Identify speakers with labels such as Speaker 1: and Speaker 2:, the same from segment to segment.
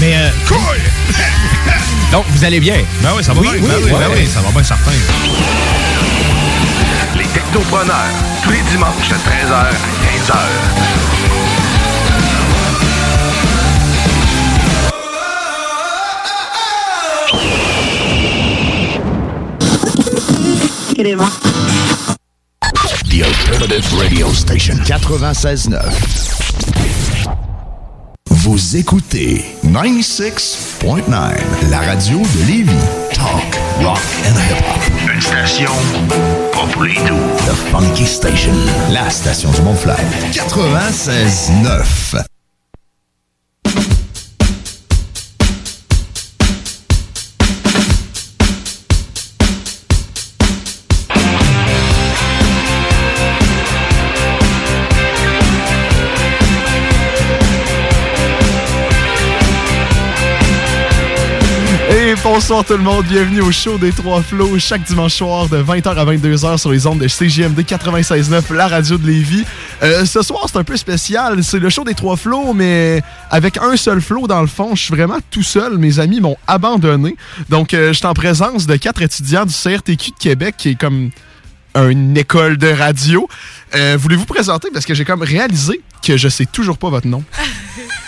Speaker 1: Mais euh,
Speaker 2: Cool!
Speaker 1: donc, vous allez bien?
Speaker 2: Ben oui, ça va
Speaker 1: Oui,
Speaker 2: bien.
Speaker 1: oui,
Speaker 2: ben oui, ben
Speaker 1: ouais.
Speaker 2: oui, ça va bien certain.
Speaker 3: Les Technopreneurs, tous les dimanches de 13h à 15h.
Speaker 4: The Alternative Radio Station 96.9. Vous écoutez 96.9, la radio de Lévis. Talk, rock and hip-hop.
Speaker 3: Une station pas pour les doux.
Speaker 4: The Funky Station, la station du Mont-Fly. 96.9.
Speaker 1: Et bonsoir tout le monde, bienvenue au show des Trois Flots, chaque dimanche soir de 20h à 22h sur les ondes de CGMD 96.9, la radio de Lévis. Euh, ce soir, c'est un peu spécial, c'est le show des Trois Flots, mais avec un seul flot dans le fond, je suis vraiment tout seul, mes amis m'ont abandonné. Donc, euh, je suis en présence de quatre étudiants du CRTQ de Québec, qui est comme une école de radio. Euh, Voulez-vous présenter? Parce que j'ai comme réalisé que je sais toujours pas votre nom.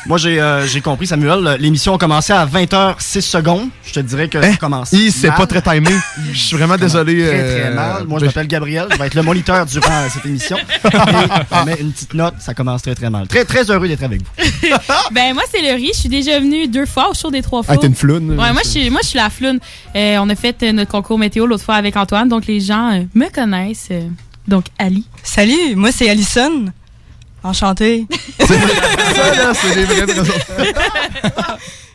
Speaker 5: Moi, j'ai euh, j'ai compris, Samuel. L'émission a commencé à 20h06 secondes. Je te dirais que ça commence.
Speaker 1: Hein? Hi, c'est
Speaker 5: mal,
Speaker 1: pas très timé. Je suis vraiment désolé.
Speaker 5: Très, très
Speaker 1: euh,
Speaker 5: mal. Moi, je
Speaker 1: ben,
Speaker 5: m'appelle Gabriel. Je vais être le moniteur durant cette émission. Et je mets une petite note. Ça commence très, très mal. Très, très heureux d'être avec vous.
Speaker 6: Ben moi c'est le riz, je suis déjà venue deux fois au show des trois
Speaker 1: Ah,
Speaker 6: flots.
Speaker 1: t'es une floune.
Speaker 6: Ouais, moi je suis moi je suis la floune. Euh, on a fait euh, notre concours météo l'autre fois avec Antoine, donc les gens euh, me connaissent. euh, donc Ali.
Speaker 7: Salut, moi c'est Allison. Enchantée.
Speaker 1: Ça, là, c'est des vraies raisons.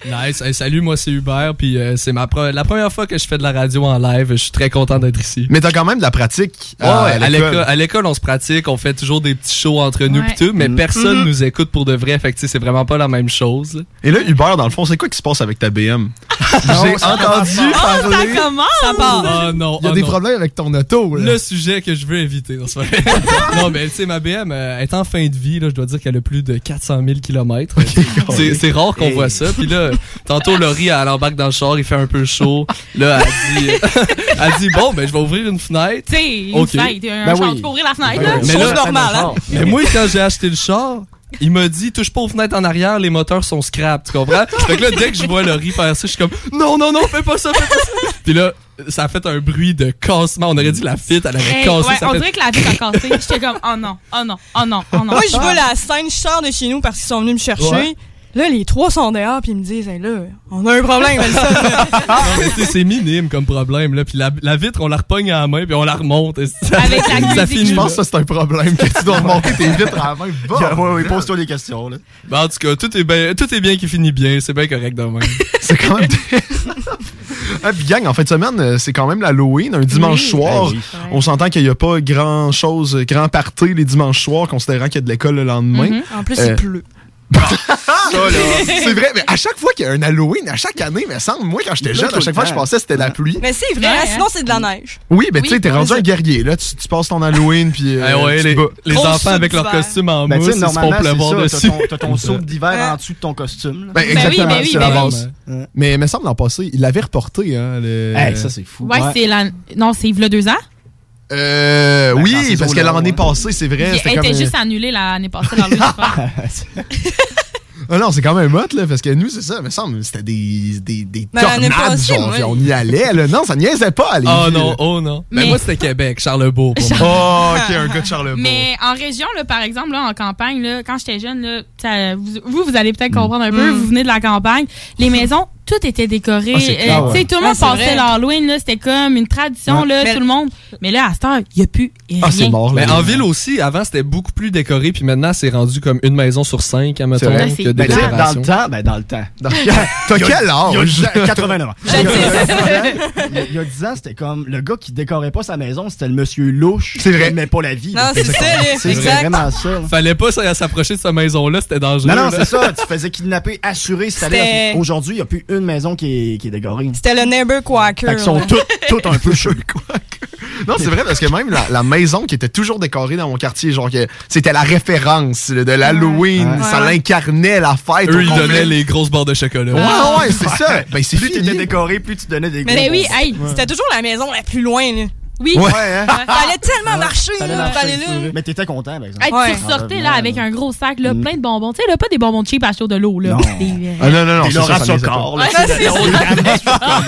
Speaker 8: Nice. Hey, salut, moi c'est Hubert, puis euh, c'est ma pre- la première fois que je fais de la radio en live. Je suis très content d'être ici.
Speaker 1: Mais t'as quand même de la pratique
Speaker 8: Ouais,
Speaker 1: euh,
Speaker 8: à l'école,
Speaker 1: l'école.
Speaker 8: à l'école, on se pratique, on fait toujours des petits shows entre nous
Speaker 6: Ouais. Mm-hmm.
Speaker 8: pis tout, mais
Speaker 1: Mm.
Speaker 8: personne nous écoute pour de vrai. Fait que tu sais, c'est vraiment pas la même chose. là.
Speaker 1: Et là, Hubert, dans le fond, c'est quoi qui se passe avec ta BM? J'ai entendu
Speaker 6: Oh, ça
Speaker 1: parler.
Speaker 6: commence! Ça
Speaker 8: Oh non,
Speaker 1: Il y a
Speaker 8: oh
Speaker 1: des
Speaker 8: non.
Speaker 1: problèmes avec ton auto. là.
Speaker 8: Le sujet que je veux éviter. Non, c'est vrai. non mais tu sais, ma BM euh, est en fin de vie. Là, je dois dire qu'elle a plus de 400 000 km. C'est, c'est rare qu'on voit ça. Puis là, tantôt, Laurie, elle embarque dans le char, il fait un peu chaud. Là, elle dit, euh, elle dit bon, ben, je vais ouvrir une fenêtre.
Speaker 6: Tu sais, une
Speaker 8: Ok.
Speaker 6: fête, un
Speaker 1: Ben
Speaker 6: char,
Speaker 1: oui.
Speaker 6: tu peux ouvrir la fenêtre, là.
Speaker 8: oui. Mais
Speaker 6: Chose
Speaker 8: là-
Speaker 6: normale, hein.
Speaker 8: Mais moi, quand j'ai acheté le char, il m'a dit touche pas aux fenêtres en arrière, les moteurs sont scrap, tu comprends? Fait que là, dès que je vois Laurie faire ça, je suis comme non, non, non, fais pas ça, fais pas ça. Puis là, ça a fait un bruit de cassement. On aurait dit la fitte, elle avait
Speaker 6: Hey,
Speaker 8: cassé.
Speaker 6: ouais,
Speaker 8: ça
Speaker 6: on
Speaker 8: fait-
Speaker 6: dirait que la vie a cassé. J'étais comme, oh non, oh non, oh non, oh non.
Speaker 7: Moi, je vois la scène, je sors de chez nous parce qu'ils sont venus me chercher.
Speaker 8: Ouais.
Speaker 7: Là, les trois sont dehors, puis ils me disent, Hey, là, on a un problème, Allison.
Speaker 6: Ah!
Speaker 8: Non, mais tu sais, c'est minime comme problème, là. Puis la, la vitre, on la repogne à la main, puis on la remonte. Et ça-
Speaker 6: Avec la
Speaker 8: ça
Speaker 6: musique.
Speaker 8: finit
Speaker 1: Je pense
Speaker 8: là.
Speaker 1: que ça, c'est un problème que tu dois remonter tes vitres à la main. Bon,
Speaker 5: Ah, Ouais, ouais, Pose-toi des questions. Là.
Speaker 8: Ben, en tout cas, tout est bien, tout est bien qui finit bien. C'est bien correct demain.
Speaker 1: c'est quand même. Ah, puis gang, en fin de semaine, euh, c'est quand même l'Halloween, un dimanche soir. On s'entend qu'il n'y a pas grand chose, euh, grand party les dimanches soirs, considérant qu'il y a de l'école le lendemain.
Speaker 9: Mhm.
Speaker 6: Mhm.
Speaker 7: En plus,
Speaker 1: Euh,
Speaker 7: il pleut.
Speaker 1: C'est vrai, mais à chaque fois qu'il y a un Halloween, à chaque année, me semble, moi, quand j'étais
Speaker 5: Il pleut
Speaker 1: jeune,
Speaker 5: tout
Speaker 1: à
Speaker 5: le
Speaker 1: chaque fois que je
Speaker 5: temps.
Speaker 1: passais, c'était la pluie.
Speaker 7: Mais c'est vrai,
Speaker 6: Ouais,
Speaker 7: hein,
Speaker 6: hein.
Speaker 7: sinon c'est de la neige.
Speaker 1: Oui, mais tu sais,
Speaker 6: Oui,
Speaker 1: t'es rendu
Speaker 7: c'est
Speaker 1: un
Speaker 7: ça.
Speaker 1: guerrier, là. Tu, tu passes ton Halloween, puis. euh,
Speaker 8: Ah ouais,
Speaker 1: tu
Speaker 8: les,
Speaker 1: te bats.
Speaker 8: les
Speaker 7: Trop
Speaker 8: enfants avec
Speaker 7: sud
Speaker 8: leurs
Speaker 7: d'hiver.
Speaker 8: costumes en
Speaker 5: Ben, tu
Speaker 8: mousse,
Speaker 5: sais,
Speaker 8: ils se font
Speaker 5: normalement,
Speaker 8: pleuvoir
Speaker 5: c'est ça.
Speaker 8: dessus.
Speaker 5: T'as ton, t'as ton soupe d'hiver en dessous de ton costume. là.
Speaker 1: Ben, exactement,
Speaker 6: ben oui,
Speaker 1: c'est
Speaker 6: ben
Speaker 1: la
Speaker 6: oui.
Speaker 1: base. Mais il me semble l'an passé, il l'avait reporté, hein. Le...
Speaker 5: Hey, ça, c'est fou.
Speaker 6: Ouais, c'est la. Non, c'est il y a deux ans?
Speaker 1: Euh,
Speaker 5: Ben, quand
Speaker 1: oui,
Speaker 5: ces
Speaker 1: parce que
Speaker 5: eaux-là,
Speaker 1: l'année
Speaker 5: ouais.
Speaker 1: passée, c'est vrai.
Speaker 6: Elle
Speaker 1: c'était
Speaker 6: était
Speaker 1: comme, euh,
Speaker 6: juste annulée l'année passée dans l'autre fois.
Speaker 1: Ah non, c'est quand même hot, là, parce que nous, c'est ça, me semble, c'était des, des, des
Speaker 6: Ben, l'année
Speaker 1: tornades,
Speaker 6: passée,
Speaker 1: genre,
Speaker 6: moi.
Speaker 1: puis on y allait, là. Non, ça niaisait pas, allez.
Speaker 8: Oh non, oh non. Mais
Speaker 6: Mais-
Speaker 8: moi, c'était Québec, Charlebourg pour
Speaker 1: moi. Oh, ok, un gars de Charlebourg.
Speaker 6: Mais en région, là, par exemple, là, en campagne, là, quand j'étais jeune, là, ça- vous, vous, vous allez peut-être comprendre un peu, vous venez de la campagne, les maisons, tout était décoré. Euh,
Speaker 2: Ah, c'est clair,
Speaker 6: tu sais,
Speaker 2: ouais.
Speaker 6: Tout le monde
Speaker 2: Ah, c'est
Speaker 6: passait
Speaker 2: vrai.
Speaker 6: l'Halloween, là, c'était comme une tradition,
Speaker 8: Ouais. Ah,
Speaker 6: là,
Speaker 8: Mais-
Speaker 6: tout le monde. Mais là, à cette heure, il n'y a plus
Speaker 5: Ah,
Speaker 6: rien.
Speaker 8: Mais en ville aussi, avant, c'était beaucoup plus décoré, puis maintenant, c'est rendu comme une maison sur cinq, à mettons,
Speaker 5: C'est vrai.
Speaker 8: que de
Speaker 5: Ben, tu sais, dans le
Speaker 8: décoration.
Speaker 5: temps, ben, dans le temps.
Speaker 1: T'as
Speaker 5: Il y a-
Speaker 1: quel âge?
Speaker 5: il y a 89 ans.
Speaker 1: Je sais.
Speaker 5: Il y a 10 ans, il y a- Il y a 10 ans, c'était comme le gars qui décorait pas sa maison, c'était le monsieur louche. C'est vrai. Mais pas la vie.
Speaker 7: Non, c'est ça, là.
Speaker 5: C'est
Speaker 7: Exact.
Speaker 5: vraiment ça. là.
Speaker 8: Fallait pas s- s'approcher de cette maison-là, c'était dangereux.
Speaker 5: Non, non,
Speaker 8: là.
Speaker 5: c'est ça. Tu faisais kidnapper, assurer, si t'allais.
Speaker 7: C'était-
Speaker 5: Aujourd'hui, il n'y a plus une maison qui est, qui est décorée.
Speaker 7: C'était le neighbor quacker.
Speaker 5: Fait qu'ils sont
Speaker 7: là.
Speaker 5: tous, tous un peu chelous.
Speaker 1: Non, c'est vrai, parce que même la, la maison qui était toujours décorée dans mon quartier, genre, que c'était la référence là, de l'Halloween,
Speaker 8: Ouais.
Speaker 1: ça
Speaker 8: Ouais.
Speaker 1: l'incarnait, la fête.
Speaker 8: Eux,
Speaker 1: au
Speaker 8: ils
Speaker 1: complet.
Speaker 8: donnaient les grosses barres de chocolat.
Speaker 1: Ouais, ouais, c'est ça. Ben, c'est
Speaker 5: Plus t'étais décoré, plus tu donnais des
Speaker 7: Mais
Speaker 5: gros
Speaker 7: ben oui,
Speaker 5: bons-
Speaker 7: hey, c'était toujours la maison la plus loin, là. Oui.
Speaker 5: Ouais, hein?
Speaker 7: Fallait tellement marcher,
Speaker 5: Fallait
Speaker 7: là.
Speaker 5: marcher
Speaker 7: Fallait
Speaker 5: sur
Speaker 7: là.
Speaker 5: eux. Mais t'étais content, par exemple. Ah,
Speaker 6: Hey, Tu ressortais là, avec un gros sac là, plein de bonbons. Tu sais, là, pas des bonbons cheap à chaud de l'eau. Là. Des, euh,
Speaker 1: Ah non, non, non.
Speaker 5: T'es
Speaker 1: ça, ça,
Speaker 5: Laura
Speaker 1: ça niaise
Speaker 5: Sokor,
Speaker 1: pas.
Speaker 5: là, tu sais, la-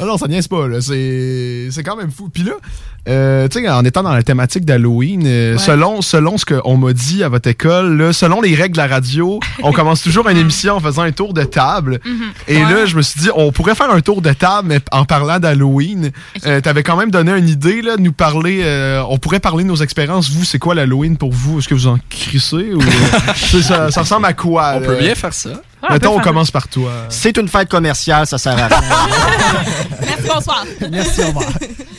Speaker 1: Ah non, ça niaise pas, là. C'est c'est quand même fou. Puis là, euh, tu sais, en étant dans la thématique d'Halloween, euh,
Speaker 10: Ouais.
Speaker 1: selon, selon ce qu'on m'a dit à votre école, là, selon les règles de la radio, on commence toujours une émission en faisant un tour de table. Et là, je me suis dit, on pourrait faire un tour de table, mais en parlant d'Halloween. Euh, T'avais quand même donné une idée, là, de nous parler. euh, on pourrait parler de nos expériences. Vous, c'est quoi l'Halloween pour vous? Est-ce que vous en crissez? Ou, Tu sais, ça, ça ressemble à quoi?
Speaker 8: On peut bien faire ça.
Speaker 5: Ah,
Speaker 7: Ah,
Speaker 1: Mettons, on commence par toi.
Speaker 5: ben, C'est une fête commerciale, ça sert à rien.
Speaker 6: Merci, bonsoir.
Speaker 5: Merci, au revoir.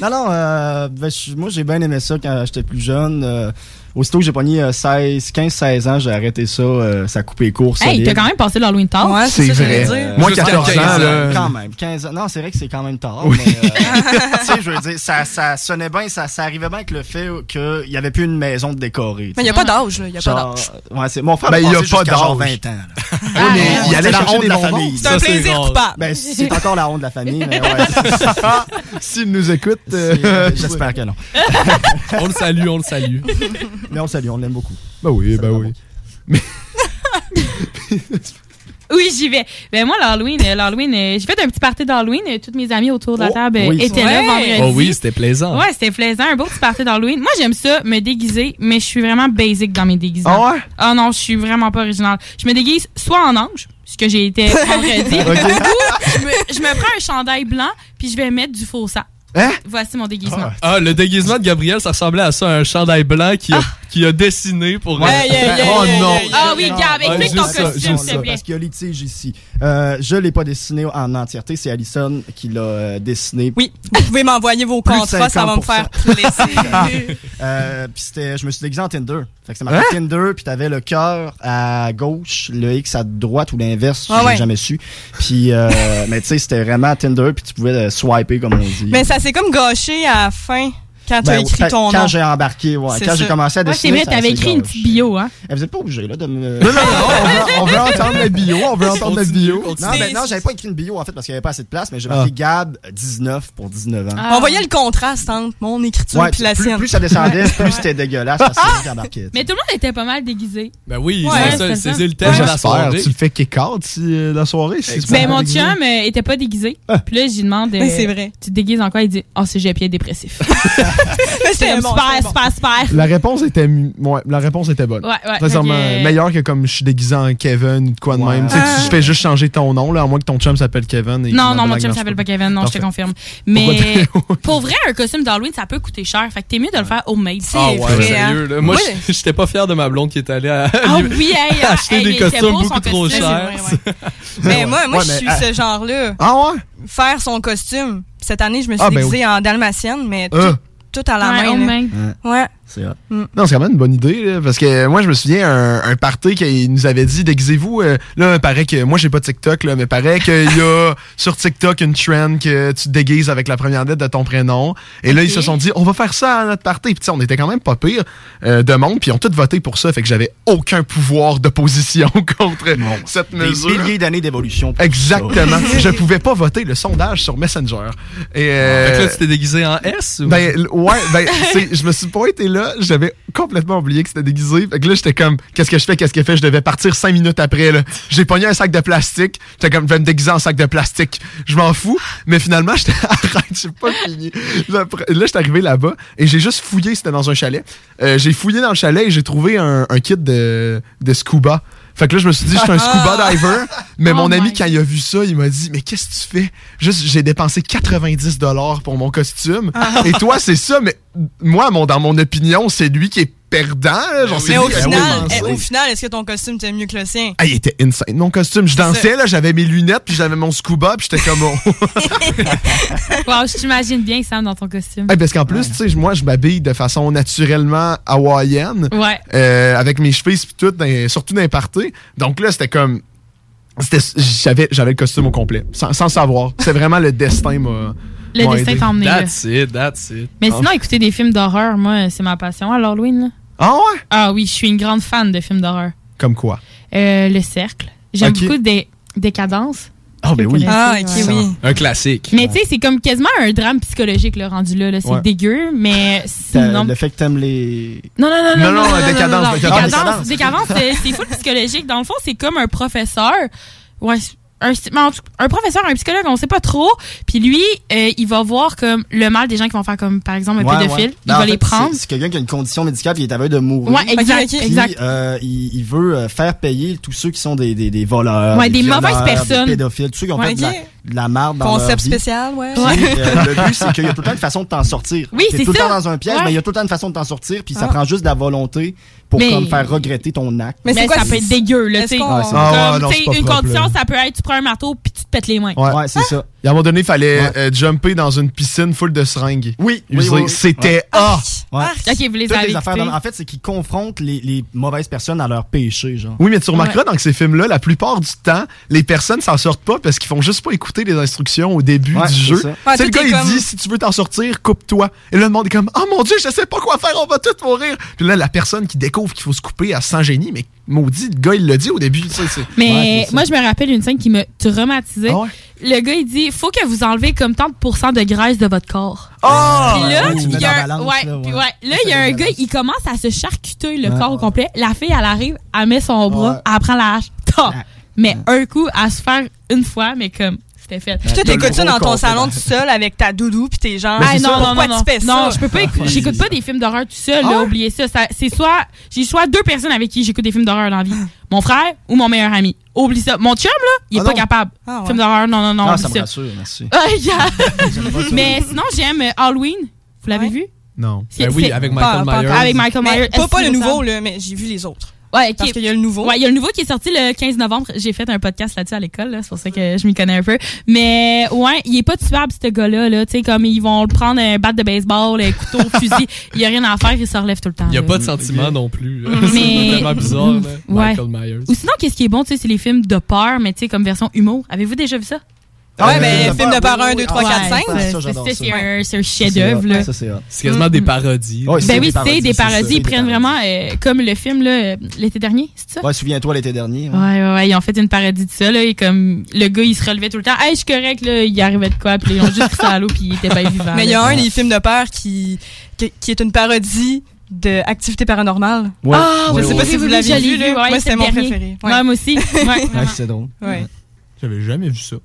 Speaker 5: Non, non, euh, ben, je- moi j'ai bien aimé ça quand j'étais plus jeune. Euh, aussitôt que j'ai pogné euh, 16, 15, 16 ans, j'ai arrêté ça, euh, ça a coupé court.
Speaker 6: Hey,
Speaker 5: solide.
Speaker 6: t'as quand même passé l'Halloween tard.
Speaker 5: Ouais, c'est C'est ça que vrai. j'allais dire. Moi,
Speaker 6: Jusqu'à
Speaker 5: 14 ans,
Speaker 6: 15
Speaker 5: là. Quand même, 15 ans. Non, c'est vrai que c'est quand même tard. mais, euh, tu sais, je veux dire, ça, ça sonnait bien, ça, ça arrivait bien avec le fait qu'il n'y avait plus une maison de décorée.
Speaker 7: Mais y a pas d'âge, là. Y a pas d'âge.
Speaker 5: euh, Ouais, c'est mon frère.
Speaker 1: Ben,
Speaker 5: a
Speaker 1: y a
Speaker 5: passé
Speaker 1: pas
Speaker 5: jusqu'à genre
Speaker 1: d'âge.
Speaker 5: 20 ans. là.
Speaker 1: Ah, mais il
Speaker 5: C'est
Speaker 1: allait
Speaker 5: la
Speaker 1: chercher
Speaker 5: honte
Speaker 1: des
Speaker 5: de la
Speaker 1: bonbons.
Speaker 5: famille.
Speaker 1: C'est un
Speaker 5: Ça,
Speaker 1: plaisir
Speaker 5: rare.
Speaker 1: coupable.
Speaker 5: Ben, c'est encore la honte de la famille, mais Ben, ouais.
Speaker 1: S'il nous écoute,
Speaker 5: euh, j'espère que non.
Speaker 8: on le salue, on le salue.
Speaker 5: Mais on le salue, on l'aime beaucoup.
Speaker 1: Ben oui, ben oui.
Speaker 6: Oui, j'y vais. Ben moi, l'Halloween, euh, l'Halloween, euh, j'ai fait un petit party d'Halloween. Euh, Toutes mes amies autour de
Speaker 1: Oh,
Speaker 6: la table euh,
Speaker 8: Oh, Oui.
Speaker 6: étaient là vendredi.
Speaker 8: Oh oui, c'était plaisant.
Speaker 6: Ouais, c'était plaisant, un beau petit party d'Halloween. Moi, j'aime ça, me déguiser, mais je suis vraiment basic dans mes déguisements.
Speaker 8: Ah ouais?
Speaker 6: Ah non, je suis vraiment pas originale. Je me déguise soit en ange, ce que j'ai été vendredi,
Speaker 8: Ok.
Speaker 6: ou je me, je me prends un chandail blanc, puis je vais mettre du faux sang.
Speaker 1: Hein?
Speaker 6: Voici mon déguisement.
Speaker 8: Ah, le déguisement de Gabriel, ça ressemblait à ça, un chandail blanc qui a,
Speaker 6: Ah.
Speaker 8: qui a dessiné pour.
Speaker 6: Ouais, yeah, yeah,
Speaker 8: oh
Speaker 6: yeah,
Speaker 8: non!
Speaker 6: yeah, yeah. Ah oui, Gab, explique
Speaker 8: juste
Speaker 6: ton
Speaker 8: ça,
Speaker 6: costume, s'il
Speaker 8: juste ça.
Speaker 6: te plaît.
Speaker 5: Parce qu'il y a litige ici. Euh, je l'ai pas dessiné en entièreté, c'est Alison qui l'a euh, dessiné.
Speaker 7: Oui, vous pouvez m'envoyer vos
Speaker 5: Plus de
Speaker 7: contrats, ça va me faire
Speaker 5: 50%.
Speaker 7: plaisir.
Speaker 5: Euh, puis c'était, je me suis déguisé en Tinder. Fait que c'est marqué
Speaker 7: Hein?
Speaker 5: Tinder, puis t'avais le cœur à gauche, le X à droite ou l'inverse,
Speaker 7: Ah
Speaker 5: j'ai
Speaker 7: ouais.
Speaker 5: jamais su. Puis, euh, mais tu sais, c'était vraiment Tinder, puis tu pouvais le swiper comme on dit.
Speaker 7: Mais ça s'est comme gâché à la fin quand tu as
Speaker 5: Ben,
Speaker 7: écrit
Speaker 5: quand-
Speaker 7: ton nom.
Speaker 5: Quand j'ai embarqué, ouais,
Speaker 7: C'est
Speaker 5: quand
Speaker 7: ça.
Speaker 5: j'ai commencé à
Speaker 7: Ouais,
Speaker 5: dessiner.
Speaker 7: c'est vrai,
Speaker 5: ça
Speaker 7: t'avais
Speaker 5: s'est
Speaker 7: écrit une
Speaker 5: gâché.
Speaker 6: Petite bio, hein.
Speaker 5: Eh, Vous êtes pas obligé là de me.
Speaker 1: euh, Non, non, non, on veut- on veut entendre la bio, on veut entendre la bio.
Speaker 5: Non,
Speaker 1: continue.
Speaker 5: ben, non, j'avais pas écrit une bio en fait parce qu'il n'y avait pas assez de place, mais j'ai marqué
Speaker 1: Ah.
Speaker 5: Gab 19 pour 19 ans.
Speaker 7: On voyait le contraste entre mon écriture
Speaker 5: Ouais,
Speaker 7: et la
Speaker 5: plus,
Speaker 7: sienne.
Speaker 5: plus ça descendait, plus c'était dégueulasse parce que j'ai embarqué.
Speaker 6: Mais tout le monde était pas mal déguisé.
Speaker 8: Ben oui,
Speaker 6: Ouais,
Speaker 8: c'est ça,
Speaker 6: c'est
Speaker 8: c'est
Speaker 6: ça.
Speaker 8: le thème de la
Speaker 1: J'espère.
Speaker 8: soirée.
Speaker 1: Tu le fais kick-out si, euh, la soirée. Si c'est
Speaker 6: Ben,
Speaker 1: pas
Speaker 6: mon
Speaker 1: déguisé.
Speaker 6: chum euh, était pas déguisé.
Speaker 8: Ah.
Speaker 6: Puis là, j'y demande. euh,
Speaker 7: Mais c'est vrai.
Speaker 6: Tu te déguises en quoi? Il dit, oh, c'est GPA dépressif.
Speaker 7: c'est
Speaker 6: c'est
Speaker 7: bon,
Speaker 6: super,
Speaker 7: c'est bon.
Speaker 6: super, super.
Speaker 1: La réponse était, mi- ouais, la réponse était bonne.
Speaker 6: Ouais, ouais,
Speaker 1: Sincèrement,
Speaker 6: fait que-
Speaker 1: meilleure que comme je suis déguisé en Kevin ou de quoi de même. Tu sais, tu fais juste changer ton nom, là, à moins que ton chum s'appelle Kevin. et que
Speaker 6: Ah. Non,
Speaker 1: la
Speaker 6: non, mon
Speaker 1: blague
Speaker 6: chum
Speaker 1: marche
Speaker 6: s'appelle pas Kevin, non, je
Speaker 1: Parfait.
Speaker 6: te confirme. Mais pour vrai, un costume d'Halloween, ça peut coûter cher. Fait que t'es mieux de le faire homemade.
Speaker 8: Ah ouais, sérieux, là. Moi,
Speaker 6: Oui.
Speaker 8: je- j'étais pas fier de ma blonde qui est allée à-
Speaker 6: hein. Ah oui, hey, hey,
Speaker 8: acheter
Speaker 6: hey,
Speaker 8: des
Speaker 6: il était
Speaker 8: costumes
Speaker 6: beau, son
Speaker 8: beaucoup trop
Speaker 6: costume,
Speaker 8: chers.
Speaker 7: Mais moi, moi
Speaker 8: Ouais,
Speaker 7: je
Speaker 8: mais,
Speaker 7: suis
Speaker 8: ah.
Speaker 7: ce genre-là.
Speaker 1: Ah ouais?
Speaker 7: Faire son costume. Cette année, je me suis
Speaker 8: Ah, ben
Speaker 7: déguisée en dalmatienne, mais
Speaker 5: Euh.
Speaker 8: Ah.
Speaker 7: tout, tout à la
Speaker 6: Ouais,
Speaker 7: main.
Speaker 6: homemade.
Speaker 7: là. Ouais.
Speaker 1: C'est hot.
Speaker 7: Mm.
Speaker 1: Non, c'est quand même une bonne idée, là, parce que moi, je me souviens, un, un party qui nous avait dit, déguisez-vous, euh, là, paraît que, moi, j'ai pas TikTok, là, mais paraît qu'il y a sur TikTok une trend que tu te déguises avec la première lettre de ton prénom. Et là, ils se sont dit, on va faire ça à notre party. Puis, tu sais, on était quand même pas pire euh, de monde, puis ils ont tous voté pour ça, fait que j'avais aucun pouvoir d'opposition contre cette mesure.
Speaker 5: Des milliers d'années d'évolution.
Speaker 1: Exactement.
Speaker 5: Ça.
Speaker 1: je pouvais pas voter le sondage sur Messenger. Et, euh,
Speaker 8: Fait que là, tu t'es déguisé en S ou?
Speaker 1: ben l- ouais, ben c'est- je me suis pas été là, j'avais complètement oublié que c'était déguisé. Fait que là j'étais comme qu'est-ce que je fais, qu'est-ce que je fais, je devais partir cinq minutes après là. J'ai pogné un sac de plastique, j'étais comme je vais me déguiser en sac de plastique. Je m'en fous, mais finalement j'étais arrête, j'ai pas fini. Là pr- là, j'étais arrivé là-bas et j'ai juste fouillé, c'était dans un chalet. Euh, j'ai fouillé dans le chalet et j'ai trouvé un, un kit de de scuba. Fait que là, je me suis dit, je suis un scuba
Speaker 3: Ah.
Speaker 1: diver, mais
Speaker 3: Oh
Speaker 1: mon ami,
Speaker 3: my
Speaker 1: quand il a vu ça, il m'a dit, mais qu'est-ce que tu fais? Juste, j'ai dépensé 90 dollars pour mon costume.
Speaker 3: Ah.
Speaker 1: Et toi, c'est ça, mais moi, mon, dans mon opinion, c'est lui qui est perdant. là. Genre, c'est
Speaker 7: Mais au
Speaker 1: lui qui a
Speaker 7: final,
Speaker 1: commencé.
Speaker 7: eh, au final, est-ce que ton costume t'aime mieux que le sien?
Speaker 1: Ah, il était insane. Mon costume, je dansais,
Speaker 7: Ça.
Speaker 1: là, j'avais mes lunettes, puis j'avais mon scuba, puis j'étais comme... oh.
Speaker 6: Wow, je t'imagine bien, Sam, dans ton costume.
Speaker 1: Eh, parce qu'en plus, tu sais, moi, je m'habille de façon naturellement hawaïenne.
Speaker 6: Ouais.
Speaker 1: Euh, avec mes cheveux puis tout, dans- surtout dans les parties. Donc là, c'était comme. c'était- J'avais, j'avais le costume au complet, sans, sans savoir. C'est vraiment le destin m'a.
Speaker 6: Le
Speaker 1: m'a
Speaker 6: destin
Speaker 1: aidé.
Speaker 6: t'a emmené là.
Speaker 8: That's it, that's it.
Speaker 6: Mais sinon, écouter des films d'horreur, moi, c'est ma passion à l'Halloween. là.
Speaker 1: Ah ouais?
Speaker 6: Ah oui, je suis une grande fan de films d'horreur.
Speaker 1: Comme quoi?
Speaker 6: Euh, le Cercle. J'aime
Speaker 8: Ok.
Speaker 6: beaucoup des, des cadences.
Speaker 1: Ah, ben oui.
Speaker 6: Ah, ok, oui.
Speaker 8: Un classique.
Speaker 6: Mais tu sais, c'est comme quasiment un drame psychologique, le rendu là. là. C'est
Speaker 5: Ouais.
Speaker 6: dégueu, mais
Speaker 5: T'as-
Speaker 6: sinon.
Speaker 5: Euh, Le fait que t'aimes les.
Speaker 6: Non, non, non, non.
Speaker 5: Non, non, euh,
Speaker 6: non,
Speaker 5: décadence,
Speaker 6: non, non.
Speaker 5: décadence.
Speaker 6: Décadence, décadence, c'est c'est full psychologique. Dans le fond, c'est comme un professeur. Ouais, un, mais en tout- un professeur, un psychologue, on sait pas trop. Puis lui, euh, il va voir comme le mal des gens qui vont faire comme, par exemple, un
Speaker 5: Ouais,
Speaker 6: pédophile.
Speaker 5: ouais.
Speaker 6: Il
Speaker 5: Ben, en
Speaker 6: va
Speaker 5: fait,
Speaker 6: les prendre.
Speaker 5: C'est c'est quelqu'un qui a une condition médicale, puis il est aveugle de mourir.
Speaker 6: Ouais, exact, Ok, ok.
Speaker 5: Puis,
Speaker 6: exact.
Speaker 5: euh, il, il veut euh, faire payer tous ceux qui sont des, des, des voleurs,
Speaker 6: Ouais, des
Speaker 5: violeurs,
Speaker 6: mauvaises personnes.
Speaker 5: des pédophiles, tous ceux qui ont
Speaker 7: Ouais,
Speaker 5: fait de la,
Speaker 7: ok.
Speaker 5: de la marde dans leur
Speaker 7: Concept
Speaker 5: vie.
Speaker 7: spécial, ouais.
Speaker 5: Puis, euh, le but, c'est qu'il y a tout le temps une façon de t'en sortir.
Speaker 7: Oui,
Speaker 5: T'es
Speaker 7: c'est
Speaker 5: tout le
Speaker 7: ça.
Speaker 5: temps dans un piège,
Speaker 7: Ouais.
Speaker 5: mais il y a tout le temps une façon de t'en sortir, puis ça
Speaker 7: Ah.
Speaker 5: prend juste de la volonté pour
Speaker 6: Mais-
Speaker 5: comme faire regretter ton acte.
Speaker 6: Mais, ça peut être dégueu, là, tu sais.
Speaker 5: qu'on-
Speaker 6: Comme,
Speaker 5: Ah, c'est- Ah ouais, non,
Speaker 6: tu sais,
Speaker 5: c'est pas
Speaker 6: une
Speaker 5: propre,
Speaker 6: condition,
Speaker 5: là.
Speaker 6: ça peut être tu prends un marteau puis tu te pètes les mains.
Speaker 1: Ouais,
Speaker 5: c'est ça.
Speaker 1: Et à un moment donné, il fallait euh, jumper dans une piscine full de seringues.
Speaker 5: Oui,
Speaker 1: Usées.
Speaker 5: oui, oui.
Speaker 1: C'était.
Speaker 5: Ouais.
Speaker 1: Ah!
Speaker 6: Ok, vous les
Speaker 5: Toutes
Speaker 6: avez
Speaker 5: les affaires
Speaker 6: écoutées.
Speaker 5: dans- En fait, c'est qu'ils confrontent les, les mauvaises personnes à leurs péchés, genre.
Speaker 1: Oui, mais tu remarqueras
Speaker 5: Ouais.
Speaker 1: dans ces films-là, la plupart du temps, les personnes s'en sortent pas parce qu'ils font juste pas écouter les instructions au début
Speaker 5: Ouais,
Speaker 1: du
Speaker 5: c'est
Speaker 1: jeu.
Speaker 5: ça.
Speaker 1: Tu sais,
Speaker 5: Ouais,
Speaker 1: le
Speaker 5: tout
Speaker 1: gars,
Speaker 5: est
Speaker 1: il
Speaker 5: comme-
Speaker 1: dit si tu veux t'en sortir, coupe-toi. Et là, le monde est comme Oh mon Dieu, je sais pas quoi faire, on va tous mourir. Puis là, la personne qui découvre qu'il faut se couper, elle sans génie, mais maudit, le gars, il le dit au début. tu sais, c'est- Ah
Speaker 6: Mais moi, je me rappelle une scène qui m'a traumatisée. Le gars, il dit faut que vous enlevez comme tant de pourcents de graisse de votre corps.
Speaker 1: Ah!
Speaker 6: Puis là,
Speaker 1: Ouais, tu mets
Speaker 6: il y a
Speaker 1: dans
Speaker 6: un-
Speaker 1: la balance,
Speaker 6: ouais,
Speaker 1: là,
Speaker 6: puis
Speaker 1: ouais.
Speaker 6: ouais. Là, il y a un gars, il commence à se charcuter le
Speaker 1: Ouais.
Speaker 6: corps au complet. La fille, elle arrive, elle met son bras, elle prend la hache. Ta! Mais un coup, à se faire une fois, mais comme c'était fait.
Speaker 7: Puis toi, t'écoutes ça dans ton salon tout seul avec ta doudou, puis t'es genre,
Speaker 6: Ah, non, non,
Speaker 7: pourquoi
Speaker 6: non, non.
Speaker 7: tu fais ça?
Speaker 6: Non, je peux pas écouter. J'écoute pas des films d'horreur tout seul, là,
Speaker 7: Ah ouais?
Speaker 6: oubliez ça. ça c'est soit, j'ai soit deux personnes avec qui j'écoute des films d'horreur dans la vie. Mon frère ou mon meilleur ami. Oublie ça. Mon chum, là, il est
Speaker 5: Ah
Speaker 6: pas
Speaker 5: non.
Speaker 6: capable.
Speaker 7: Ah. Ah ouais.
Speaker 6: Films d'horreur, non, non, non,
Speaker 5: Ah,
Speaker 6: oublie
Speaker 5: ça me
Speaker 6: ça.
Speaker 5: rassure, merci.
Speaker 6: Ah, yeah. Mais sinon, j'aime euh, Halloween. Vous l'avez vu?
Speaker 1: Non.
Speaker 6: C'est- c'est- pas- pas- Ben Avec Michael
Speaker 7: Mais
Speaker 6: Myers.
Speaker 7: Pas, pas le
Speaker 6: Est-ce
Speaker 7: nouveau,
Speaker 6: que
Speaker 7: là, mais j'ai vu les autres.
Speaker 6: Ouais, ok.
Speaker 7: Parce qu'il y a le nouveau.
Speaker 6: Ouais, il y a le nouveau qui est sorti le 15 novembre. J'ai fait un podcast là-dessus à l'école, là. c'est pour ça que je m'y connais un peu. Mais ouais, il est pas tuable ce gars-là, là. Tu sais, comme ils vont le prendre un bat de baseball, un couteau, un fusil, il y a rien à faire, il se relève tout le temps.
Speaker 8: Il n'y a
Speaker 6: là.
Speaker 8: pas de sentiment non plus. là.
Speaker 6: Mm. Mais- Mm.
Speaker 8: C'est vraiment bizarre, là.
Speaker 6: Ouais.
Speaker 8: Michael Myers.
Speaker 6: Ou sinon, qu'est-ce qui est bon, tu sais, c'est les films de peur, mais tu sais, comme version humour. Avez-vous déjà vu ça?
Speaker 7: Ah ouais,
Speaker 6: Euh,
Speaker 7: mais film de peur 1, 2, 3, 4, 5.
Speaker 6: Ouais, ça, c'est- c'est un- c'est un chef-d'œuvre, là.
Speaker 5: Ça, c'est hot.
Speaker 8: C'est quasiment des parodies.
Speaker 6: Ben oui, c'est des parodies. Ils prennent vraiment euh, comme le film là, euh, l'été dernier, c'est ça?
Speaker 5: Ouais, souviens-toi l'été dernier.
Speaker 6: Ouais, ouais, ouais, ils ont fait une parodie de ça, là, et comme le gars, il se relevait tout le temps. Hey, je suis correct, là, il arrivait de quoi, puis ils ont juste pris ça à l'eau, puis il était bien Eh ben, vivant.
Speaker 7: Mais il y a
Speaker 6: là.
Speaker 7: un des films de peur qui, qui, qui est une parodie de Activité paranormale.
Speaker 6: Ouais. Ah,
Speaker 7: je
Speaker 6: ouais,
Speaker 7: sais
Speaker 6: ouais,
Speaker 7: pas
Speaker 6: ouais.
Speaker 7: si vous
Speaker 6: Oui,
Speaker 7: l'avez
Speaker 6: oui, je l'ai
Speaker 7: vu,
Speaker 6: vu,
Speaker 7: là.
Speaker 6: ouais,
Speaker 7: moi,
Speaker 6: c'est
Speaker 7: c'est mon
Speaker 6: le dernier.
Speaker 7: préféré.
Speaker 6: Ouais, moi aussi. Ouais,
Speaker 7: vraiment.
Speaker 5: c'est drôle.
Speaker 7: Ouais.
Speaker 1: J'avais jamais vu ça.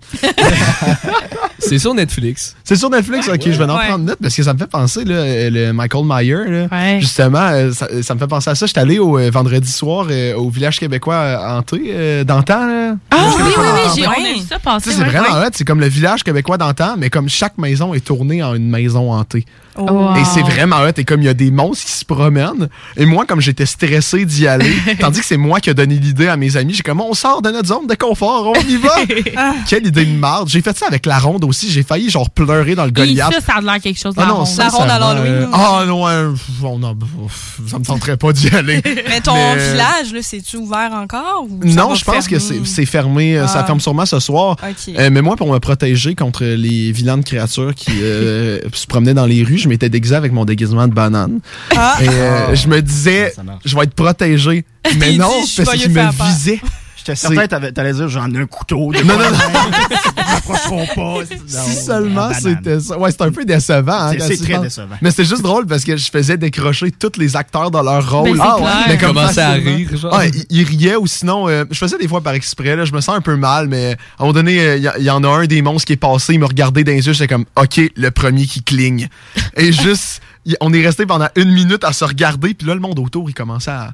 Speaker 8: C'est sur Netflix.
Speaker 1: C'est sur Netflix, ok, je vais en prendre note parce que ça me fait penser, là, euh, le Michael Meyer, là. justement, euh, ça, ça me fait penser à ça. J'étais allé au euh, vendredi soir euh, au village québécois euh, hanté euh, d'antan. là.
Speaker 6: Ah
Speaker 1: Village
Speaker 6: oui, oui,
Speaker 1: québécois
Speaker 6: oui,
Speaker 1: d'antan.
Speaker 6: j'ai- on a vu ça passer.
Speaker 1: Tu sais, Ah, c'est hein.
Speaker 6: ouais,
Speaker 1: vraiment
Speaker 6: ouais.
Speaker 1: hot. C'est comme le village québécois d'antan, mais comme chaque maison est tournée en une maison hantée.
Speaker 6: Oh. Wow.
Speaker 1: Et c'est vraiment hot. Et comme il y a des monstres qui se promènent, et moi, comme j'étais stressé d'y aller, tandis que c'est moi qui ai donné l'idée à mes amis, j'ai comme on sort de notre zone de confort, on y va.
Speaker 6: Ah.
Speaker 1: Quelle idée de marde. J'ai fait ça avec la ronde aussi. J'ai failli genre pleurer dans le
Speaker 6: Puis
Speaker 1: Goliath.
Speaker 6: ça, ça a l'air quelque chose.
Speaker 1: Ah
Speaker 6: la
Speaker 1: non,
Speaker 6: ronde.
Speaker 1: ça, ça va, euh, Ah non, ouais, pff, on en- pff, ça me tenterait pas d'y aller.
Speaker 7: Mais ton
Speaker 1: Mais- euh,
Speaker 7: village, là, c'est-tu ouvert encore? Ou ça
Speaker 1: Non,
Speaker 7: va
Speaker 1: je pense que c'est
Speaker 7: fermer?
Speaker 1: c'est fermé. euh, Ça
Speaker 7: Ah.
Speaker 1: ferme sûrement ce soir.
Speaker 7: Ok.
Speaker 1: Euh, mais moi, pour me protéger contre les vilaines créatures qui euh, se promenaient dans les rues, je m'étais déguisé avec mon déguisement de banane.
Speaker 7: Ah.
Speaker 1: Et euh, je me disais, je vais être protégé. Mais
Speaker 5: Il
Speaker 1: non,
Speaker 5: dit, je suis
Speaker 1: parce
Speaker 5: pas
Speaker 1: qu'il
Speaker 5: mieux
Speaker 1: me
Speaker 5: fait peur.
Speaker 1: visait.
Speaker 5: J'étais
Speaker 1: C'est-
Speaker 5: certain que t'avais- t'allais dire j'en ai un couteau.
Speaker 1: Non, non, non.
Speaker 5: Ils m'approcheront pas.
Speaker 1: Si seulement
Speaker 5: la banane.
Speaker 1: c'était ça. Ouais, c'est un peu décevant. hein,
Speaker 5: C'est-
Speaker 1: quand
Speaker 5: c'est
Speaker 1: tu
Speaker 5: très
Speaker 1: penses.
Speaker 5: décevant.
Speaker 1: Mais c'est juste drôle parce que je faisais décrocher tous les acteurs dans leur rôle. Ah
Speaker 8: Ben, c'est clair.
Speaker 1: Mais comme
Speaker 8: Ils commençaient à
Speaker 1: facilement.
Speaker 8: rire, genre.
Speaker 1: Ouais, ils- ils riaient ou sinon, euh, je faisais des fois par exprès. là, je me sens un peu mal, mais à un moment donné, euh, il y a- il y, en a un des monstres qui est passé, il me regardait dans les yeux, j'étais comme, OK, le premier qui cligne. Et juste, il- on est resté pendant une minute à se regarder, puis là, le monde autour, il commençait à,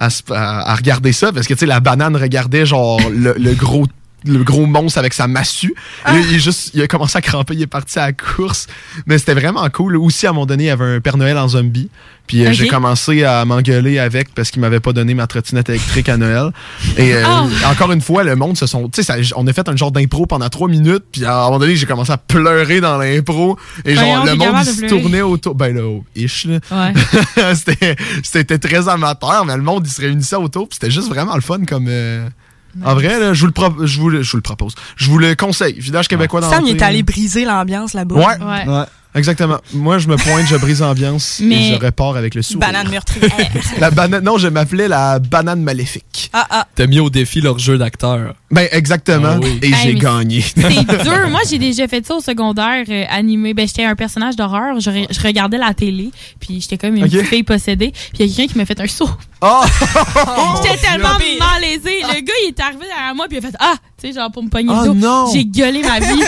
Speaker 1: à se- à- à regarder ça parce que, tu sais, la banane regardait genre le, le gros le gros monstre avec sa massue. Là, il, est juste, il a commencé à cramper, il est parti à la course. Mais c'était vraiment cool. Aussi, à un moment donné, il y avait un Père Noël en zombie. Puis euh,
Speaker 2: Ok.
Speaker 1: j'ai commencé à m'engueuler avec parce qu'il m'avait pas donné ma trottinette électrique à Noël. Et euh,
Speaker 2: Oh.
Speaker 1: encore une fois, le monde se sont. Tu sais, ça- on a fait un genre d'impro pendant trois minutes. Puis à un moment donné, j'ai commencé à pleurer dans l'impro. Et genre,
Speaker 2: Voyons,
Speaker 1: le
Speaker 2: t'es
Speaker 1: monde
Speaker 2: capable
Speaker 1: il
Speaker 2: de
Speaker 1: se
Speaker 2: pleurer.
Speaker 1: tournait autour. Ben là, oh, ish, là. c'était, c'était très amateur, mais le monde, il se réunissait autour. Puis c'était juste vraiment le fun comme. euh, En vrai, là, je, vous le pro- je, vous le, je vous le propose. Je vous le conseille. Village québécois dans
Speaker 7: Sam, il
Speaker 1: l'entrée.
Speaker 7: est allé briser l'ambiance là-bas.
Speaker 1: Ouais. Exactement. Moi, je me pointe, je brise l'ambiance
Speaker 7: Mais-
Speaker 1: et je repars avec le sourire.
Speaker 7: Banane meurtrière.
Speaker 1: La banane. Non, je m'appelais la banane maléfique.
Speaker 7: ah, ah.
Speaker 8: T'as mis au défi leur jeu d'acteur. Ah
Speaker 1: Ben, exactement. Et
Speaker 6: Ben,
Speaker 1: j'ai
Speaker 6: mais
Speaker 1: gagné.
Speaker 6: C'est dur. Moi, j'ai déjà fait ça au secondaire euh, animé. Ben, j'étais un personnage d'horreur. Je, re- je regardais la télé, puis j'étais comme une
Speaker 1: Ok.
Speaker 6: petite fille possédée. Puis il y a quelqu'un qui m'a fait un saut.
Speaker 1: Oh!
Speaker 6: j'étais tellement
Speaker 7: Dieu.
Speaker 6: malaisée. Le gars, il est arrivé derrière moi, puis il a fait Ah! Tu sais, genre pour me pogner le
Speaker 1: Ah. Oh
Speaker 6: dos.
Speaker 1: non!
Speaker 6: J'ai gueulé ma vie.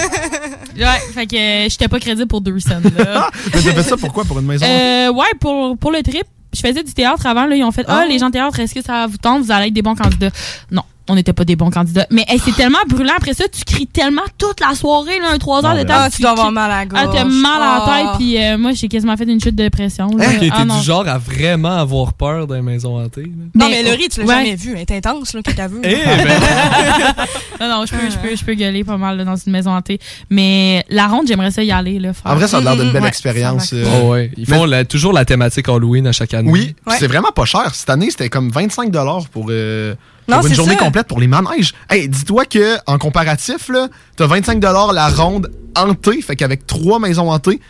Speaker 6: ouais, fait que euh, j'étais pas crédible pour deux scènes. là.
Speaker 1: Mais t'as fait ça pourquoi Pour une maison
Speaker 6: Euh, ouais, pour, pour le trip, je faisais du théâtre avant. Là, ils ont fait Ah, les gens de théâtre, est-ce que ça vous tente Vous allez être des bons candidats. Non, on n'était pas des bons candidats. Mais hey, c'est tellement brûlant. Après ça, tu cries tellement toute la soirée, là, un 3 heures
Speaker 7: Ah,
Speaker 6: de
Speaker 7: ouais.
Speaker 6: temps.
Speaker 7: Ah, tu dois avoir mal à la
Speaker 6: Ah, t'as
Speaker 7: gorge.
Speaker 6: mal à la
Speaker 7: Ah.
Speaker 6: tête. Puis euh, moi, j'ai quasiment fait une chute de dépression.
Speaker 1: Hein?
Speaker 6: là.
Speaker 8: Ok, t'es
Speaker 6: Ah, non.
Speaker 8: du genre à vraiment avoir peur d'une maison hantée. là.
Speaker 7: Non,
Speaker 6: Mais-
Speaker 7: mais Laurie, tu l'as
Speaker 6: Ouais.
Speaker 7: jamais vu. Elle est intense, là, quand t'as
Speaker 1: Eh,
Speaker 7: vu.
Speaker 1: ben.
Speaker 6: non, non, je peux, je, peux, je peux gueuler pas mal là, dans une maison hantée. Mais la ronde, j'aimerais ça y aller. Là, Mm-hmm. faire.
Speaker 1: En vrai, ça a l'air d'une belle
Speaker 6: Mm, Ouais,
Speaker 1: expérience.
Speaker 6: ça
Speaker 1: euh,
Speaker 8: Oh, ouais. Ils font la- toujours la thématique Halloween à chaque année.
Speaker 1: Oui, puis
Speaker 8: Ouais.
Speaker 1: c'est vraiment pas cher. Cette année, c'était comme 25 pour, euh,
Speaker 8: Non,
Speaker 1: pour une
Speaker 8: c'est
Speaker 1: journée
Speaker 8: ça.
Speaker 1: complète pour les manèges. Hey, dis-toi que en comparatif, là, t'as 25 la ronde hantée, fait qu'avec trois maisons hantées,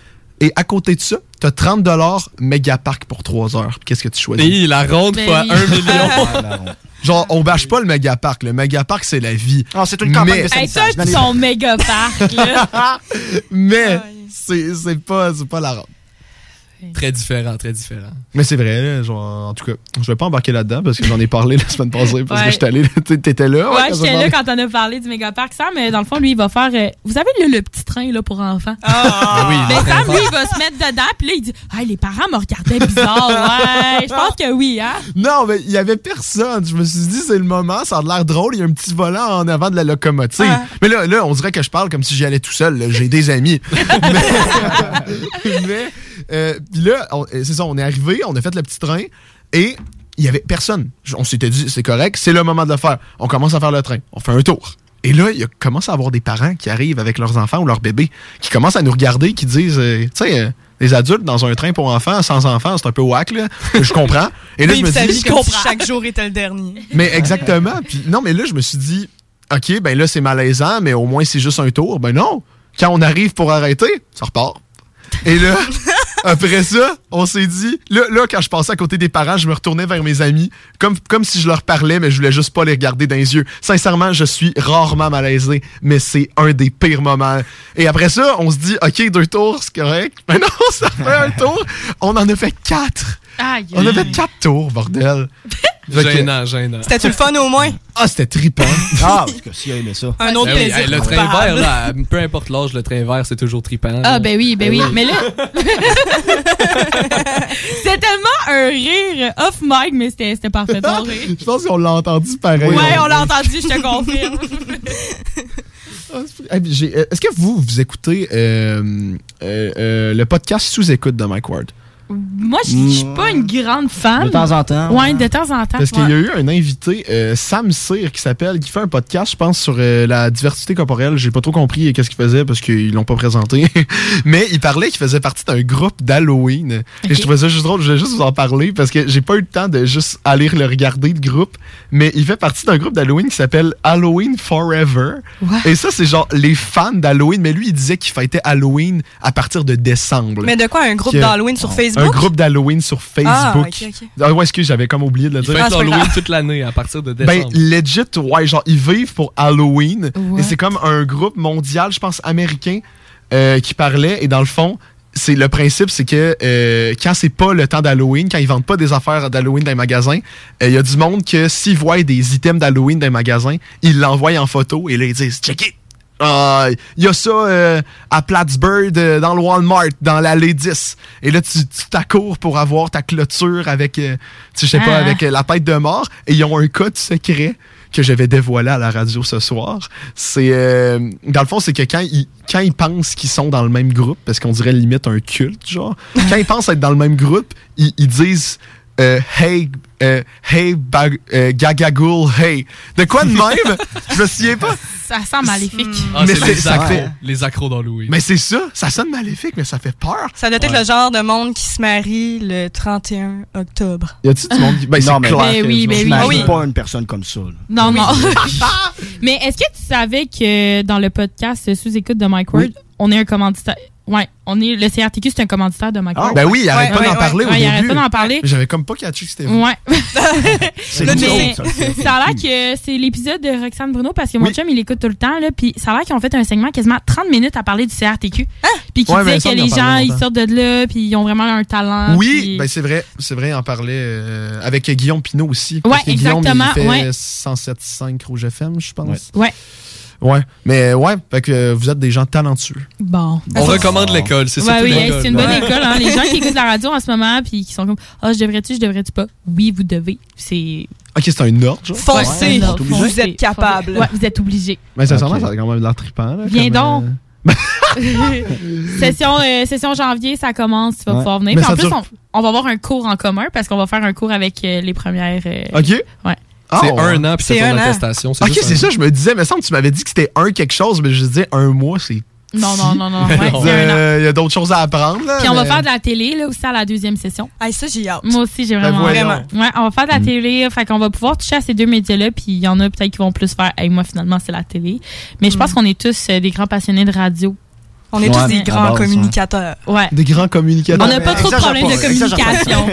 Speaker 1: et à côté de ça, t'as 30 méga parc pour 3 heures. Qu'est-ce que tu choisis?
Speaker 8: Et la ronde Ben fois oui. un million. Ah, la
Speaker 1: Genre, on bâche pas le méga parc. Le méga parc, c'est la vie. c'est
Speaker 6: Hey, toi, tu sont méga parcs, là. Ah,
Speaker 1: Mais c'est c'est pas, c'est pas la ronde.
Speaker 8: Très différent, très différent.
Speaker 1: Mais c'est vrai, là, genre, en tout cas, je vais pas embarquer là-dedans parce que j'en ai parlé la semaine passée parce
Speaker 6: Ouais.
Speaker 1: que j'étais allé, là, t'sais, t'étais là.
Speaker 6: Ouais,
Speaker 1: quand
Speaker 6: j'étais
Speaker 1: j'en
Speaker 6: là
Speaker 1: ai-
Speaker 6: quand on a parlé du mégaparc Sam, mais dans le fond, lui, il va faire. euh, vous savez, le, le petit train là, pour enfants.
Speaker 8: Ah oui,
Speaker 6: Mais
Speaker 8: il va
Speaker 6: Sam,
Speaker 8: faire
Speaker 6: lui, il va se mettre dedans, puis là, il dit Ah, les parents me regardaient bizarre. Ouais, je pense que oui, hein.
Speaker 1: Non, mais il y avait personne. Je me suis dit, c'est le moment, ça a l'air drôle. Il y a un petit volant en avant de la locomotive. Mais là, là, on dirait que je parle comme si j'y allais tout seul. là. J'ai des amis. mais, mais, euh, puis là, on- euh, c'est ça, on est arrivé, on a fait le petit train et il y avait personne. Je- On s'était dit, c'est correct, c'est le moment de le faire. On commence à faire le train, on fait un tour. Et là, il y a- commence à avoir des parents qui arrivent avec leurs enfants ou leurs bébés, qui commencent à nous regarder, qui disent, euh, tu sais, euh, les adultes dans un train pour enfants, sans enfants, c'est un peu whack, là. Je comprends. Et là, je me
Speaker 7: Vive sa
Speaker 1: dis,
Speaker 7: vie comme si chaque jour était le dernier.
Speaker 1: mais exactement. Puis non, mais là, je me suis dit, OK, ben là, c'est malaisant, mais au moins, c'est juste un tour. Ben non. Quand on arrive pour arrêter, ça repart. Et là, après ça, on s'est dit, là, là, quand je passais à côté des parents, je me retournais vers mes amis, comme, comme si je leur parlais, mais je voulais juste pas les regarder dans les yeux. Sincèrement, je suis rarement malaisé, mais c'est un des pires moments. Et après ça, on se dit, OK, deux tours, c'est correct. Mais non, ça fait un tour. On en a fait quatre.
Speaker 6: Aïe.
Speaker 1: On a fait quatre tours, bordel. Fait que-
Speaker 8: Gênant, gênant.
Speaker 7: C'était-tu le fun au moins?
Speaker 1: ah, c'était trippant.
Speaker 5: Ah, parce que si elle aimait ça.
Speaker 7: Un autre
Speaker 8: Ben oui,
Speaker 7: plaisir.
Speaker 8: hey, le train
Speaker 7: coupable.
Speaker 8: vert, là, peu importe l'âge, le train vert, c'est toujours trippant.
Speaker 6: Ah, ben oui, ben oui.
Speaker 8: Eh
Speaker 6: Mais là. c'était tellement un rire off-mic, mais c'était c'était parfait. ton rire.
Speaker 1: Je pense qu'on l'a entendu pareil.
Speaker 6: Ouais, on l'a entendu, je te confirme.
Speaker 1: Eh, puis j'ai- euh, Est-ce que vous, vous écoutez euh, euh, euh, le podcast sous-écoute de Mike Ward?
Speaker 6: Moi, je je suis pas une grande fan.
Speaker 1: De temps en temps,
Speaker 6: Ouais,
Speaker 1: ouais.
Speaker 6: de temps en temps.
Speaker 1: Mm. Parce qu'il y a
Speaker 6: ouais.
Speaker 1: eu un invité, euh, Sam Cyr, qui s'appelle, qui fait un podcast, je pense, sur euh, la diversité corporelle. J'ai pas trop compris euh, qu'est-ce qu'il faisait parce qu'ils l'ont pas présenté. Mais il parlait qu'il faisait partie d'un groupe d'Halloween. Et je trouvais ça juste drôle. Je vais juste vous en parler parce que j'ai pas eu le temps de juste aller le regarder, le groupe. Mais il fait partie d'un groupe d'Halloween qui s'appelle Halloween Forever. Et ça, c'est genre les fans d'Halloween. Mais lui, il disait qu'il fêtait Halloween à partir de décembre.
Speaker 7: Mais de quoi, un groupe
Speaker 1: Que-
Speaker 7: d'Halloween sur Facebook?
Speaker 1: Un groupe d'Halloween sur Facebook.
Speaker 7: Ah, ok, ok.
Speaker 1: Ah ouais, excuse, j'avais comme oublié de le dire. Ah,
Speaker 8: Faites Halloween toute l'année à partir de
Speaker 1: Ben,
Speaker 8: décembre.
Speaker 1: legit, ouais, genre, ils vivent pour Halloween.
Speaker 8: Ouais.
Speaker 1: Et c'est comme un groupe mondial, je pense, américain, euh, qui parlait. Et dans le fond, c'est le principe, c'est que euh, quand c'est pas le temps d'Halloween, quand ils vendent pas des affaires d'Halloween dans les magasins, euh, il y a du monde que s'ils voient des items d'Halloween dans les magasins, ils l'envoient en photo et là, ils disent « Check it! Ah, Il y a ça euh, à Plattsburgh, euh, dans le Walmart, dans l'allée 10. Et là, tu tu t'accours pour avoir ta clôture avec, euh, tu sais, je sais pas,
Speaker 8: Ah.
Speaker 1: avec euh, la tête de mort. Et ils ont un code secret que je vais dévoiler à la radio ce soir. C'est euh, dans le fond, c'est que quand ils, quand ils pensent qu'ils sont dans le même groupe, parce qu'on dirait limite un culte, genre, quand ils pensent être dans le même groupe, ils, ils disent euh, Hey, euh, hey, bag, euh, Gagagool, hey. De quoi de même? je me souviens pas.
Speaker 6: Ça sent maléfique.
Speaker 8: Ah,
Speaker 1: Mm. mais
Speaker 8: c'est
Speaker 1: c'est-
Speaker 8: les
Speaker 1: ça
Speaker 8: accros.
Speaker 1: fait-
Speaker 8: Les accros d'Halloween.
Speaker 1: Mais c'est ça, ça sonne maléfique, mais ça fait peur.
Speaker 7: Ça doit être
Speaker 1: Ouais.
Speaker 7: le genre de monde qui se marie le 31 octobre.
Speaker 1: Y a-tu du monde qui. Ben, c'est
Speaker 5: Non, mais-
Speaker 1: clair.
Speaker 5: Ben
Speaker 1: que
Speaker 5: oui,
Speaker 1: du
Speaker 5: ben oui.
Speaker 1: monde- J'imagine
Speaker 5: Ah oui.
Speaker 1: pas
Speaker 5: une personne comme ça. là.
Speaker 6: Non, non. Mais est-ce que tu savais que dans le podcast Sous-écoute de Mike Ward, on est un commanditaire. Ouais, on est, le CRTQ, c'est un commanditaire de Mike Ward.
Speaker 1: Ben oui, il arrête
Speaker 6: Ouais,
Speaker 1: pas
Speaker 6: ouais,
Speaker 1: d'en
Speaker 6: ouais.
Speaker 1: parler au
Speaker 6: Ouais, Il
Speaker 1: début.
Speaker 6: arrête pas d'en parler.
Speaker 1: J'avais comme pas catché que c'était vous.
Speaker 6: Ouais.
Speaker 1: C'est
Speaker 6: Mais
Speaker 1: nous
Speaker 6: ça,
Speaker 1: autres, ça.
Speaker 6: a l'air que c'est l'épisode de Roxane Bruno parce que mon
Speaker 1: Oui.
Speaker 6: chum, il écoute tout le temps. Là, puis ça a l'air qu'ils ont fait un segment quasiment 30 minutes à parler du CRTQ. Puis qui
Speaker 1: Ouais, mais il me
Speaker 6: disait
Speaker 1: semble
Speaker 6: que les
Speaker 1: qu'ils en
Speaker 6: gens,
Speaker 1: parlent
Speaker 6: ils
Speaker 1: longtemps.
Speaker 6: sortent de là, puis ils ont vraiment un talent.
Speaker 1: Oui,
Speaker 6: Hein, puis-
Speaker 1: ben c'est vrai, c'est vrai, il en parlait euh, avec Guillaume Pinot aussi.
Speaker 6: Ouais,
Speaker 1: parce que Guillaume,
Speaker 6: exactement,
Speaker 1: Il fait
Speaker 6: ouais.
Speaker 1: 107.5 Rouge FM, je pense.
Speaker 6: Ouais.
Speaker 1: Ouais, mais ouais, fait que euh, vous êtes des gens talentueux.
Speaker 6: Bon.
Speaker 8: On recommande l'école, c'est
Speaker 6: Ouais,
Speaker 8: surtout
Speaker 6: oui, hey,
Speaker 8: l'école.
Speaker 6: c'est une bonne
Speaker 8: Ouais.
Speaker 6: école. hein. Les gens qui écoutent la radio en ce moment puis qui sont comme Ah, je devrais-tu, je devrais-tu pas Oui, vous devez. C'est.
Speaker 1: Ok, c'est un ordre, genre.
Speaker 6: Foncez.
Speaker 1: Ouais, on est obligé.
Speaker 6: êtes capable. Ouais, vous êtes obligé.
Speaker 1: Mais sincèrement, ça a quand même de l'air trippant. là,
Speaker 6: Viens
Speaker 1: comme,
Speaker 6: donc.
Speaker 1: euh,
Speaker 6: session, euh, session janvier, ça commence, tu vas
Speaker 1: Ouais.
Speaker 6: pouvoir venir.
Speaker 1: Mais
Speaker 6: Puis en
Speaker 1: ça
Speaker 6: plus,
Speaker 1: dure-
Speaker 6: on, on va avoir un cours en commun parce qu'on va faire un cours avec euh, les premières. euh,
Speaker 1: OK. Ah,
Speaker 6: Ouais.
Speaker 8: C'est un an, puis c'est C'est ton un an. attestation, c'est
Speaker 1: Ok,
Speaker 8: juste
Speaker 1: c'est
Speaker 8: un-
Speaker 1: ça, je me disais, mais semble que tu m'avais dit que c'était un quelque chose, mais je disais un mois, c'est.
Speaker 6: Non, non, non, non.
Speaker 1: petit.
Speaker 6: ouais, c'est un an.
Speaker 1: Euh, Il y a d'autres choses à apprendre. là,
Speaker 6: Puis on va
Speaker 1: mais-
Speaker 6: faire de la télé là aussi à la deuxième session. Ah ça j'ai hâte. Moi aussi j'ai
Speaker 1: Ben
Speaker 6: vraiment
Speaker 1: voyons.
Speaker 6: Ouais, on va faire de la télé, fait qu'on va pouvoir toucher à ces deux médias là puis il y en a peut-être qui vont plus faire avec moi finalement c'est la télé. Mais je pense qu'on est tous euh, des grands passionnés de radio.
Speaker 7: Mm. On est tous Ouais, des à grands base, ouais. communicateurs.
Speaker 6: Ouais.
Speaker 1: Des grands communicateurs.
Speaker 6: On n'a pas trop de problèmes de communication.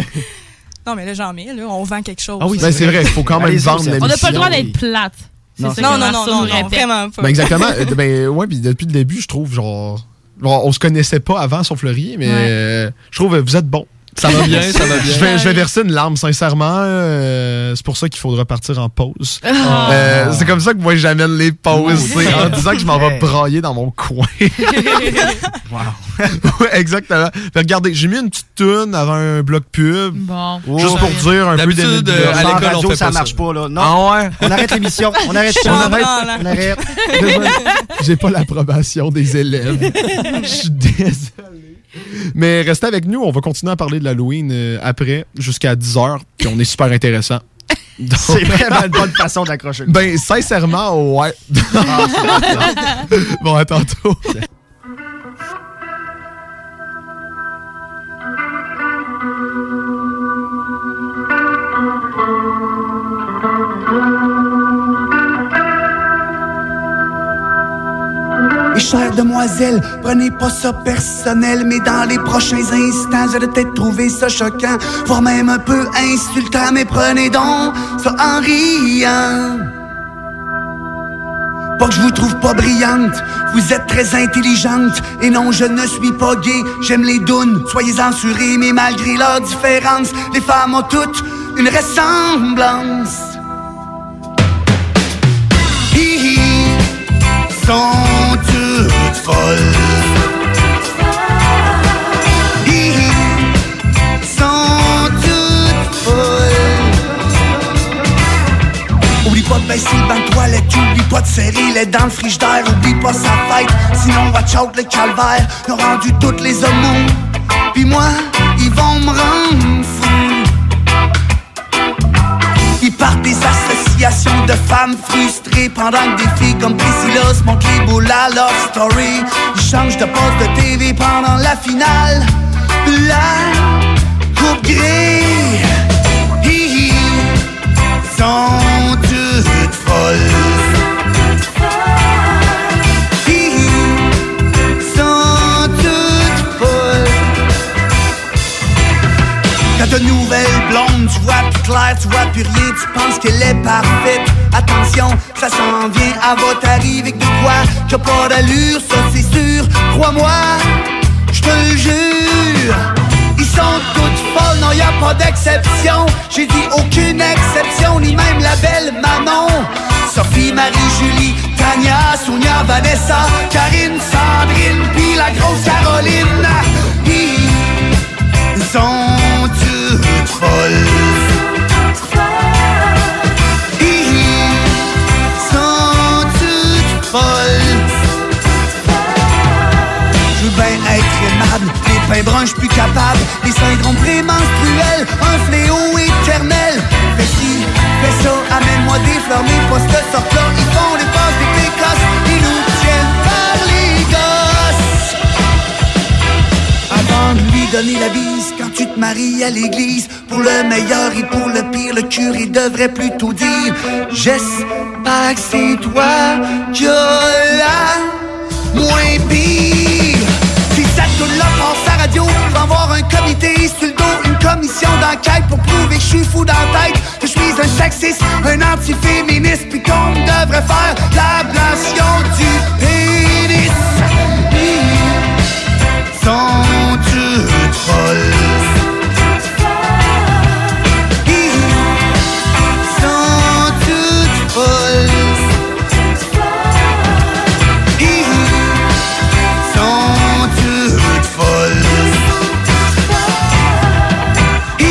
Speaker 7: non, mais là, j'en mets, là, on vend quelque chose.
Speaker 1: Ah oui, Ben, c'est vrai, il faut quand même
Speaker 7: Allez-y,
Speaker 1: vendre
Speaker 7: c'est-
Speaker 1: l'émission.
Speaker 6: On n'a pas le droit d'être plate. C'est
Speaker 7: Non,
Speaker 6: ça
Speaker 7: non,
Speaker 6: que
Speaker 7: non,
Speaker 6: Marceau
Speaker 7: non,
Speaker 6: nous
Speaker 7: non,
Speaker 6: répète.
Speaker 7: vraiment pas.
Speaker 1: Ben exactement. Euh, ben ouais, puis depuis le début, je trouve genre, genre, on se connaissait pas avant sur Fleurier, mais euh, je trouve euh, vous êtes bon.
Speaker 8: Ça va bien, ça va bien.
Speaker 1: Je vais, je vais verser une larme, sincèrement. euh, c'est pour ça qu'il faudra partir en pause.
Speaker 8: Ah.
Speaker 1: Euh, c'est comme ça que moi j'amène les pauses, c'est en disant que je m'en vais brailler dans mon coin. ouais, exactement. Fait, regardez, j'ai mis une petite tune avant un bloc pub.
Speaker 6: Bon.
Speaker 1: Juste pour dire un peu
Speaker 8: D'habitude,
Speaker 1: des-
Speaker 8: euh, à
Speaker 1: Sans
Speaker 8: l'école, on
Speaker 1: radio,
Speaker 8: fait pas ça.
Speaker 1: Ah ouais?
Speaker 5: On arrête l'émission. On arrête
Speaker 1: On
Speaker 5: ça.
Speaker 1: arrête.
Speaker 5: On arrête.
Speaker 1: Désolé, J'ai pas l'approbation des élèves. Je suis désolé. Mais restez avec nous, on va continuer à parler de l'Halloween euh, après, jusqu'à 10h, puis on est super intéressant.
Speaker 5: C'est vraiment une bonne façon d'accrocher le
Speaker 1: Ben, sincèrement, ouais. bon, à tantôt.
Speaker 2: Mes chères demoiselles, prenez pas ça personnel, mais dans les prochains instants, j'allais peut-être trouver ça choquant, voire même un peu insultant, mais prenez donc ça en riant. Pas que je vous trouve pas brillante, vous êtes très intelligente, et non, je ne suis pas gay, j'aime les dounes, soyez en sûrs, mais malgré leurs différences, les femmes ont toutes une ressemblance. Hi hi sont toutes
Speaker 6: Ah.
Speaker 2: folles. Hi, hi, sont toutes folles. Oublie pas de baisser le bain de toilette, oublie pas de serrer les dents, le frigidaire, oublie pas sa fête, sinon watch out le calvaire, nous rendu toutes les hommes mous. Puis moi, ils vont me rendre fou. Ils partent des associations de femmes frustrées pendant que des filles comme Priscilla se montrent les boules à Love Story. Ils changent de poste de TV pendant la finale. La coupe grise. Hi, hi. Sont toutes folles. Hi, hi. sont toutes folles. T'as de nouvelles blondes, tu vois plus clair, tu vois plus rien, tu penses qu'elle est parfaite. Attention, ça s'en vient, à votre arrivée que de quoi T'as pas d'allure, ça c'est sûr, crois-moi, je te le jure. Ils sont toutes folles, non y a pas d'exception. J'ai dit aucune exception, ni même la belle Manon. Sophie, Marie, Julie, Tania, Sonia, Vanessa, Karine, Sandrine, puis la grosse Caroline. Hi, sont toutes folles. Hi, hi, sont toutes folles. Je veux bien être aimable, les pains bruns, je suis plus capable. Les syndromes prémenstruels, un fléau éternel. Fais ci, fais ça, amène-moi des fleurs, mes postes sortent là, ils font les passes des pécasses, ils nous tiennent par les gosses. Avant de lui donner la bise quand tu te maries à l'église Pour le meilleur et pour le pire, le curé devrait plutôt dire J'espère que c'est toi que la moins pire Si ça tourne là, passe à radio, va voir un comité sur le dos Une commission d'enquête pour prouver que je suis fou dans la tête Que je suis un sexiste, un antiféministe Puis qu'on devrait faire l'ablation du pénis Hum, sont toutes folles. Hi, sont toutes folles. Hi, sont toutes folles. Hi,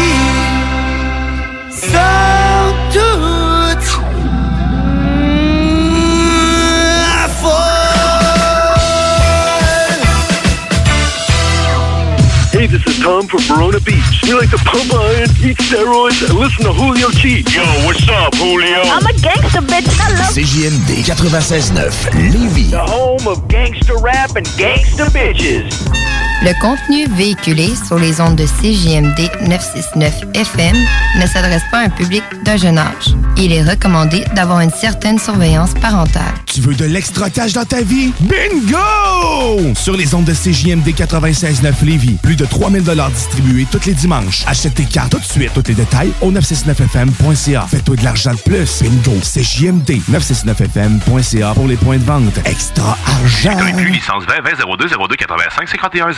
Speaker 2: sont toutes mm, folles.
Speaker 9: Hey, this is Tom from Verona Beach. We like to pump iron, eat steroids, and listen to Julio Cheat. Yo, what's up, Julio?
Speaker 11: I'm a gangster bitch. Hello.
Speaker 12: CJMD 96.9 Lévis.
Speaker 11: The home of gangster rap and gangster bitches.
Speaker 13: Le contenu véhiculé sur les ondes de CJMD 969 FM ne s'adresse pas à un public d'un jeune âge. Il est recommandé d'avoir une certaine surveillance parentale.
Speaker 14: Tu veux de l'extra cash dans ta vie? Bingo! Sur les ondes de CJMD 96.9 Lévis, plus de 3000 distribués tous les dimanches. Achète tes cartes tout de suite. Tous les détails au 969fm.ca. Fais-toi de l'argent de plus. Bingo! CJMD 969fm.ca pour les points de vente. Extra argent!
Speaker 15: licence 20 20 02 02 85 51 01.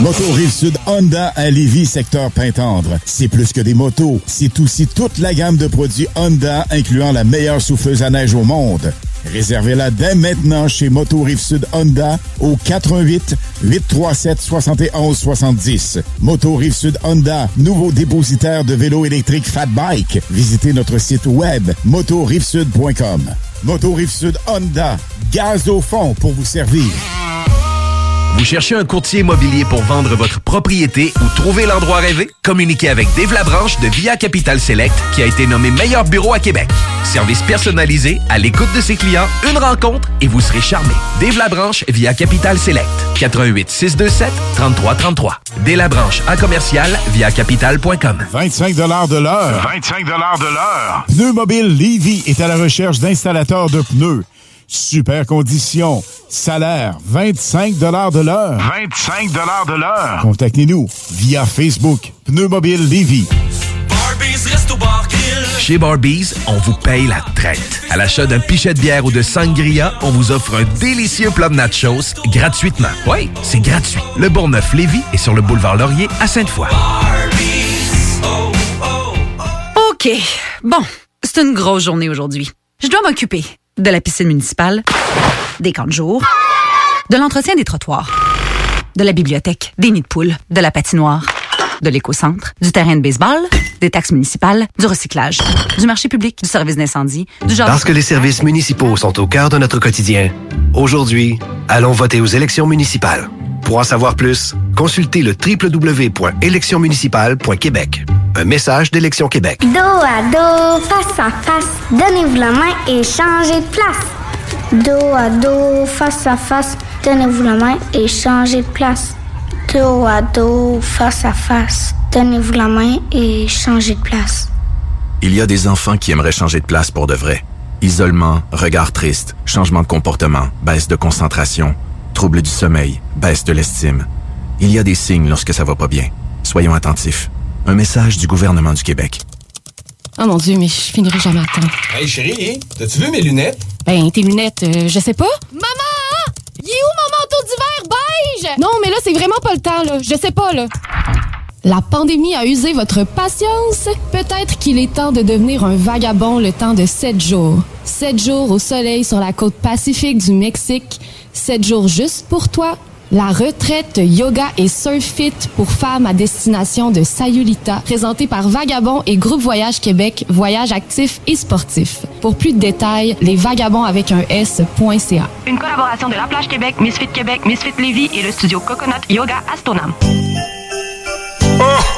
Speaker 16: Moto Rive-Sud Honda à Lévis, secteur Pintendre. C'est plus que des motos, c'est aussi toute la gamme de produits Honda, incluant la meilleure souffleuse à neige au monde. Réservez-la dès maintenant chez Moto Rive-Sud Honda au 88 837 71 70. Moto Rive-Sud Honda, nouveau dépositaire de vélos électriques Fat Bike. Visitez notre site web motorivesud.com. Moto Rive-Sud Honda, gaz au fond pour vous servir.
Speaker 17: Vous cherchez un courtier immobilier pour vendre votre propriété ou trouver l'endroit rêvé? Communiquez avec Dave Labranche de Via Capital Select qui a été nommé meilleur bureau à Québec. Service personnalisé, à l'écoute de ses clients, une rencontre et vous serez charmé. Dave Labranche via Capital Select. 88 627 3333. Dave Labranche à commercial via capital.com.
Speaker 16: 25 de l'heure.
Speaker 15: 25 de l'heure.
Speaker 16: Pneus Mobile Lévy est à la recherche d'installateurs de pneus. Super conditions. Salaire 25 de l'heure.
Speaker 15: 25 de l'heure.
Speaker 16: Contactez-nous via Facebook. Pneus Mobile Lévy.
Speaker 15: Barbies Resto Bar Grill.
Speaker 17: Chez Barbies, on vous paye la traite. À l'achat d'un pichet de bière ou de sangria, on vous offre un délicieux plat de nachos gratuitement. Oui, c'est gratuit. Le Bourgneuf-Lévis est sur le boulevard Laurier à Sainte-Foy.
Speaker 18: oh,
Speaker 19: OK. Bon, c'est une grosse journée aujourd'hui. Je dois m'occuper de la piscine municipale, des camps de jour, de l'entretien des trottoirs, de la bibliothèque, des nids de poules, de la patinoire, de l'éco-centre, du terrain de baseball, des taxes municipales, du recyclage, du marché public, du service d'incendie, du jardin...
Speaker 20: Parce que les services municipaux sont au cœur de notre quotidien. Aujourd'hui, allons voter aux élections municipales. Pour en savoir plus, consultez le www.électionsmunicipales.québec. Un message d'Élection Québec.
Speaker 21: Dos à dos, face à face, donnez-vous la main et changez de place. Dos à dos, face à face, donnez-vous la main et changez de place. Dos à dos, face à face, donnez-vous la main et changez de place.
Speaker 18: Il y a des enfants qui aimeraient changer de place pour de vrai. Isolement, regard triste, changement de comportement, baisse de concentration, trouble du sommeil, baisse de l'estime. Il y a des signes lorsque ça va pas bien. Soyons attentifs. Un message du gouvernement du Québec.
Speaker 22: Oh mon Dieu, mais je finirai jamais à temps.
Speaker 23: Hey chérie, t'as-tu vu mes lunettes?
Speaker 22: Ben, tes lunettes, euh, je sais pas.
Speaker 24: Maman!
Speaker 22: hein?
Speaker 24: Il est où mon manteau d'hiver beige?
Speaker 22: Non, mais là, c'est vraiment pas le temps, là. Je sais pas, là. La pandémie a usé votre patience? Peut-être qu'il est temps de devenir un vagabond le temps de sept jours. Sept jours au soleil sur la côte pacifique du Mexique. Sept jours juste pour toi. La retraite yoga et surf fit pour femmes à destination de Sayulita, présentée par Vagabond et Groupe Voyage Québec, voyage actif et sportif. Pour plus de détails, lesvagabonds avec un S.ca.
Speaker 25: Une collaboration de La Plage Québec, Misfit Québec, Misfit Lévis et le studio Coconut Yoga Astonam.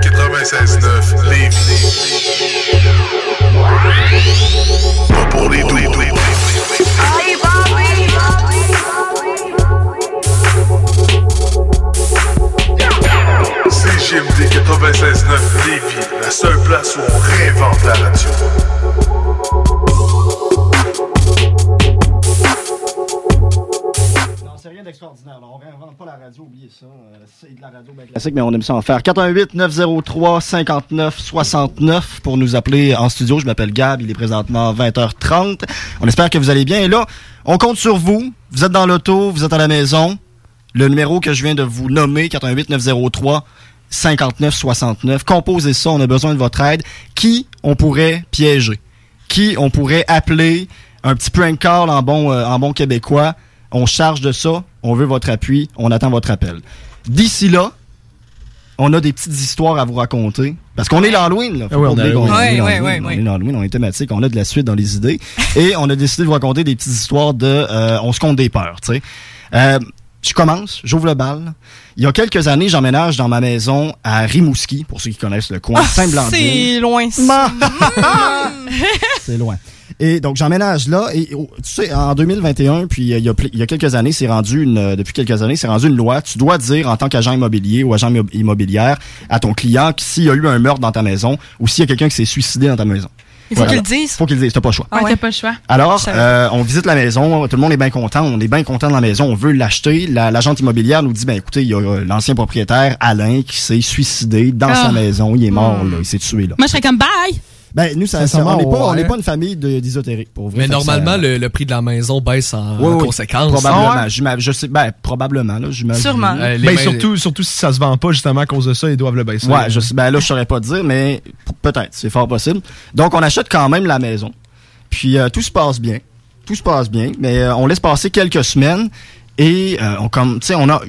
Speaker 9: 96.9 Lévis. Pas pour les doux. CGMD 96.9 Lévis, la seule place où on réinvente la radio.
Speaker 5: C'est rien d'extraordinaire. là. On réinvente pas la radio, oubliez ça. Euh, c'est de la radio bien classique, mais on aime ça en faire. 418-903-5969 pour nous appeler en studio. Je m'appelle Gab, il est présentement 20h30. On espère que vous allez bien. Et là, on compte sur vous. Vous êtes dans l'auto, vous êtes à la maison. Le numéro que je viens de vous nommer, 418-903-5969, composez ça, on a besoin de votre aide. Qui on pourrait piéger? Qui on pourrait appeler? Un petit prank call en bon, euh, en bon québécois. On charge de ça, on veut votre appui, on attend votre appel. D'ici là, on a des petites histoires à vous raconter. Parce qu'on est l'Halloween, là. Faut
Speaker 8: Ah oui,
Speaker 5: pas
Speaker 8: on est
Speaker 5: oublier qu'on
Speaker 8: Halloween.
Speaker 5: est
Speaker 8: Ouais,
Speaker 5: l'Halloween,
Speaker 8: ouais, ouais,
Speaker 5: On est l'Halloween, on est thématique, on a de la suite dans les idées. Et on a décidé de vous raconter des petites histoires de euh, on se compte des peurs, tu sais. Euh, je commence, j'ouvre le bal. Il y a quelques années, j'emménage dans ma maison à Rimouski, pour ceux qui connaissent le
Speaker 8: Ah,
Speaker 5: coin, Saint-Blandine.
Speaker 7: Ah, C'est loin.
Speaker 5: C'est loin. Et donc, j'emménage là. Et oh, tu sais, en 2021, puis euh, il y a, pl- il y a quelques années, c'est rendu une, euh, depuis quelques années, c'est rendu une loi. Tu dois dire en tant qu'agent immobilier ou agent immo- immobilière à ton client que s'il y a eu un meurtre dans ta maison ou s'il y a quelqu'un qui s'est suicidé dans ta maison.
Speaker 7: Il faut qu'il le
Speaker 5: dise. faut qu'il le dise. T'as pas le choix.
Speaker 7: Ah
Speaker 6: Ah Ouais, t'as pas le choix.
Speaker 5: Alors,
Speaker 6: Je savais.
Speaker 5: euh, on visite la maison, tout le monde est bien content, on est bien content de la maison, on veut l'acheter. La- L'agente immobilière nous dit, ben écoutez, il y a euh, l'ancien propriétaire, Alain, qui s'est suicidé dans
Speaker 6: Ah.
Speaker 5: sa maison, il est mort,
Speaker 6: Hmm.
Speaker 5: là, il s'est tué là.
Speaker 6: Moi, je serais comme bye!
Speaker 5: Ben, nous, ça, ça- on
Speaker 8: Sincèrement,
Speaker 5: n'est pas, on
Speaker 8: ouais.
Speaker 5: n'est pas une famille de- d'ésotériques, pour vrai.
Speaker 8: Mais
Speaker 5: Fait que
Speaker 8: normalement,
Speaker 5: ça-
Speaker 8: le, le prix de la maison baisse en,
Speaker 5: Oui,
Speaker 8: en
Speaker 5: oui,
Speaker 8: conséquence.
Speaker 5: Probablement. J'ima- Je sais, ben, probablement, là, j'imagine.
Speaker 26: Mais
Speaker 5: Ben,
Speaker 26: surtout, surtout si ça se vend pas justement à cause de ça, ils doivent le baisser.
Speaker 5: Ouais, je sais- ben là, je saurais pas te dire, mais p- peut-être, c'est fort possible. Donc, on achète quand même la maison. Puis, euh, tout se passe bien. Tout se passe bien, mais euh, on laisse passer quelques semaines et euh, on comme, tu sais, on a.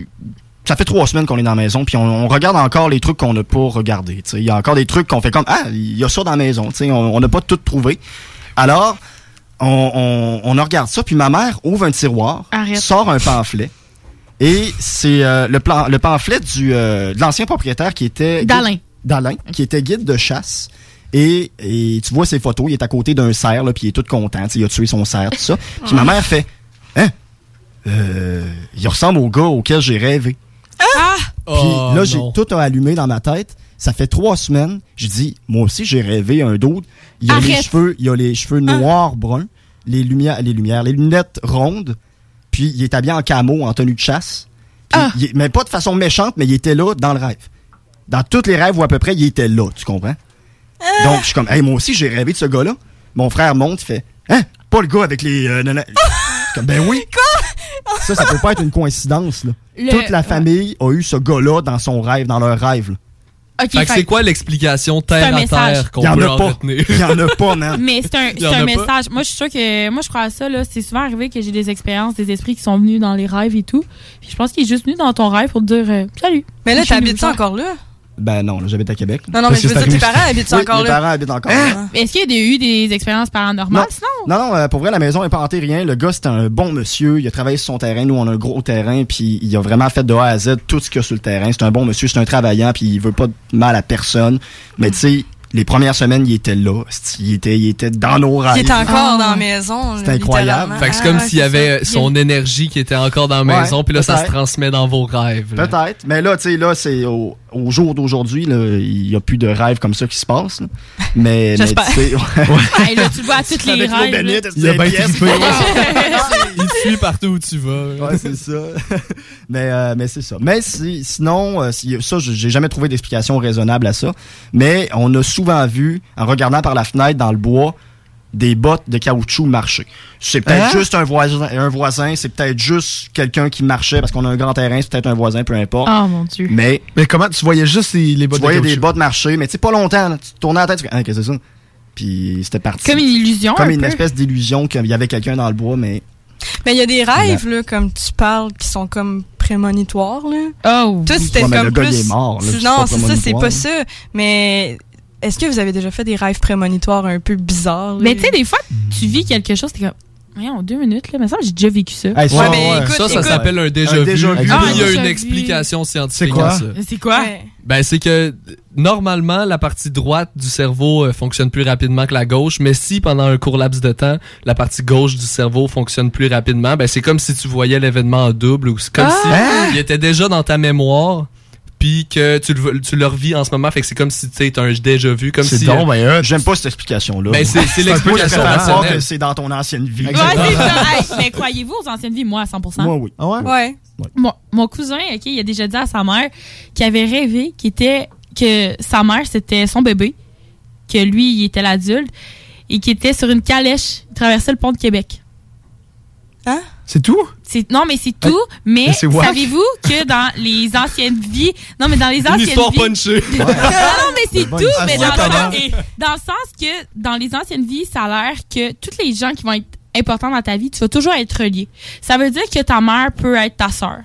Speaker 5: Ça fait trois semaines qu'on est dans la maison, puis on, on regarde encore les trucs qu'on n'a pas regardés. tu sais. Il y a encore des trucs qu'on fait comme Ah, il y a ça dans la maison. tu sais, On on n'a pas tout trouvé. Alors, on, on- on regarde ça, puis ma mère ouvre un tiroir,
Speaker 6: Arrête.
Speaker 5: sort un pamphlet, et c'est euh, le, plan- le pamphlet du, euh, de l'ancien propriétaire qui était. guide-
Speaker 6: D'Alain.
Speaker 5: d'Alain, qui était guide de chasse. Et, et tu vois ses photos, il est à côté d'un cerf, là, puis il est tout content, tu sais, il a tué son cerf, tout ça. Puis ma mère fait Hein Euh, Il ressemble au gars auquel j'ai rêvé.
Speaker 6: Ah!
Speaker 5: Puis
Speaker 1: Oh,
Speaker 9: Oh,
Speaker 5: là, j'ai tout a allumé dans ma tête. Ça fait trois semaines. J'ai dit, moi aussi, j'ai rêvé un d'autre. Il y a les
Speaker 6: Arrête.
Speaker 5: cheveux, il y a les cheveux noirs, bruns, les lumières, les lumières, les lunettes rondes. Puis il est habillé en camo, en tenue de chasse. Puis, il est- mais pas de façon méchante, mais il était là dans le rêve. Dans tous les rêves ou à peu près, il était là, tu comprends? Donc, je suis comme, hey, moi aussi, j'ai rêvé de ce gars-là. Mon frère monte, il fait, hein, pas le gars avec les. euh, nanas. Je suis comme, ben oui. Ça, ça peut pas être une coïncidence, là.
Speaker 6: Le-
Speaker 5: Toute la famille a eu ce gars-là dans son rêve, dans leur rêve, là.
Speaker 6: Ok,
Speaker 8: Fait que c'est
Speaker 6: fait-
Speaker 8: quoi l'explication
Speaker 6: C'est
Speaker 8: terre
Speaker 6: un
Speaker 8: à
Speaker 6: message.
Speaker 8: terre
Speaker 5: Y
Speaker 8: qu'on
Speaker 5: en
Speaker 8: peut
Speaker 5: a
Speaker 8: en
Speaker 5: pas.
Speaker 8: retenir?
Speaker 5: Y en a pas, man.
Speaker 6: Mais c'est un,
Speaker 8: Il y
Speaker 6: c'est
Speaker 8: en
Speaker 6: un
Speaker 8: a pas.
Speaker 6: message. Moi, je suis sûre que. Moi, je crois à ça, là. C'est souvent arrivé que j'ai des expériences, des esprits qui sont venus dans les rêves et tout. Puis je pense qu'il est juste venu dans ton rêve pour te dire euh, Salut.
Speaker 7: Mais là,
Speaker 6: Je suis
Speaker 7: t'habites
Speaker 6: venu vous
Speaker 7: encore là?
Speaker 5: Ben non, là, j'habite à Québec.
Speaker 7: Non, non, mais je veux dire, tes parents habitent
Speaker 5: Oui,
Speaker 7: encore
Speaker 5: mes
Speaker 7: là? Ah!
Speaker 5: parents habitent encore
Speaker 8: Hein?
Speaker 5: là. hein.
Speaker 6: voir. Est-ce qu'il y a des- eu des expériences paranormales, sinon?
Speaker 5: Non, non, euh, pour vrai, la maison est pas hantée, rien. Le gars, c'est un bon monsieur. Il a travaillé sur son terrain. Nous, on a un gros terrain. Puis, il a vraiment fait de A à Z tout ce qu'il y a sur le terrain. C'est un bon monsieur, c'est un travaillant. Puis, il veut pas de mal à personne. Mais, tu sais, les premières semaines, il était là. C'est- Il était, il était dans nos rêves.
Speaker 7: Qui est
Speaker 6: Ah.
Speaker 7: encore dans la maison.
Speaker 5: C'est incroyable.
Speaker 7: littéralement.
Speaker 8: Fait que c'est
Speaker 7: Ah,
Speaker 8: comme
Speaker 7: ouais,
Speaker 8: s'il y
Speaker 7: c'est ça.
Speaker 8: avait euh, son énergie qui était encore dans la
Speaker 5: Ouais,
Speaker 8: maison, puis là, ça se
Speaker 5: peut-être.
Speaker 8: transmet dans vos rêves. là.
Speaker 5: Ah. Peut-être. Mais là, tu sais, là, c'est au, au jour d'aujourd'hui, là, il y a plus de rêves comme ça qui se passent. là. Mais, mais,
Speaker 6: J'espère.
Speaker 5: tu sais,
Speaker 6: Hey, là, tu le vois à toutes les
Speaker 5: Avec l'eau
Speaker 6: rêves. là.
Speaker 5: bénite,
Speaker 8: Il a bien
Speaker 5: pièces.
Speaker 8: trippé. Il te suit partout où tu vas.
Speaker 5: Ouais, c'est ça. mais euh, mais c'est ça. Mais si- sinon, euh, si- ça, je- j'ai jamais trouvé d'explication raisonnable à ça. Mais on a souvent vu, en regardant par la fenêtre dans le bois, des bottes de caoutchouc marcher. C'est peut-être
Speaker 26: Hein?
Speaker 5: juste un voisin, un voisin c'est peut-être juste quelqu'un qui marchait parce qu'on a un grand terrain, c'est peut-être un voisin, peu importe.
Speaker 7: Ah,
Speaker 6: Oh mon dieu.
Speaker 5: Mais
Speaker 26: mais comment tu voyais juste les, les bottes
Speaker 5: tu voyais
Speaker 26: de
Speaker 5: des
Speaker 26: caoutchouc?
Speaker 5: bottes marcher, mais tu sais, pas longtemps. là. tu te tournais la tête, tu fais, Hein, qu'est-ce que c'est ça? Puis c'était parti.
Speaker 7: Comme une illusion,
Speaker 5: Comme
Speaker 7: un
Speaker 5: une
Speaker 7: peu.
Speaker 5: espèce d'illusion qu'il y avait quelqu'un dans le bois, mais.
Speaker 7: Mais il y a des rêves, là, comme tu parles, qui sont comme prémonitoires, là.
Speaker 6: Oh!
Speaker 7: Toi, c'était
Speaker 5: Ouais, mais
Speaker 7: comme
Speaker 5: le gars,
Speaker 7: plus...
Speaker 5: il est mort, là, c'est
Speaker 7: non,
Speaker 5: pas
Speaker 7: c'est ça, c'est
Speaker 5: prémonitoire,
Speaker 7: pas
Speaker 5: là.
Speaker 7: ça. Mais est-ce que vous avez déjà fait des rêves prémonitoires un peu bizarres? là?
Speaker 6: Mais tu sais, des fois, tu vis quelque chose, t'es comme. Voyons, deux minutes, là. Mais ça, j'ai déjà vécu ça.
Speaker 8: Ouais, ouais,
Speaker 7: mais écoute,
Speaker 8: ça, ça
Speaker 7: écoute.
Speaker 8: s'appelle un déjà
Speaker 5: Un
Speaker 8: vu.
Speaker 5: déjà vu.
Speaker 8: Puis
Speaker 5: Ah,
Speaker 8: il y a
Speaker 5: un
Speaker 8: une
Speaker 5: déjà vu.
Speaker 8: explication
Speaker 5: C'est
Speaker 8: scientifique
Speaker 5: quoi?
Speaker 8: à ça.
Speaker 6: C'est quoi?
Speaker 8: Ben, c'est que normalement, la partie droite du cerveau euh, fonctionne plus rapidement que la gauche, mais si pendant un court laps de temps, la partie gauche du cerveau fonctionne plus rapidement, ben, c'est comme si tu voyais l'événement en double ou c'est comme
Speaker 7: Ah!
Speaker 8: si il était déjà dans ta mémoire. Puis que tu le, tu le revis en ce moment, fait que c'est comme si tu sais, t'as un déjà vu, comme
Speaker 5: C'est
Speaker 8: si.
Speaker 5: donc, ben,
Speaker 8: euh,
Speaker 5: J'aime pas cette explication-là.
Speaker 8: Ben, c'est- c'est
Speaker 5: un peu
Speaker 8: l'explication
Speaker 5: de faire croire
Speaker 8: rationnelle.
Speaker 5: que c'est dans ton ancienne vie.
Speaker 6: Ouais, c'est ça. Hey, mais croyez-vous aux anciennes vies, moi, à 100%?
Speaker 5: Moi, oui. Ah ouais?
Speaker 6: Ouais. Mon, mon cousin, OK, il a déjà dit à sa mère qu'il avait rêvé qu'il était, que sa mère, c'était son bébé, que lui, il était l'adulte, et qu'il était sur une calèche, il traversait le pont de Québec.
Speaker 7: Hein?
Speaker 26: C'est tout?
Speaker 6: C'est- Non, mais c'est tout, mais,
Speaker 26: Mais c'est wack.
Speaker 6: savez-vous que dans les anciennes vies... Non, mais dans les anciennes
Speaker 8: histoire
Speaker 6: vies...
Speaker 8: punchée.
Speaker 6: non, non, mais c'est
Speaker 8: Bonne
Speaker 6: tout,
Speaker 5: Ah,
Speaker 6: mais dans,
Speaker 8: histoire.
Speaker 6: dans- dans le sens que dans les anciennes vies, ça a l'air que tous les gens qui vont être importants dans ta vie, tu vas toujours être relié. Ça veut dire que ta mère peut être ta sœur.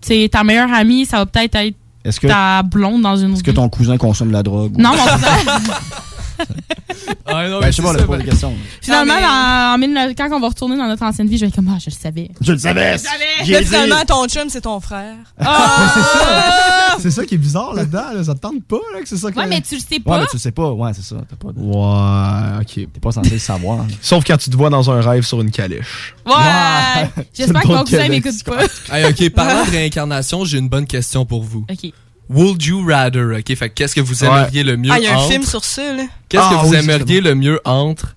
Speaker 6: Tu sais, ta meilleure amie, ça va peut-être être
Speaker 5: Est-ce que-
Speaker 6: ta blonde dans une autre
Speaker 5: Est-ce que ton cousin consomme la drogue?
Speaker 6: Non, mon cousin.
Speaker 8: Ah, non,
Speaker 5: Ben, je sais pas,
Speaker 8: c'est
Speaker 5: là,
Speaker 8: ça,
Speaker 5: pas de
Speaker 8: ben-
Speaker 5: question.
Speaker 6: Finalement, dans- en 1900, quand on va retourner dans notre ancienne vie, je vais être comme, ah, je le savais.
Speaker 5: Je le savais. Je le
Speaker 7: Là,
Speaker 5: J'ai dit. Ah!
Speaker 7: finalement, ton chum, c'est ton frère. Ah!
Speaker 1: Ben,
Speaker 26: C'est ça qui est bizarre là-dedans, là, ça te tente pas là, que c'est ça que.
Speaker 6: Ouais, mais tu le sais
Speaker 5: Ouais,
Speaker 6: pas.
Speaker 5: mais tu sais pas. Ouais, c'est ça. T'as pas de-
Speaker 26: Ouais, ok.
Speaker 5: T'es pas censé le savoir.
Speaker 26: Sauf quand tu te vois dans un rêve sur une calèche.
Speaker 6: Ouais! J'espère que mon
Speaker 26: Donc,
Speaker 6: cousin
Speaker 26: Alex,
Speaker 6: m'écoute pas.
Speaker 8: Hey, ok,
Speaker 7: Ah!
Speaker 8: parlant de réincarnation, j'ai une bonne question pour vous.
Speaker 6: Ok.
Speaker 8: Would you rather? Ok, fait que qu'est-ce que vous aimeriez le mieux
Speaker 7: Ah, il y a un
Speaker 8: entre-
Speaker 7: film sur ça, là.
Speaker 8: Qu'est-ce
Speaker 7: Ah,
Speaker 8: que vous
Speaker 7: oui,
Speaker 8: aimeriez le mieux entre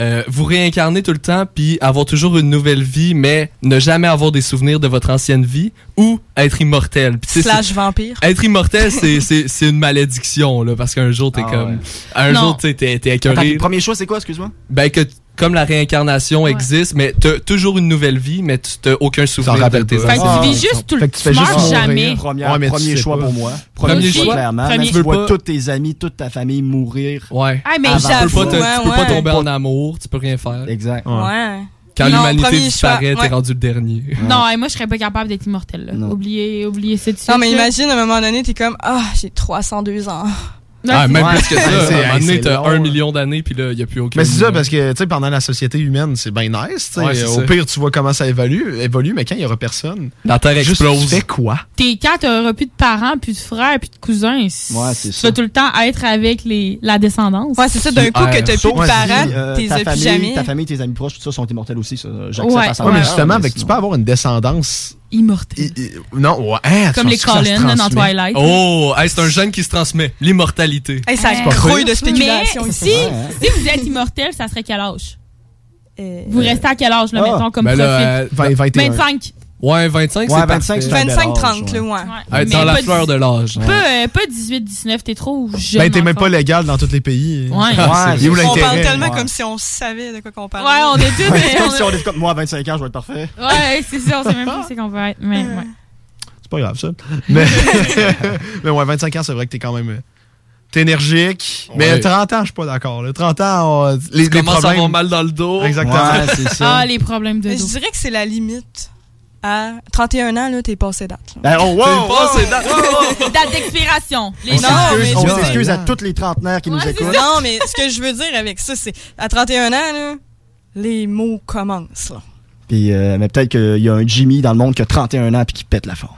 Speaker 8: euh, vous réincarner tout le temps puis avoir toujours une nouvelle vie, mais ne jamais avoir des souvenirs de votre ancienne vie ou être immortel. Puis, tu sais,
Speaker 7: Slash
Speaker 8: c'est-
Speaker 7: vampire.
Speaker 8: Être immortel, c'est- c'est c'est une malédiction, là, parce qu'un jour, t'es comme. Un
Speaker 5: Non.
Speaker 8: jour, t'es- t'es t'es
Speaker 5: Ah Attends,
Speaker 8: écœuré.
Speaker 5: le premier choix, c'est quoi, excuse-moi?
Speaker 8: Ben, que t- comme la réincarnation existe, mais t'as toujours une nouvelle vie, mais tu t'as aucun souvenir de
Speaker 5: rappelle
Speaker 8: tes
Speaker 5: pas. Fait que tu
Speaker 8: anciens.
Speaker 5: vis juste tout le- Fait que tu fais tu juste meurs mourir. jamais. Premier-
Speaker 8: Ouais, mais tu
Speaker 5: premier
Speaker 8: sais
Speaker 5: choix
Speaker 8: pas.
Speaker 5: pour moi.
Speaker 8: Premier,
Speaker 5: Premier
Speaker 8: choix,
Speaker 5: choix, clairement, mais
Speaker 8: Premier.
Speaker 5: tu vois tous tes amis, toute ta famille mourir.
Speaker 8: Ouais.
Speaker 7: Ah, mais
Speaker 8: tu peux
Speaker 7: j'avoue,
Speaker 8: pas, te- tu peux
Speaker 7: ouais,
Speaker 8: pas
Speaker 7: ouais.
Speaker 8: tomber en amour, tu peux rien faire.
Speaker 5: Exact.
Speaker 7: Ouais.
Speaker 8: Quand
Speaker 7: Non,
Speaker 8: l'humanité
Speaker 7: premier
Speaker 8: disparaît,
Speaker 7: choix,
Speaker 8: t'es
Speaker 7: ouais.
Speaker 8: rendu le dernier.
Speaker 6: Non, et moi, je serais pas capable d'être immortel. là.
Speaker 8: Non.
Speaker 6: Oubliez, oubliez cette suite.
Speaker 7: Non, mais
Speaker 6: là.
Speaker 7: imagine, à un moment donné, t'es comme, ah, j'ai 302 ans.
Speaker 8: Ah, même
Speaker 1: Ouais.
Speaker 8: plus que ça. À
Speaker 1: C'est-
Speaker 8: un moment
Speaker 1: c'est
Speaker 8: donné, t'as
Speaker 1: long,
Speaker 8: un
Speaker 1: hein.
Speaker 8: million d'années, puis là, il n'y a plus aucun.
Speaker 1: Mais c'est ça, parce que, tu sais, pendant la société humaine, c'est bien nice. tu sais.
Speaker 8: Ouais, c'est
Speaker 1: Au
Speaker 8: ça.
Speaker 1: pire, tu vois comment ça évolue, évolue mais quand il n'y aura personne,
Speaker 8: La Terre
Speaker 1: juste,
Speaker 8: explose.
Speaker 1: Tu fais quoi?
Speaker 6: T'es quand t'auras plus de parents, plus de frères, plus de cousins.
Speaker 1: Ouais, c'est
Speaker 6: Tu vas tout le temps être avec les, la descendance. Ouais,
Speaker 7: c'est ça,
Speaker 5: Sauf si, euh,
Speaker 6: t'es
Speaker 5: ta famille- Ta famille, tes amis proches, tout ça sont immortels aussi. Ça, j'accepte
Speaker 6: Ouais.
Speaker 5: à cent
Speaker 1: Ouais, mais
Speaker 5: pour cent,
Speaker 1: justement,
Speaker 5: mais
Speaker 1: avec, tu peux avoir une descendance.
Speaker 6: Immortelle.
Speaker 1: non, ouais. hein,
Speaker 6: Comme
Speaker 1: tu
Speaker 6: les
Speaker 1: penses-tu que ça se
Speaker 6: Colin, là, dans
Speaker 1: transmet?
Speaker 6: Twilight.
Speaker 8: Oh, hey, c'est un gène qui se transmet. L'immortalité.
Speaker 7: Hey, ça
Speaker 6: Euh,
Speaker 7: grouille de spéculation
Speaker 6: Mais
Speaker 7: ici.
Speaker 6: si, si vous êtes immortel, ça serait quel âge? Vous
Speaker 7: Euh,
Speaker 6: restez à quel âge, là,
Speaker 8: Ah.
Speaker 6: mettons, comme
Speaker 8: Ben
Speaker 6: profil?
Speaker 8: là, euh, vingt- 21.
Speaker 6: 25.
Speaker 8: Ouais,
Speaker 5: Ouais,
Speaker 8: 25,
Speaker 5: 25,
Speaker 8: c'est parfait.
Speaker 5: c'est un bel 25,
Speaker 7: 30, là, ouais.
Speaker 8: Ouais,
Speaker 6: Mais
Speaker 8: dans la
Speaker 6: pas
Speaker 8: fleur de l'âge.
Speaker 6: Pas, euh, pas 18, 19, t'es trop jeune.
Speaker 1: Ben, t'es même
Speaker 6: encore.
Speaker 1: pas légal dans tous les pays.
Speaker 6: Ouais.
Speaker 1: Il est où
Speaker 7: on parle
Speaker 1: l'intérêt?
Speaker 7: tellement
Speaker 1: Ouais.
Speaker 7: comme si on savait de quoi qu'on parlait.
Speaker 6: Ouais, on est Ah. tous-
Speaker 5: C'est comme si on est comme moi à 25 ans, je vais être parfait.
Speaker 6: Ouais, c'est ça, on sait même pas où c'est qu'on peut être. Mais, ouais.
Speaker 1: C'est pas grave, ça. Mais, mais ouais, 25 ans, c'est vrai que t'es quand même. euh, T'es énergique. Mais
Speaker 8: Ouais.
Speaker 1: 30 ans, je suis pas d'accord. là. 30 ans, on- les,
Speaker 8: tu
Speaker 1: les
Speaker 8: commences à avoir
Speaker 1: problèmes.
Speaker 8: mal dans le dos.
Speaker 1: Exactement. Ouais, c'est ça. Ah,
Speaker 6: les problèmes de
Speaker 7: Je dirais que c'est la limite. À 31 ans, là, t'es passé date. là.
Speaker 5: Ben, oh, wow, T'es passé wow, date.
Speaker 6: Date d'expiration. Les
Speaker 5: on
Speaker 7: gens- mais-
Speaker 5: s'excuse, on s'excuse à tous les trentenaires qui nous écoutent.
Speaker 7: Non, mais ce que je veux dire avec ça, c'est à 31 ans, là, les mots commencent. Là.
Speaker 5: Puis, euh, mais peut-être qu'il y a un Jimmy dans le monde qui a 31 ans puis qui pète la forme.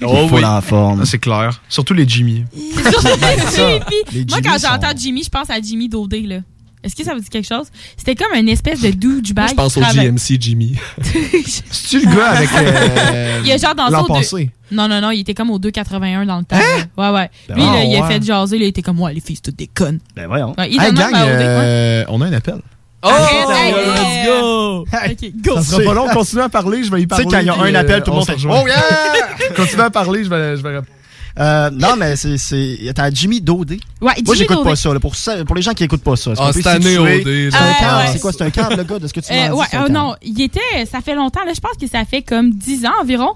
Speaker 1: Oh
Speaker 5: Faut en forme.
Speaker 1: C'est clair. Surtout les Jimmy.
Speaker 6: Jimmy, puis
Speaker 1: Les
Speaker 6: moi,
Speaker 1: Jimmy
Speaker 6: quand j'entends Jimmy, je pense à Jimmy Daudé, là. Est-ce que ça vous dit quelque chose? C'était comme une espèce de douchebag.
Speaker 8: Je pense au
Speaker 6: qui travaille-
Speaker 8: GMC Jimmy.
Speaker 1: C'est-tu le gars avec. euh,
Speaker 6: Il a genre dans
Speaker 1: l'an
Speaker 6: au deux-
Speaker 1: passé?
Speaker 6: Non, non, non, il était comme au 2,81 dans le temps. là. Ouais, ouais.
Speaker 1: Ben
Speaker 6: Lui,
Speaker 1: ouais.
Speaker 6: là, il a
Speaker 1: Ah ouais.
Speaker 6: fait jaser, là, il était comme, ouais, les filles, c'est toutes des connes.
Speaker 5: Ben voyons.
Speaker 6: Ouais, il
Speaker 1: hey,
Speaker 6: donne
Speaker 1: gang,
Speaker 6: même à OD,
Speaker 1: euh, on a un appel.
Speaker 6: Oh,
Speaker 1: hey,
Speaker 6: let's
Speaker 8: go!
Speaker 6: go!
Speaker 1: Ça sera pas long, continue à parler, je vais y
Speaker 5: Tu sais,
Speaker 1: parler.
Speaker 5: quand il y a
Speaker 1: puis,
Speaker 5: un
Speaker 1: euh,
Speaker 5: appel, tout le
Speaker 1: on
Speaker 5: monde
Speaker 1: se
Speaker 5: fait
Speaker 1: rejoint.
Speaker 5: Oh yeah!
Speaker 1: Continue à parler, je vais, je vais répondre.
Speaker 5: Euh, non, mais c'est- c'est. T'as Jimmy Dodé.
Speaker 6: Ouais,
Speaker 5: Moi,
Speaker 6: Jimmy
Speaker 5: j'écoute
Speaker 6: Dodé.
Speaker 5: pas ça, là, pour ça. Pour les gens qui écoutent pas ça. est-ce
Speaker 8: Ah,
Speaker 5: qu'on peut
Speaker 8: c'est tanné,
Speaker 5: situer-
Speaker 8: Dodé,
Speaker 5: C'est un
Speaker 6: là.
Speaker 5: cadre,
Speaker 6: Euh, Ouais.
Speaker 5: c'est quoi? C'est un cadre, le gars, de ce que tu m'as
Speaker 6: Euh,
Speaker 5: dit,
Speaker 6: ouais,
Speaker 5: c'est un
Speaker 6: euh,
Speaker 5: cadre.
Speaker 6: non, il était, ça fait longtemps, là, je pense que ça fait comme 10 ans environ.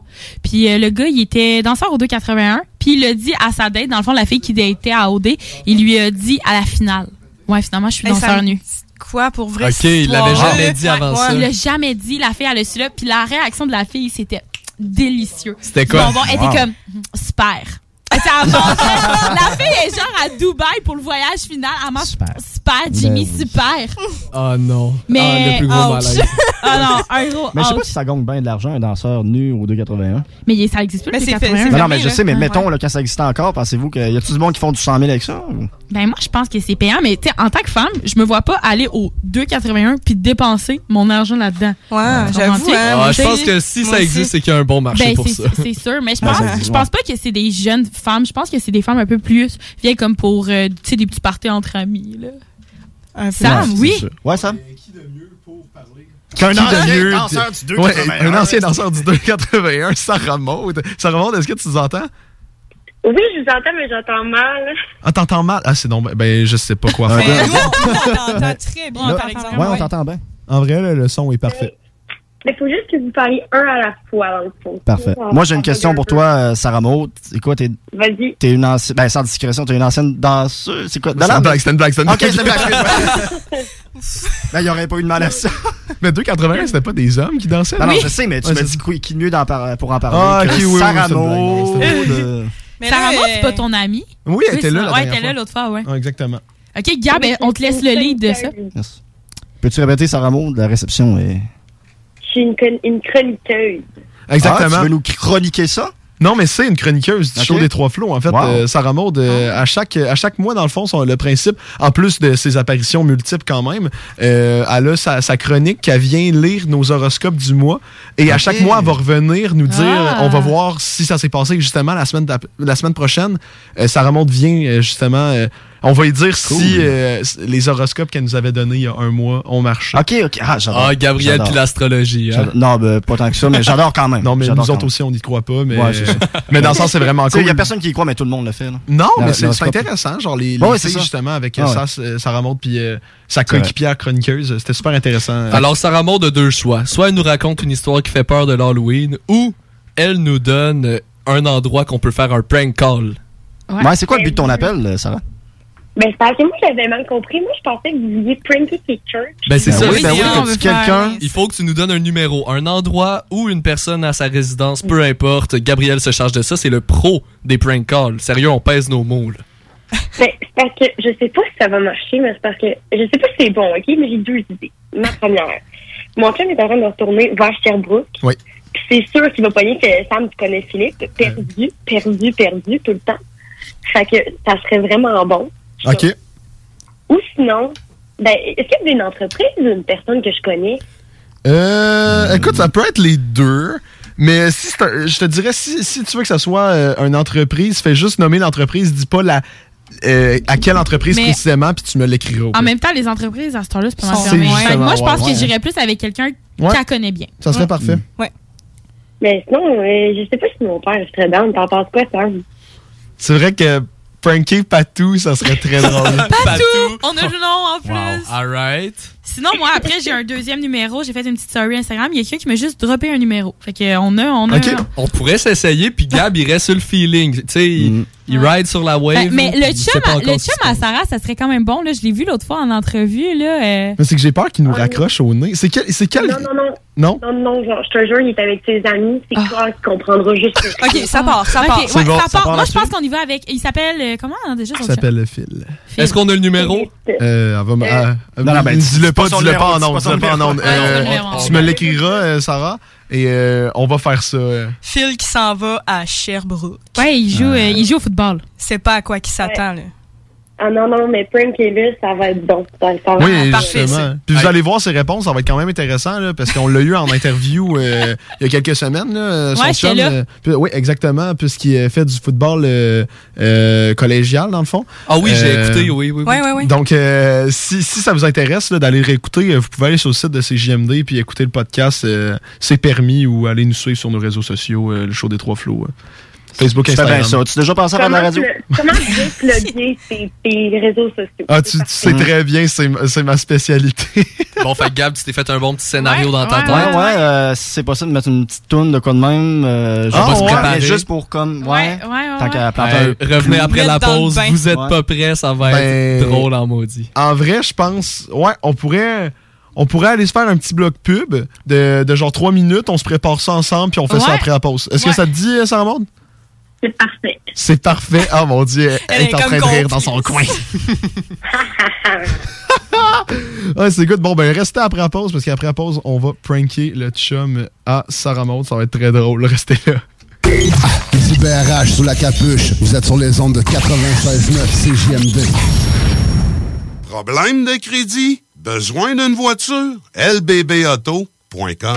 Speaker 6: Puis euh, le gars, il était danseur au 281, puis il l'a dit à sa date, dans le fond, la fille qui était à OD, il lui a dit à la finale. Ouais, finalement, je suis
Speaker 7: Hey, ça
Speaker 6: danseur
Speaker 7: me
Speaker 6: nu.
Speaker 7: Quoi, pour vrai?
Speaker 8: Ok,
Speaker 7: cette
Speaker 8: il l'avait
Speaker 7: histoire-là,
Speaker 8: jamais
Speaker 7: là.
Speaker 8: dit avant
Speaker 7: Ouais,
Speaker 8: ça.
Speaker 6: Il
Speaker 7: ouais.
Speaker 6: l'a jamais dit, la fille, elle a su là, puis la réaction de la fille, c'était délicieux.
Speaker 8: C'était quoi?
Speaker 6: Bon, bon, elle
Speaker 8: Wow.
Speaker 6: était comme, super. Elle était à manger. la fille est genre à Dubaï pour le voyage final. Elle mange super, Jimmy, super.
Speaker 8: Ah non.
Speaker 6: Mais.
Speaker 5: Ben Ah, le plus gros
Speaker 6: Ouch.
Speaker 5: malaise.
Speaker 6: Ah non, un gros.
Speaker 5: Mais je sais pas
Speaker 6: ouch.
Speaker 5: si ça gagne bien de l'argent, un danseur nu au 2,81.
Speaker 6: Mais il- ça existe plus.
Speaker 7: Mais
Speaker 6: le
Speaker 7: c'est fait-
Speaker 6: 81.
Speaker 7: c'est
Speaker 5: Non, non, mais je sais, mais mettons, là, quand ça existe encore, pensez-vous qu'il y a tout du monde qui font du 100 000 avec ça? ou?
Speaker 6: Ben moi, je pense que c'est payant, mais tu sais, en tant que femme, je me vois pas aller au 2,81 puis dépenser mon argent là-dedans.
Speaker 7: Ouais, j'avoue. hein,
Speaker 8: Ah,
Speaker 7: moi
Speaker 8: je pense
Speaker 7: aussi.
Speaker 8: que si
Speaker 7: Moi
Speaker 8: ça
Speaker 7: aussi.
Speaker 8: existe, c'est qu'il y a un bon marché
Speaker 6: Ben,
Speaker 8: pour
Speaker 6: c'est-
Speaker 8: ça.
Speaker 6: C'est sûr, mais je
Speaker 8: Ben,
Speaker 6: pense,
Speaker 8: ça se dit,
Speaker 6: je
Speaker 8: ouais.
Speaker 6: pense pas que c'est des jeunes femmes. Je pense que c'est des femmes un peu plus vieilles, comme pour euh, tu sais, des petits parties entre amis. Là. Sam,
Speaker 5: Ouais, c'est
Speaker 6: oui.
Speaker 5: sûr. Ouais, Sam?
Speaker 1: Qu'un
Speaker 5: Qui
Speaker 1: ancien
Speaker 5: de mieux
Speaker 1: danseur
Speaker 5: de-
Speaker 1: du 281.
Speaker 5: Ouais,
Speaker 1: un ancien danseur du 281, Sarah Maud. Sarah Maud, est-ce que tu nous entends?
Speaker 27: Oui, je vous entends, mais j'entends mal.
Speaker 1: Ah, t'entends mal? Ah, c'est non, ben, ben, je sais pas
Speaker 5: Ah,
Speaker 1: quoi faire.
Speaker 5: ben,
Speaker 27: t'entends très bien, par exemple. Ouais, on
Speaker 5: t'entend bien.
Speaker 1: En vrai, là, le son est parfait.
Speaker 27: Mais faut juste que vous parliez un à la fois, dans le fond.
Speaker 5: Parfait.
Speaker 1: Ah,
Speaker 27: Ouais.
Speaker 5: Moi, j'ai une question pour toi, euh, Sarah Maud. C'est quoi, t'es.
Speaker 27: Vas-y.
Speaker 5: T'es une ancienne. Ben, sans discrétion, t'es une ancienne danseuse. C'est quoi?
Speaker 1: C'est une blague, c'est une blague, c'est une
Speaker 5: Ok,
Speaker 1: blague.
Speaker 5: c'est une blague. excuse-moi. ben, il n'y aurait pas eu de mal à ça.
Speaker 1: Ah, Mais 281, c'était pas des hommes qui dansaient?
Speaker 5: Non, non, je sais, mais tu
Speaker 1: Ouais,
Speaker 5: me
Speaker 1: c'est
Speaker 5: dis qui, qui de mieux d'en par- pour en parler
Speaker 1: Ah,
Speaker 5: que
Speaker 1: ok, oui, oui,
Speaker 5: Sarah
Speaker 1: c'est une blague, non,
Speaker 5: Maud.
Speaker 1: c'est une blague.
Speaker 5: euh,
Speaker 6: Sarah Maud, c'est pas ton amie.
Speaker 1: Oui, elle était là la
Speaker 6: Ouais, elle
Speaker 1: dernière
Speaker 6: était là
Speaker 1: fois.
Speaker 6: l'autre fois, ouais.
Speaker 1: Ah, exactement.
Speaker 6: OK, Gab, ben, on te laisse le lead de ça.
Speaker 5: yes. Peux-tu répéter, Sarah Maud? La réception est.
Speaker 27: Je suis une, con- une chroniqueuse.
Speaker 1: Exactement.
Speaker 5: Ah, tu veux nous chroniquer ça?
Speaker 1: Non, mais c'est une chroniqueuse du
Speaker 5: Ok.
Speaker 1: show des Trois Flots. En fait,
Speaker 5: Wow.
Speaker 1: Euh, Sarah Maud, euh, à, chaque, à chaque mois, dans le fond, son- le principe, en plus de ses apparitions multiples quand même, euh, elle a sa, sa chronique qu'elle vient lire nos horoscopes du mois. Et à
Speaker 5: Ok.
Speaker 1: chaque mois, elle va revenir nous dire,
Speaker 5: Ah.
Speaker 1: on va voir si ça s'est passé justement la semaine, d'ap- la semaine prochaine. Euh, Sarah Maud vient euh, justement... euh, On va y dire si euh, s- les horoscopes qu'elle nous avait donnés il y a un mois ont marché.
Speaker 5: Ok, ok. Ah, j'adore.
Speaker 8: Ah, Gabriel puis l'astrologie. hein.
Speaker 5: J'adore- Non, ben, pas tant que ça, mais j'adore quand même.
Speaker 1: Non, mais
Speaker 5: J'adore
Speaker 1: nous
Speaker 5: quand
Speaker 1: autres aussi, on n'y croit pas. Mais,
Speaker 5: Ouais, c'est ça.
Speaker 1: mais dans le sens, c'est vraiment
Speaker 5: Il
Speaker 1: cool.
Speaker 5: y a personne qui y croit, mais tout le monde le fait. là.
Speaker 1: Non,
Speaker 5: Dans-
Speaker 1: mais
Speaker 5: dans
Speaker 1: c'est
Speaker 5: le
Speaker 1: c'est
Speaker 5: scope.
Speaker 1: intéressant. Genre, les, les
Speaker 5: Ouais, ouais,
Speaker 1: filles,
Speaker 5: c'est ça.
Speaker 1: justement, avec euh,
Speaker 5: Ah ouais.
Speaker 1: Sas- euh, Sarah Maud puis euh, sa
Speaker 8: C'est vrai.
Speaker 1: coéquipière chroniqueuse, c'était super intéressant. Euh,
Speaker 8: Alors, Sarah Maud a deux choix. Soit elle nous raconte une histoire qui fait peur de l'Halloween, ou elle nous donne euh, un endroit qu'on peut faire un prank call.
Speaker 5: Ouais, c'est quoi le but de ton appel, euh, Sarah?
Speaker 27: Ben, c'est parce que moi, j'avais mal compris. Moi, je pensais que vous vouliez pranker quelqu'un.
Speaker 8: Ben, c'est
Speaker 5: Ben
Speaker 8: ça.
Speaker 5: oui, ben oui,
Speaker 8: Dion,
Speaker 5: que tu- quelqu'un-
Speaker 8: Il faut que tu nous donnes un numéro, un endroit ou une personne à sa résidence, peu importe. Gabriel se charge de ça. C'est le pro des prank calls. Sérieux, on pèse nos mots. là.
Speaker 27: Ben, c'est parce que je sais pas si ça va marcher, mais c'est parce que je sais pas si c'est bon, OK? Mais j'ai deux idées. Ma première, mon chum est en train de retourner vers Sherbrooke.
Speaker 1: Oui.
Speaker 27: Puis c'est sûr qu'il va pogner que Sam, tu connais Philippe, perdu, perdu, perdu tout le temps. Fait que ça serait vraiment bon.
Speaker 1: OK.
Speaker 27: Ou sinon, ben, est-ce que c'est une entreprise ou une personne que je connais?
Speaker 1: Euh, Écoute, ça peut être les deux. Mais si c'est un- je te dirais, si, si tu veux que ça soit euh, une entreprise, fais juste nommer l'entreprise, dis pas la, euh, à quelle entreprise
Speaker 6: Mais-
Speaker 1: précisément, puis tu me l'écriras. au
Speaker 6: En
Speaker 1: pire.
Speaker 6: même temps, les entreprises à ce temps-là, c'est pas mal
Speaker 1: C'est
Speaker 6: fermé.
Speaker 1: justement,
Speaker 6: Fait que Moi, je pense
Speaker 1: ouais,
Speaker 6: que
Speaker 1: ouais.
Speaker 6: j'irais plus avec quelqu'un
Speaker 1: Ouais.
Speaker 6: qu'elle connaît bien. Mm.
Speaker 1: Ça serait
Speaker 6: Ouais.
Speaker 1: parfait.
Speaker 7: Ouais.
Speaker 27: Mais sinon, euh, je sais pas si mon père serait down. T'en penses quoi, Sam?
Speaker 1: C'est vrai que pranker Patou, ça serait très drôle.
Speaker 6: Patou! On a le nom en plus!
Speaker 8: All right.
Speaker 6: Sinon, moi, après, j'ai un deuxième numéro. J'ai fait une petite story Instagram. Il y a quelqu'un qui m'a juste droppé un numéro. Fait qu'on a, on a.
Speaker 8: Ok. On pourrait s'essayer, puis Gab, il reste sur le feeling. Tu sais, il,
Speaker 5: Mm.
Speaker 8: il ride sur la wave.
Speaker 6: Fait- Ben, mais
Speaker 8: là,
Speaker 6: le
Speaker 8: puis il sait
Speaker 6: chum,
Speaker 8: pas
Speaker 6: à-
Speaker 8: encore
Speaker 6: le
Speaker 8: si-
Speaker 6: chum à Sarah, ça serait quand même bon. Là. Je l'ai vu l'autre fois en entrevue. Là, euh,
Speaker 1: Mais c'est que j'ai peur qu'il nous raccroche au nez. C'est quel. C'est quel...
Speaker 27: Ah Non, non, non.
Speaker 1: Non?
Speaker 27: Non, non, genre, je te jure, il est avec ses amis. Ah. C'est clair qu'il comprendra juste.
Speaker 7: Ah. OK, ça part, ça
Speaker 6: Ok,
Speaker 7: part.
Speaker 6: ouais,
Speaker 1: C'est bon,
Speaker 6: ça
Speaker 1: ça
Speaker 6: part.
Speaker 1: part
Speaker 6: Moi, je
Speaker 1: là-dessus.
Speaker 6: pense qu'on y va avec. Il s'appelle. euh, comment hein, déjà son
Speaker 1: Il
Speaker 6: chum?
Speaker 1: s'appelle le fil.
Speaker 8: Est-ce qu'on a le numéro?
Speaker 1: Euh, elle va me-
Speaker 8: Euh,
Speaker 1: euh,
Speaker 8: non, non, ben,
Speaker 1: dis-le
Speaker 8: dis
Speaker 1: pas,
Speaker 8: pas son
Speaker 1: dis-le
Speaker 8: numéro,
Speaker 1: pas en
Speaker 8: dis
Speaker 1: ondes,
Speaker 8: pas son
Speaker 1: dis-le pas en
Speaker 8: numéro.
Speaker 1: ondes.
Speaker 8: Ouais,
Speaker 1: Euh,
Speaker 8: on va le numéro en
Speaker 1: tu
Speaker 8: ondes.
Speaker 1: me l'écriras, euh, Sarah, et euh, on va faire ça. euh.
Speaker 7: Phil qui s'en va à Sherbrooke.
Speaker 6: Ouais, il joue, euh, il joue au football.
Speaker 7: C'est pas à quoi qu'il s'attend, là.
Speaker 27: Ah non, non, mais prank et lui, ça va être bon. Ça, ça va
Speaker 1: Oui,
Speaker 27: être
Speaker 1: justement. Puis vous allez voir ses réponses, ça va être quand même intéressant, là, parce qu'on l'a eu en interview euh, il y a quelques semaines. Là, son
Speaker 6: Ouais,
Speaker 1: chum,
Speaker 6: j'étais là.
Speaker 1: euh, puis- oui, exactement, puisqu'il euh, fait du football euh, euh, collégial, dans le fond. Euh,
Speaker 8: Ah oui, j'ai écouté, oui, oui, oui. Ouais, ouais, ouais.
Speaker 1: Donc, euh, si, si ça vous intéresse là, d'aller réécouter, euh, vous pouvez aller sur le site de CJMD puis écouter le podcast, euh, c'est permis, ou aller nous suivre sur nos réseaux sociaux, euh, le show des trois flots. euh, Facebook,
Speaker 5: Tu fais
Speaker 1: Instagram.
Speaker 5: bien ça. Tu as déjà pensé à faire de
Speaker 27: Comment,
Speaker 5: la radio?
Speaker 27: pl- comment bien plugger tes, tes réseaux sociaux?
Speaker 1: Ah, tu, tu sais très bien, c'est ma- c'est ma spécialité.
Speaker 8: Bon, fait que Gab, tu t'es fait un bon petit scénario dans ta
Speaker 5: Ouais,
Speaker 8: tête.
Speaker 5: ouais, euh, si c'est possible de mettre une petite toune de quoi de même, euh, je vais
Speaker 8: Ah,
Speaker 5: pas se
Speaker 8: ouais.
Speaker 5: préparer,
Speaker 8: Ouais.
Speaker 5: juste pour comme, ouais,
Speaker 6: ouais,
Speaker 5: tant qu'à planter
Speaker 8: Ouais,
Speaker 5: un
Speaker 8: revenez
Speaker 5: clou.
Speaker 8: après la pause, vous êtes
Speaker 5: Ouais.
Speaker 8: pas prêts, ça va
Speaker 1: Ben-
Speaker 8: être drôle en maudit.
Speaker 1: En vrai, je pense, ouais, on pourrait, on pourrait aller se faire un petit bloc pub de, de genre 3 minutes, on se prépare ça ensemble, puis on fait ça
Speaker 6: Ouais.
Speaker 1: après la pause. Est-ce
Speaker 6: Ouais.
Speaker 1: que ça te dit, euh, Sarah Maud?
Speaker 27: C'est parfait.
Speaker 1: C'est parfait. Ah mon dieu, elle,
Speaker 27: Elle
Speaker 1: est
Speaker 27: est
Speaker 1: en
Speaker 27: comme
Speaker 1: train de rire dans son coin.
Speaker 27: comprise.
Speaker 1: ouais, c'est good. Bon, ben restez après la pause, parce qu'après la pause, on va pranker le chum à Sarah Maud. Ça va être très drôle. Restez là.
Speaker 28: Du BRH sous la capuche, vous êtes sur les ondes de 96.9 CJMD.
Speaker 2: Problème de crédit? Besoin d'une voiture? lbbauto.com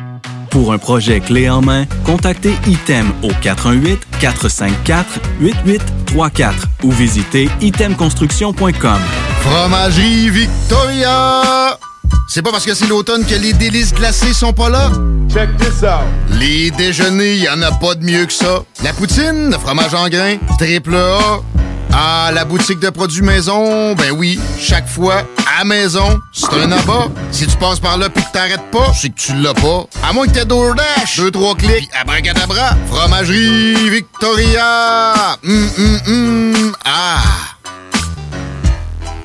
Speaker 23: Pour un projet clé en main, contactez ITEM au 418-454-8834 ou visitez itemconstruction.com.
Speaker 4: Fromagerie Victoria! C'est pas parce que c'est l'automne que les délices glacées sont pas là? Check this out! Les déjeuners, y en a pas de mieux que ça. La poutine, le fromage en grains, triple A. Ah, la boutique de produits maison, ben oui, chaque fois, à maison, c'est un abat. Si tu passes par là pis que t'arrêtes pas, c'est que tu l'as pas. À moins que t'aies DoorDash, deux, trois clics, puis abracadabra. Fromagerie Victoria! Hum, hum, hum, ah!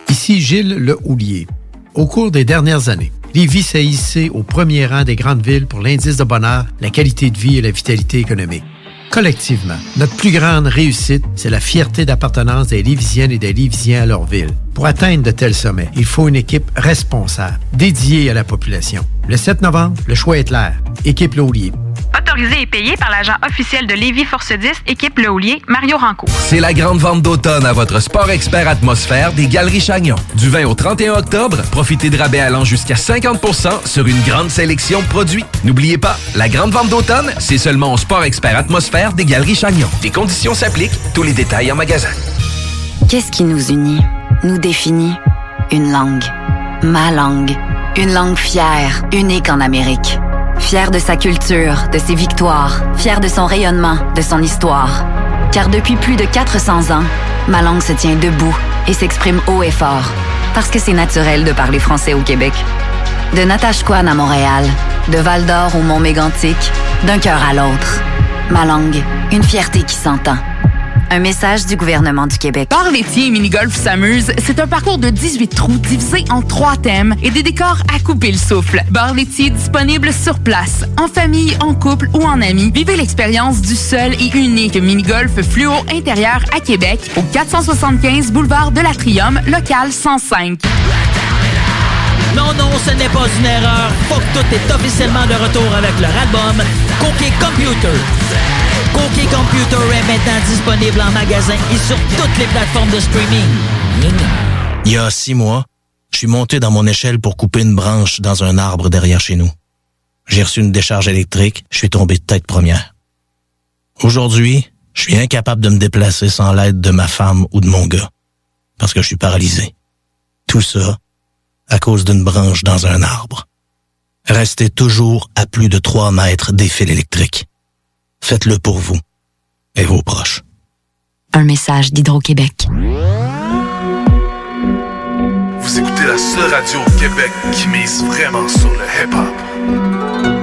Speaker 29: Ici Gilles Le Houlier. Au cours des dernières années, Lévis s'est hissé au premier rang des grandes villes pour l'indice de bonheur, la qualité de vie et la vitalité économique. Collectivement, notre plus grande réussite, c'est la fierté d'appartenance des Lévisiennes et des Lévisiens à leur ville. Pour atteindre de tels sommets, il faut une équipe responsable, dédiée à la population. Le 7 novembre, le choix est clair. Équipe Laulier.
Speaker 30: Autorisé et payé par l'agent officiel de Lévis Force 10, équipe Le Houlier, Mario Rancourt.
Speaker 17: C'est la grande vente d'automne à votre Sport Expert Atmosphère des Galeries Chagnon. Du 20 au 31 octobre, profitez de rabais allant jusqu'à 50 sur une grande sélection de produits. N'oubliez pas, la grande vente d'automne, c'est seulement au Sport Expert Atmosphère des Galeries Chagnon. Des conditions s'appliquent, tous les détails en magasin.
Speaker 3: Qu'est-ce qui nous unit, nous définit Une langue. Ma langue. Une langue fière, unique en Amérique. Fière de sa culture, de ses victoires, fière de son rayonnement, de son histoire. Car depuis plus de 400 ans, ma langue se tient debout et s'exprime haut et fort. Parce que c'est naturel de parler français au Québec. De Natashquan à Montréal, de Val d'Or au Mont Mégantic, d'un cœur à l'autre. Ma langue, une fierté qui s'entend. Un message du gouvernement du Québec.
Speaker 31: Bar laitier et mini-golf s'amuse, c'est un parcours de 18 trous divisé en trois thèmes et des décors à couper le souffle. Bar laitier disponible sur place, en famille, en couple ou en amis. Vivez l'expérience du seul et unique mini-golf fluo intérieur à Québec au 475 boulevard de l'Atrium, local 105.
Speaker 32: Non, non, ce n'est pas une erreur. Fuck tout est officiellement de retour avec leur album Cookie Computer. Cookie Computer est maintenant disponible en magasin et sur toutes les plateformes de streaming.
Speaker 33: Il y a six mois, je suis monté dans mon échelle pour couper une branche dans un arbre derrière chez nous. J'ai reçu une décharge électrique, je suis tombé de tête première. Aujourd'hui, je suis incapable de me déplacer sans l'aide de ma femme ou de mon gars, parce que je suis paralysé. Tout ça à cause d'une branche dans un arbre. Restez toujours à plus de 3 mètres des fils électriques. Faites-le pour vous et vos proches.
Speaker 3: Un message d'Hydro-Québec.
Speaker 23: Vous écoutez la seule radio au Québec qui mise vraiment sur le hip-hop.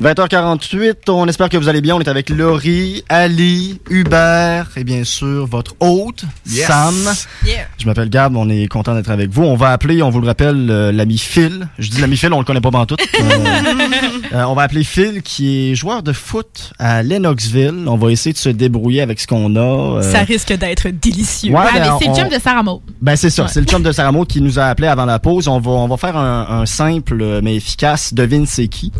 Speaker 5: Il est 20h48, on espère que vous allez bien. On est avec Laurie, Ali, Hubert et bien sûr votre hôte,
Speaker 9: Yes.
Speaker 5: Sam.
Speaker 9: Yeah.
Speaker 5: Je m'appelle Gab, on est content d'être avec vous. On va appeler, on vous le rappelle, euh, l'ami Phil. Je dis l'ami Phil, on le connaît pas pantoute. Euh, euh, on va appeler Phil qui est joueur de foot à Lennoxville. On va essayer de se débrouiller avec ce qu'on a. euh,
Speaker 7: Ça risque d'être délicieux.
Speaker 5: Ouais, ben,
Speaker 6: c'est le
Speaker 5: on-
Speaker 6: chum de Sarah Maud.
Speaker 5: ben c'est ça,
Speaker 6: Ouais.
Speaker 5: c'est le chum de Sarah Maud qui nous a appelé avant la pause. On va, on va faire un, un simple euh, mais efficace devine c'est qui.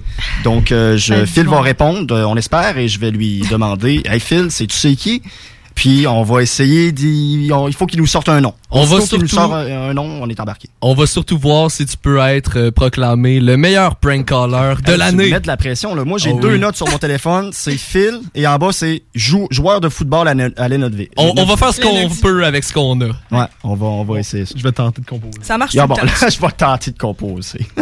Speaker 5: Donc euh, je,
Speaker 34: Ben,
Speaker 5: Phil
Speaker 34: bon.
Speaker 5: va répondre, euh, on espère, et je vais lui demander Hey Phil, c'est tu sais qui? Puis on va essayer d'y. on- Il faut qu'il nous sorte un nom.
Speaker 8: On va
Speaker 5: Aussitôt qu'il nous
Speaker 8: surtout-
Speaker 5: sort un, un nom, on est embarqué.
Speaker 8: On va surtout voir si tu peux être euh, proclamé le meilleur prank caller
Speaker 5: Hey,
Speaker 8: de
Speaker 5: tu me
Speaker 8: l'année.
Speaker 5: mets de la pression là. Moi j'ai
Speaker 8: Oh
Speaker 5: deux
Speaker 8: oui.
Speaker 5: notes sur mon téléphone, c'est Phil et en bas c'est jou- joueur de football à, Ne- à Lenotville.
Speaker 8: On, on va faire ce qu'on peut avec ce qu'on a.
Speaker 5: Ouais, on va, on va essayer ça. Je vais tenter de composer.
Speaker 7: Ça marche
Speaker 5: Ah
Speaker 7: tout
Speaker 5: bon,
Speaker 7: le temps.
Speaker 5: là, je vais tenter de composer.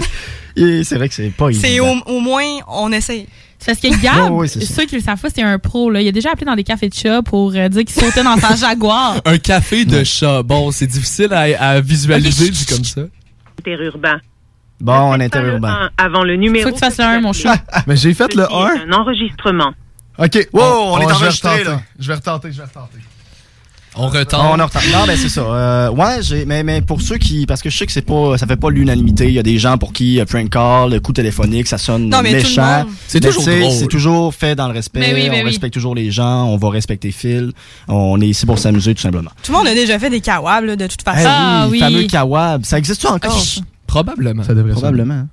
Speaker 5: Et c'est vrai que c'est pas
Speaker 7: C'est
Speaker 5: évident.
Speaker 7: au, au moins, on essaye.
Speaker 6: C'est parce que Gab,
Speaker 5: Ouais, ouais, Oh, c'est ça.
Speaker 6: ceux qui le savent pas, c'est un pro. Là. Il a déjà appelé dans des cafés de chat pour euh, dire qu'il sautait dans sa Jaguar.
Speaker 8: Un café de chat. Bon, c'est difficile à, à visualiser dit comme ça.
Speaker 27: Interurbain.
Speaker 5: Bon, on
Speaker 27: Un Ah, Avant le numéro.
Speaker 6: Faut que tu fasses le 1, mon chat.
Speaker 1: Mais j'ai fait le
Speaker 27: ceci est
Speaker 1: 1.
Speaker 27: Un enregistrement.
Speaker 1: OK.
Speaker 27: Wow,
Speaker 5: on est
Speaker 1: je vais
Speaker 5: enregistré,
Speaker 1: retenter.
Speaker 5: là.
Speaker 1: Je vais retenter, je vais retenter.
Speaker 8: On
Speaker 5: Ah,
Speaker 8: retarde.
Speaker 5: on en retard. Non, ben c'est ça. Euh, ouais, j'ai, mais, mais pour ceux qui, parce que je sais que c'est pas, ça fait pas l'unanimité. Il y a des gens pour qui euh, prank call, le coup téléphonique, ça sonne
Speaker 7: Non, mais tout le
Speaker 5: méchant.
Speaker 7: monde.
Speaker 8: C'est
Speaker 5: Mais
Speaker 8: toujours
Speaker 5: tu sais,
Speaker 8: drôle.
Speaker 5: C'est toujours fait dans le respect.
Speaker 7: Mais oui, mais
Speaker 5: on
Speaker 7: oui.
Speaker 5: respecte toujours les gens. On va respecter Phil. On est ici pour s'amuser tout simplement.
Speaker 7: Tout le monde a déjà fait des kawabs, là, de toute façon.
Speaker 5: Hey,
Speaker 6: Ah
Speaker 5: le fameux kawab, ça existe tu encore
Speaker 7: Ah,
Speaker 8: Probablement.
Speaker 5: Ça devrait probablement.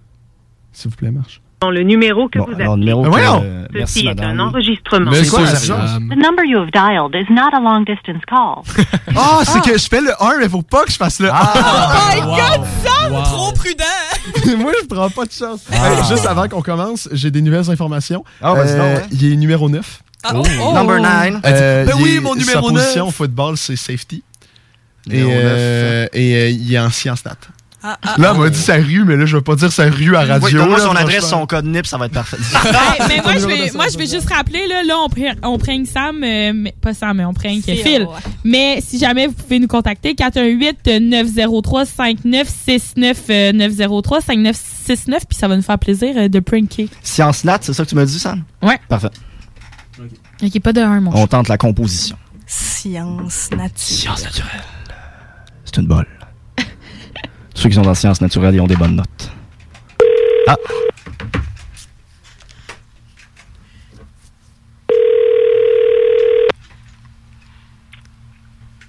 Speaker 5: S'il vous plaît, marche.
Speaker 27: Dans le numéro que vous avez.
Speaker 5: Alors numéro.
Speaker 27: Mais
Speaker 5: que-
Speaker 27: voyons!
Speaker 5: euh,
Speaker 27: Ceci
Speaker 5: merci
Speaker 27: est
Speaker 5: madame.
Speaker 27: un enregistrement.
Speaker 5: C'est quoi,
Speaker 27: Monsieur
Speaker 5: l'urgence?
Speaker 27: The number you have dialed is not a long distance call.
Speaker 1: Ah, c'est que je fais le 1, mais faut pas que je fasse le 1.
Speaker 5: Ah.
Speaker 9: Ah,
Speaker 27: Oh my God,
Speaker 1: Sam!
Speaker 27: Wow.
Speaker 7: Trop prudent!
Speaker 1: Ah, Moi, je prends pas de chance.
Speaker 5: Ah.
Speaker 1: Hey, juste avant qu'on commence, j'ai des nouvelles informations. Euh,
Speaker 5: Ah, vas-y donc, hein.
Speaker 1: Il est numéro 9.
Speaker 5: Ah, oh, Oh. oh. Number nine. Ben
Speaker 1: il
Speaker 5: oui,
Speaker 1: est-
Speaker 5: mon numéro
Speaker 1: Sa position
Speaker 5: neuf.
Speaker 1: au football, c'est safety. Et,
Speaker 5: Numéro neuf.
Speaker 1: euh, et euh, il est en sciences nat.
Speaker 7: Ah,
Speaker 1: Là, on m'a dit sa rue, mais là, je vais pas dire sa rue à radio.
Speaker 5: Oui, donne-moi
Speaker 1: là,
Speaker 5: son adresse,
Speaker 1: franchement.
Speaker 5: son code NIP, ça va être parfait.
Speaker 6: Ouais, mais moi, je vais, moi, je vais juste rappeler, là, là on, pr- on prenne Sam, euh, mais- pas Sam, mais on prenne
Speaker 7: Phil.
Speaker 6: Phil. Mais si jamais vous pouvez nous contacter, 418-903-5969, euh, 903-5969, puis ça va nous faire plaisir euh, de pranker.
Speaker 5: Science nat, c'est ça que tu m'as dit, Sam?
Speaker 6: Ouais.
Speaker 5: Parfait.
Speaker 6: Ok, pas de 1, mon
Speaker 5: On tente la composition.
Speaker 7: Science naturelle. Science
Speaker 5: naturelle. C'est une bolle. Ceux qui sont en sciences naturelles, ils ont des bonnes notes. Ah!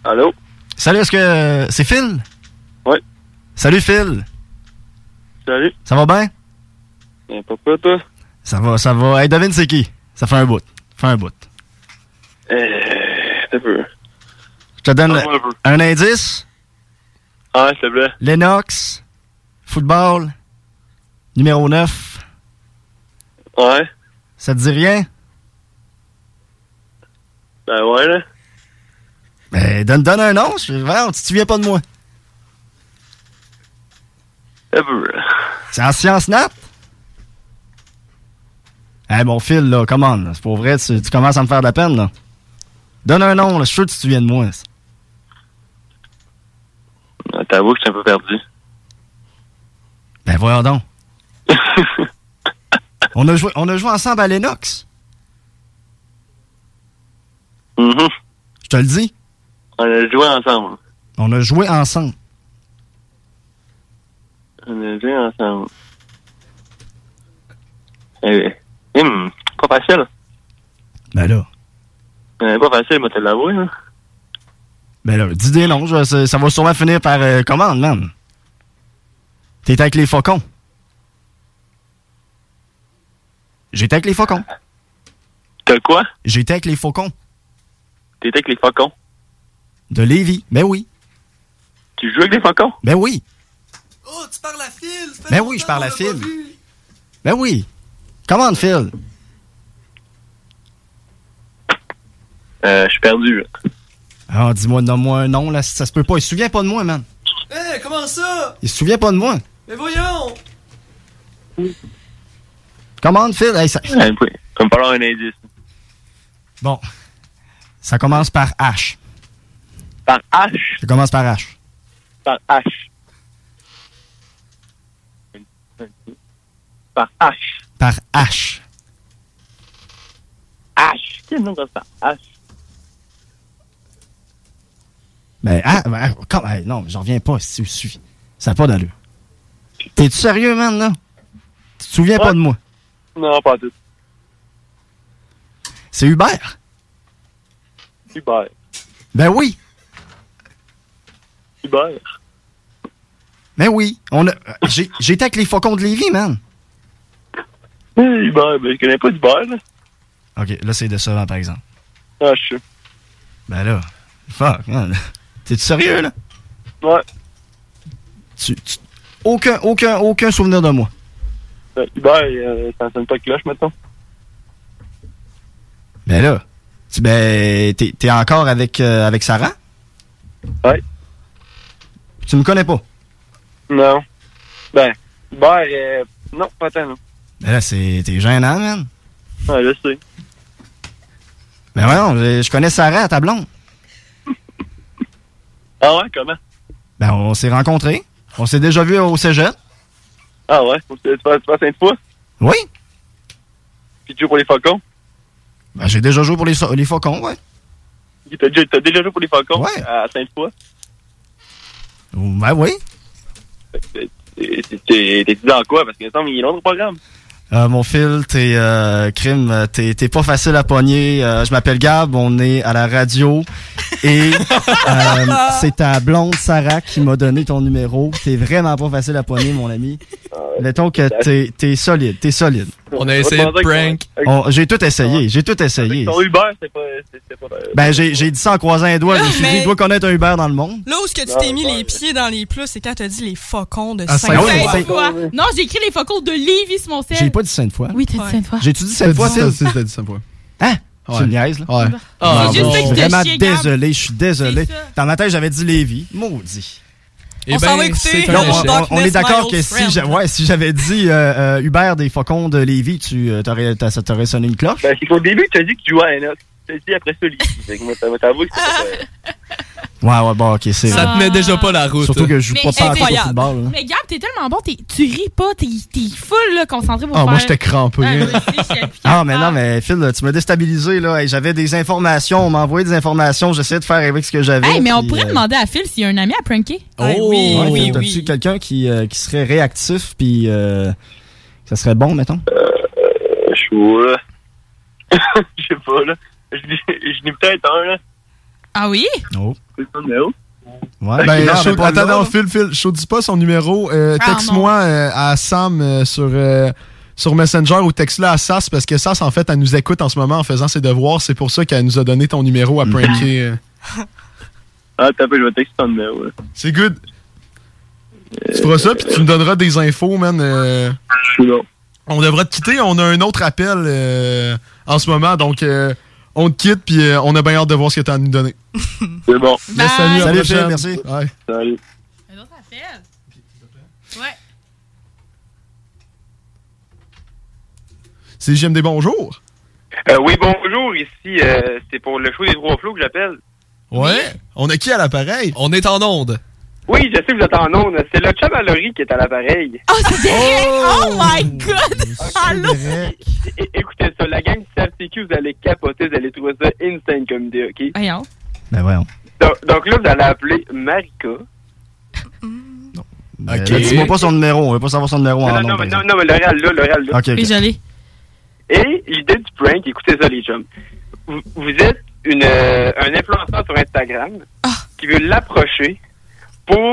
Speaker 35: Allô?
Speaker 5: Salut, est-ce que euh, c'est Phil?
Speaker 35: Ouais.
Speaker 5: Salut Phil,
Speaker 35: Salut?
Speaker 5: ça va bien?
Speaker 35: Bien, Euh, pourquoi toi?
Speaker 5: Ça va, ça va. Hey, devine c'est qui? Ça fait un bout. Ça fait un bout.
Speaker 35: Euh, un peu.
Speaker 5: Je te donne
Speaker 35: Ah, ouais, un peu.
Speaker 5: un indice.
Speaker 35: Ah, s'il te plaît.
Speaker 5: Lennox, football, numéro 9.
Speaker 35: Ouais.
Speaker 5: Ça te dit rien?
Speaker 35: Ben ouais, là.
Speaker 5: Ben, donne, donne un nom. Je, voyons, tu te souviens pas de moi.
Speaker 35: Un peu. là.
Speaker 5: C'est en science nat? Eh, mon Phil, là, come on. là. C'est pour vrai, tu, tu commences à me faire de la peine, là. Donne un nom, là. Je suis sûr que tu te souviens de moi.
Speaker 35: Ah, T'avoues que je suis un peu perdu.
Speaker 5: Ben, voyons donc. on, a joué, on a joué ensemble à Lennox.
Speaker 35: Mm-hmm.
Speaker 5: Je te le dis.
Speaker 35: On a joué ensemble.
Speaker 5: On a joué ensemble.
Speaker 35: On a joué ensemble. Eh, hum, pas facile.
Speaker 5: Ben là.
Speaker 35: Euh, pas facile, moi, te l'avouer, hein.
Speaker 5: Ben là, dis des noms, je- ça, ça va sûrement finir par euh, commande, man. T'étais avec les faucons. J'étais avec les faucons.
Speaker 35: T'as quoi?
Speaker 5: J'étais avec les faucons
Speaker 35: T'étais avec les faucons.
Speaker 5: de Lévis. Ben oui.
Speaker 35: Tu joues avec les faucons?
Speaker 5: Ben oui.
Speaker 35: Oh, tu parles à Phil!
Speaker 5: Ben oui, je parle à Phil. Ben oui. Commande, Phil.
Speaker 35: Euh, je suis perdu, là.
Speaker 5: Ah, dis-moi, nomme-moi un nom, là, ça se peut pas. Il se souvient pas de moi, man.
Speaker 35: Eh, comment ça?
Speaker 5: Il se souvient pas de moi.
Speaker 35: Mais voyons!
Speaker 5: Commande, Phil. Hey, ça...
Speaker 35: Tu me parles d'un indice.
Speaker 5: Bon. Ça commence par H.
Speaker 35: Par H?
Speaker 5: Ça commence par H.
Speaker 35: Par H. Par H.
Speaker 5: Par H.
Speaker 35: H. Quel nom de ça?
Speaker 27: Ah,
Speaker 35: H.
Speaker 5: Ben, ah, ben, ah, comme- hey, non, j'en reviens pas, si suis. Ça n'a pas d'allure. T'es-tu sérieux, man, là? Tu te souviens pas de moi?
Speaker 35: Non, pas tout.
Speaker 5: C'est Hubert?
Speaker 35: Hubert.
Speaker 5: Ben oui,
Speaker 35: Hubert.
Speaker 5: ben oui. On a, euh, j'ai- j'étais avec les faucons de Lévis, man.
Speaker 35: Hum, Hubert, ben, je connais pas Hubert, là.
Speaker 5: OK, là, c'est décevant, par exemple.
Speaker 35: Ah, je sais.
Speaker 5: Ben là, fuck, man. T'es-tu sérieux, là?
Speaker 35: Ouais.
Speaker 5: Tu, tu- aucun, aucun, aucun souvenir de moi.
Speaker 35: Ben, Hubert, euh, ça sonne pas de cloche, maintenant.
Speaker 5: Ben là, tu, ben, t'es, t'es encore avec, euh, avec Sarah?
Speaker 35: Ouais.
Speaker 5: Tu me connais pas?
Speaker 35: Non. Ben, Hubert, euh, non, pas tant, non.
Speaker 5: Ben là, c'est, t'es gênant, man.
Speaker 35: Ouais, Ah, je sais.
Speaker 5: Ben voyons, je, je connais Sarah, ta blonde.
Speaker 35: Ah ouais, comment?
Speaker 5: Ben, on s'est rencontrés. On s'est déjà vu au cégep.
Speaker 35: Ah ouais, tu tu passes tu passes une fois,
Speaker 5: Oui.
Speaker 35: puis tu joues pour les faucons.
Speaker 5: Ben, j'ai déjà joué pour les, so- les faucons, ouais.
Speaker 35: T'as déjà, t'as déjà joué pour les Falcons à Sainte-Foy?
Speaker 5: Ben oui.
Speaker 35: T'es- t'es- T'es dans quoi? Parce qu'il me semble qu'il est long le programme.
Speaker 5: Euh, mon fil, t'es euh, crime, euh, t'es, t'es pas facile à pogner. Euh, je m'appelle Gab, on est à la radio et euh, c'est ta blonde Sarah qui m'a donné ton numéro. T'es vraiment pas facile à pogner, mon ami. Mettons que t'es, t'es solide, t'es solide.
Speaker 8: On a essayé de prank.
Speaker 5: On- j'ai tout essayé, j'ai tout essayé.
Speaker 35: Ton Uber, c'est pas. c'est- c'est pas
Speaker 5: Ben j'ai, j'ai dit ça en croisant les doigts. Je me suis dit,
Speaker 7: Mais-
Speaker 5: il doit connaître un Uber dans le monde.
Speaker 7: Là où ce que tu t'es mis les pieds dans les plats, c'est quand t'as dit les faucons de
Speaker 5: Ah,
Speaker 7: saint
Speaker 5: Saint-Foy.
Speaker 7: foy
Speaker 6: Quoi? Non, j'ai écrit les focaux de Lévis sur mon sel.
Speaker 5: J'ai pas dit cinq fois.
Speaker 6: Oui, t'as dit cinq fois.
Speaker 5: J'ai-tu dit cinq fois, Phil?
Speaker 26: T'as dit cinq fois.
Speaker 5: Hein?
Speaker 26: Ouais.
Speaker 5: Tu me niaises, là?
Speaker 26: Ouais.
Speaker 6: Ah, C'est juste bon. fait
Speaker 5: je
Speaker 6: que
Speaker 5: suis
Speaker 6: t'es
Speaker 5: vraiment
Speaker 6: chier, Gab.
Speaker 5: désolé, je suis désolé. Dans ma tête, j'avais dit Lévi. Maudit.
Speaker 8: Eh On s'en ben, va écouter c'est un
Speaker 5: Non,
Speaker 8: échec.
Speaker 5: on- on, on est
Speaker 8: Darkness,
Speaker 5: d'accord
Speaker 8: my
Speaker 5: que
Speaker 8: old
Speaker 5: si
Speaker 8: friend.
Speaker 5: j'a- ouais, si j'avais dit euh, euh, Hubert des Faucons de Lévi, tu, euh, t'aurais, t'as- ça t'aurait sonné une cloche.
Speaker 35: Ben, c'est qu'au début, tu as dit que tu jouais à Enoch. Tu as dit après ça, Lee. Fait que moi, t'as- T'avoues que c'est pas-
Speaker 5: Ouais, ouais, bon, ok, c'est
Speaker 8: Ça
Speaker 5: vrai.
Speaker 8: tenait déjà pas la route.
Speaker 5: Surtout que je joue
Speaker 6: Mais
Speaker 5: pas pas au
Speaker 6: incroyable.
Speaker 5: football. là.
Speaker 6: Mais Gab, t'es tellement bon, t'es- tu ris pas, t'es t'es full là, concentré pour
Speaker 5: Ah,
Speaker 6: faire...
Speaker 5: moi, j'étais crampé.
Speaker 6: Ah, oui.
Speaker 5: Ah, mais non, mais Phil, tu m'as déstabilisé, là. Hey, j'avais des informations, on m'a envoyé des informations, j'essayais de faire avec ce que j'avais.
Speaker 6: Hey, mais on
Speaker 5: puis,
Speaker 6: pourrait
Speaker 5: euh,
Speaker 6: demander à Phil s'il y a un ami à pranker.
Speaker 5: Oh,
Speaker 8: Ah
Speaker 5: Ouais, T'as-tu quelqu'un qui, euh, qui serait réactif, puis euh, ça serait bon, mettons?
Speaker 6: Ah.
Speaker 35: Euh, Je suis où, là? Je sais pas, là. Je dis- je dis peut-être un, là.
Speaker 6: Ah oui?
Speaker 5: Oh.
Speaker 35: C'est ça, mais où?
Speaker 5: Ouais.
Speaker 1: Ben,
Speaker 5: Non,
Speaker 1: je-
Speaker 5: mais pas
Speaker 1: attends,
Speaker 5: là,
Speaker 1: non,
Speaker 5: là.
Speaker 1: Phil, Phil, je te dis pas son numéro. Euh,
Speaker 6: Ah,
Speaker 1: Texte-moi euh, à Sam euh, sur, euh, sur Messenger ou texte-la à Sas parce que Sas, en fait, elle nous écoute en ce moment en faisant ses devoirs. C'est pour ça qu'elle nous a donné ton numéro à pranker. euh.
Speaker 35: Ah, t'as peu, je vais texter ton numéro. là.
Speaker 1: C'est good. Tu feras ça, puis tu me donneras des infos, man. euh. on devra te quitter. On a un autre appel euh, en ce moment, donc euh, on te quitte, puis euh, on a bien hâte de voir ce que tu as à nous donner.
Speaker 35: C'est bon.
Speaker 1: Mais salut, à la
Speaker 5: Salut, Phil,
Speaker 1: prochaine.
Speaker 5: merci.
Speaker 1: Ouais.
Speaker 35: Salut.
Speaker 1: C'est JMD, bonjour.
Speaker 35: Euh, oui, bonjour, ici, euh, c'est pour le show des trois flots que j'appelle.
Speaker 1: Ouais. On a qui à l'appareil?
Speaker 8: On est en onde.
Speaker 35: Oui, je sais que vous êtes en onde. C'est le chum à Laurie qui est à l'appareil.
Speaker 6: Oh, c'est Derek! Oh, my God! Allô?
Speaker 35: É- Écoutez ça, la gang du CFTQ, vous allez capoter, vous allez trouver ça insane comme idée, OK?
Speaker 6: Voyons.
Speaker 5: Ben voyons.
Speaker 35: Donc, donc là, vous allez appeler Marika.
Speaker 5: Euh, là, Dis-moi pas son numéro, on veut pas savoir son numéro en
Speaker 35: non, non,
Speaker 5: nombre.
Speaker 35: mais- non, non, mais L'Oréal là, L'Oréal là.
Speaker 5: ben Ok, ok. Oui, je
Speaker 35: Et l'idée du prank, écoutez ça les chums. Vous, vous êtes une, euh, un influenceur sur Instagram qui veut l'approcher pour,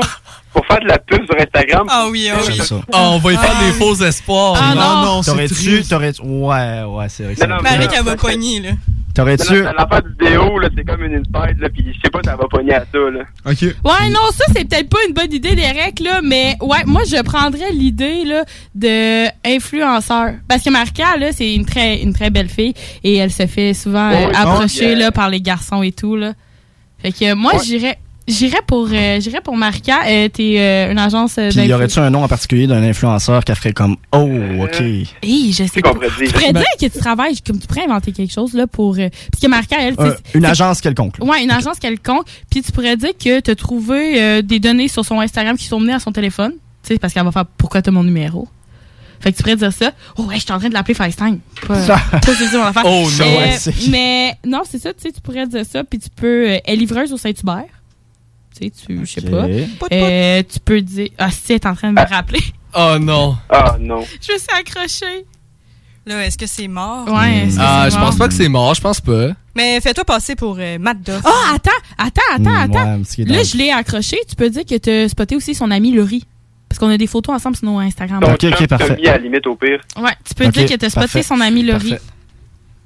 Speaker 35: pour faire de la pub sur Instagram.
Speaker 7: Ah oui, ah
Speaker 5: oui. ça.
Speaker 8: Ah, on va y faire des faux espoirs.
Speaker 35: Ah, non.
Speaker 5: T'aurais-tu, t'aurais-tu, ouais, ouais, c'est vrai. que
Speaker 35: Non, non,
Speaker 5: c'est-
Speaker 35: mais-
Speaker 7: Marie qu'elle va pogner, là.
Speaker 5: T'aurais-tu,
Speaker 35: Dans l'affaire du déo, là, c'est comme une inside, là, pis je sais pas, ça va pogner à ça, là.
Speaker 1: OK.
Speaker 6: Ouais, non, ça, c'est peut-être pas une bonne idée, Derek, là, mais ouais, moi, je prendrais l'idée, là, de influenceur. Parce que Marca, là, c'est une très, une très belle fille et elle se fait souvent
Speaker 5: Oh,
Speaker 6: euh,
Speaker 36: Ouais, ouais,
Speaker 6: approcher,
Speaker 36: ouais.
Speaker 6: là, par les garçons et tout, là. Fait que euh, moi,
Speaker 36: Ouais.
Speaker 6: j'irais, j'irais pour, euh, j'irais pour Marca. Euh, T'es euh, une agence euh,
Speaker 5: puis y
Speaker 6: d'influ-
Speaker 5: aurait-tu un nom en particulier d'un influenceur qui ferait comme, oh,
Speaker 35: Euh,
Speaker 5: ok.
Speaker 6: Hey, je sais
Speaker 5: qu'on
Speaker 6: pas.
Speaker 5: pourrait
Speaker 6: Je
Speaker 5: dire?
Speaker 6: pourrais
Speaker 5: Ben-
Speaker 6: dire que tu travailles, comme tu pourrais inventer quelque chose, là, pour. euh, parce que Marca, elle,
Speaker 5: Euh,
Speaker 6: c'est-
Speaker 5: Une
Speaker 6: c'est-
Speaker 5: agence quelconque. là.
Speaker 6: Ouais, une agence quelconque. Puis tu pourrais dire que tu as trouvé euh, des données sur son Instagram qui sont menées à son téléphone. Tu sais, parce qu'elle va faire pourquoi tu as mon numéro. Fait que tu pourrais dire ça. Oh, ouais, je suis en train de l'appeler FaceTime. Pas-
Speaker 5: Ça-
Speaker 6: Pas c'est ça, mon affaire.
Speaker 5: Oh, non.
Speaker 6: Euh,
Speaker 5: Ouais, c'est-
Speaker 6: mais non, c'est ça, tu sais, tu pourrais dire ça. Puis tu peux. euh, elle est livreuse au Saint-Hubert. Tu sais, tu. Je sais pas. Euh, tu peux dire. Ah, si, elle est en train de me rappeler.
Speaker 8: Oh non.
Speaker 35: Ah non.
Speaker 6: Je me suis accrochée.
Speaker 7: Là, est-ce que c'est mort?
Speaker 5: Hmm.
Speaker 6: Ouais, est-ce que
Speaker 8: Ah,
Speaker 6: c'est
Speaker 8: je
Speaker 6: mort?
Speaker 8: pense pas que c'est mort, je pense pas.
Speaker 7: Mais fais-toi passer pour euh, Matt Duff.
Speaker 6: Ah, attends, attends, attends,
Speaker 5: Hmm,
Speaker 8: Mm,
Speaker 6: attends.
Speaker 8: ouais, parce qu'il est
Speaker 6: là,
Speaker 8: dans-
Speaker 6: je l'ai accroché. Tu peux dire que tu spoté aussi son ami Laurie. Parce qu'on a des photos ensemble sur nos Instagram.
Speaker 35: Ton chum t'a mis à la limite au pire.
Speaker 6: Ouais, tu peux
Speaker 5: Ok,
Speaker 6: dire que t'as spoté
Speaker 5: parfait,
Speaker 6: son ami Laurie.
Speaker 5: parfait.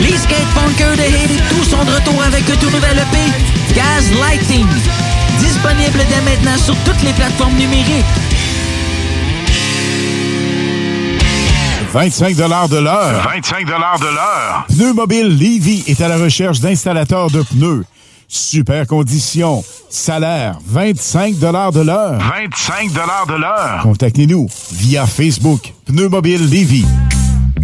Speaker 32: Les skatepunkers de Haiti, tous sont de retour avec un tout nouvel EP, Gaz Lighting. Disponible dès maintenant sur toutes les plateformes numériques.
Speaker 16: 25 de l'heure.
Speaker 14: 25 de l'heure.
Speaker 16: Pneus Mobile Levy est à la recherche d'installateurs de pneus. Super conditions. Salaire 25 de l'heure.
Speaker 14: 25 de l'heure.
Speaker 16: Contactez-nous via Facebook. Pneus Mobile Levy.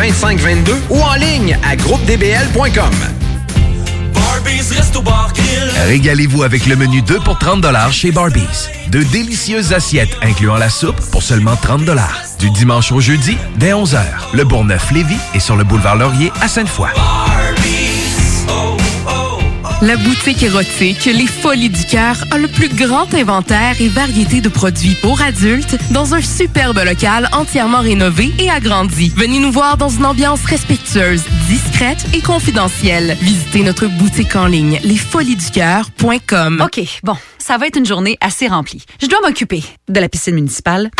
Speaker 37: 2522 ou en ligne à groupedbl.com.
Speaker 17: Régalez-vous avec le menu 2 pour 30 chez Barbies. De délicieuses assiettes incluant la soupe pour seulement 30 Du dimanche au jeudi, dès 11h, le Bourgneuf-Lévis est sur le boulevard Laurier à Sainte-Foy.
Speaker 31: La boutique érotique Les Folies du Cœur a le plus grand inventaire et variété de produits pour adultes dans un superbe local entièrement rénové et agrandi. Venez nous voir dans une ambiance respectueuse, discrète et confidentielle. Visitez notre boutique en ligne lesfoliesducoeur.com.
Speaker 19: OK, bon, ça va être une journée assez remplie. Je dois m'occuper de la piscine municipale,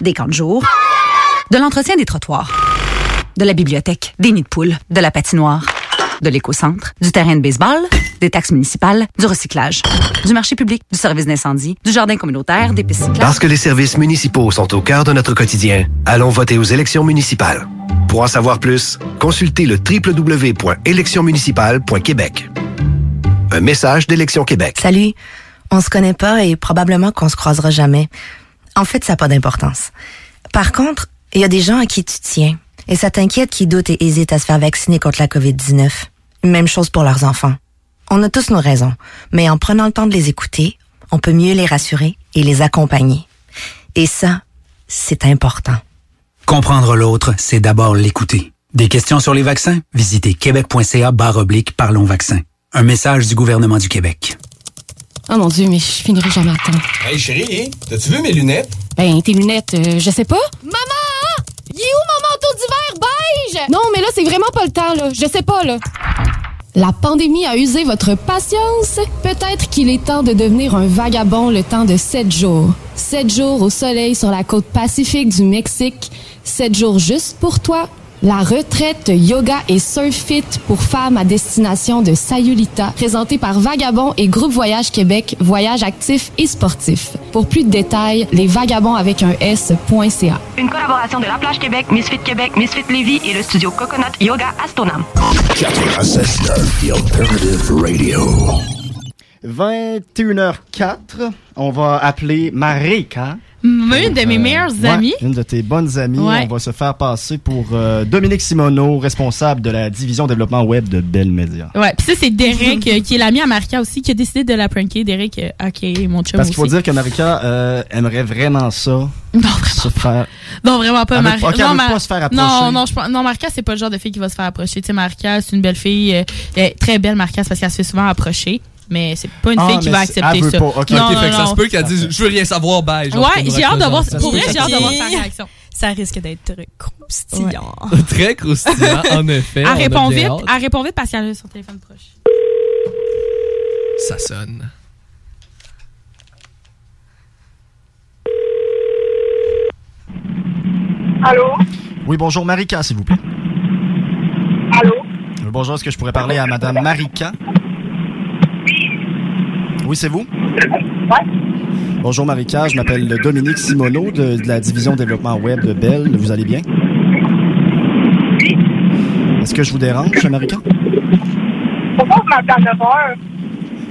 Speaker 19: des camps de jour, de l'entretien des trottoirs, de la bibliothèque, des nids de poules, de la patinoire, de l'éco-centre, du terrain de baseball, des taxes municipales, du recyclage, du marché public, du service d'incendie, du jardin communautaire, des pistes cyclables.
Speaker 20: Parce que les services municipaux sont au cœur de notre quotidien, allons voter aux élections municipales. Pour en savoir plus, consultez le www.électionsmunicipales.québec. Un message d'Élection Québec.
Speaker 38: Salut. On se connaît pas et probablement qu'on se croisera jamais. En fait, ça n'a pas d'importance. Par contre, il y a des gens à qui tu tiens. Et ça t'inquiète qui doutent et hésitent à se faire vacciner contre la COVID-19. Même chose pour leurs enfants. On a tous nos raisons, mais en prenant le temps de les écouter, on peut mieux les rassurer et les accompagner. Et ça, c'est important.
Speaker 39: Comprendre l'autre, c'est d'abord l'écouter. Des questions sur les vaccins? Visitez québec.ca barre oblique Parlons vaccins. Un message du gouvernement du Québec.
Speaker 22: Oh mon Dieu, mais je finirai jamais à temps.
Speaker 23: Hey chérie, hein? t'as-tu vu mes lunettes?
Speaker 22: Ben, tes lunettes, euh, je sais pas.
Speaker 25: Maman!
Speaker 22: hein?
Speaker 25: Il est où mon manteau d'hiver beige?
Speaker 22: Non, mais là, c'est vraiment pas le temps, là. Je sais pas, là. La pandémie a usé votre patience. Peut-être qu'il est temps de devenir un vagabond le temps de sept jours. Sept jours au soleil sur la côte pacifique du Mexique. Sept jours juste pour toi. La retraite yoga et surf fit pour femmes à destination de Sayulita, présentée par Vagabond et Groupe Voyage Québec, voyage actif et sportif. Pour plus de détails, lesvagabonds avec un S.ca.
Speaker 20: Une collaboration de La Plage Québec, Misfit Québec, Misfit Lévis et le studio Coconut Yoga Astonam.
Speaker 22: 96.9,
Speaker 20: The Alternative Radio.
Speaker 5: 21h04, on va appeler Marika.
Speaker 6: Une de mes
Speaker 5: Euh,
Speaker 6: meilleures
Speaker 5: ouais,
Speaker 6: amies.
Speaker 5: Une de tes bonnes amies.
Speaker 6: Ouais.
Speaker 5: On va se faire passer pour euh, Dominique Simoneau, responsable de la division développement web de Bell Media.
Speaker 6: Ouais, puis ça, c'est Derek, euh, qui est l'ami à Marika aussi, qui a décidé de la pranker. Derek, euh, ok, mon chum
Speaker 5: Parce qu'il faut
Speaker 6: aussi.
Speaker 5: dire que Marika euh, aimerait vraiment ça. se faire-
Speaker 6: Non, vraiment pas
Speaker 5: Elle veut-
Speaker 6: Marika.
Speaker 5: ok, elle
Speaker 6: non,
Speaker 5: veut
Speaker 6: Mar-
Speaker 5: pas se faire approcher.
Speaker 6: Non, non, je pense- non, Marika, c'est pas le genre de fille qui va se faire approcher. Tu sais, Marika, c'est une belle fille, euh, euh, très belle Marika, c'est parce qu'elle se fait souvent approcher. Mais c'est pas une
Speaker 8: Ah,
Speaker 6: fille qui
Speaker 8: mais
Speaker 6: va
Speaker 8: c'est- elle
Speaker 6: accepter
Speaker 8: veut
Speaker 6: ça.
Speaker 8: pas. Ok,
Speaker 6: Non,
Speaker 8: ok,
Speaker 6: non,
Speaker 8: fait que ça
Speaker 6: non.
Speaker 8: se peut qu'elle dise je veux rien savoir, bye. genre,
Speaker 6: Ouais,
Speaker 8: je
Speaker 6: j'ai hâte de
Speaker 8: comprends
Speaker 6: voir.
Speaker 8: pas, genre,
Speaker 6: Pour vrai,
Speaker 8: ça se
Speaker 6: j'ai hâte de voir
Speaker 7: Ok.
Speaker 6: sa réaction.
Speaker 7: Ça risque d'être croustillant.
Speaker 8: peut. Très croustillant, en effet. on a
Speaker 6: Elle répond
Speaker 8: bien
Speaker 6: vite,
Speaker 8: hâte.
Speaker 6: elle répond vite parce qu'elle a son téléphone proche.
Speaker 8: Ça sonne.
Speaker 5: Allô? Oui, bonjour Marika, s'il vous plaît. Allô? bonjour, est-ce que je pourrais parler à Madame Marika? Oui, c'est vous? Bonjour Marika, je m'appelle Dominique Simoneau de, de la division développement web de Bell. Vous allez bien? Est-ce que je vous dérange, Marika?
Speaker 40: Pourquoi vous m'appelez à 9 heures?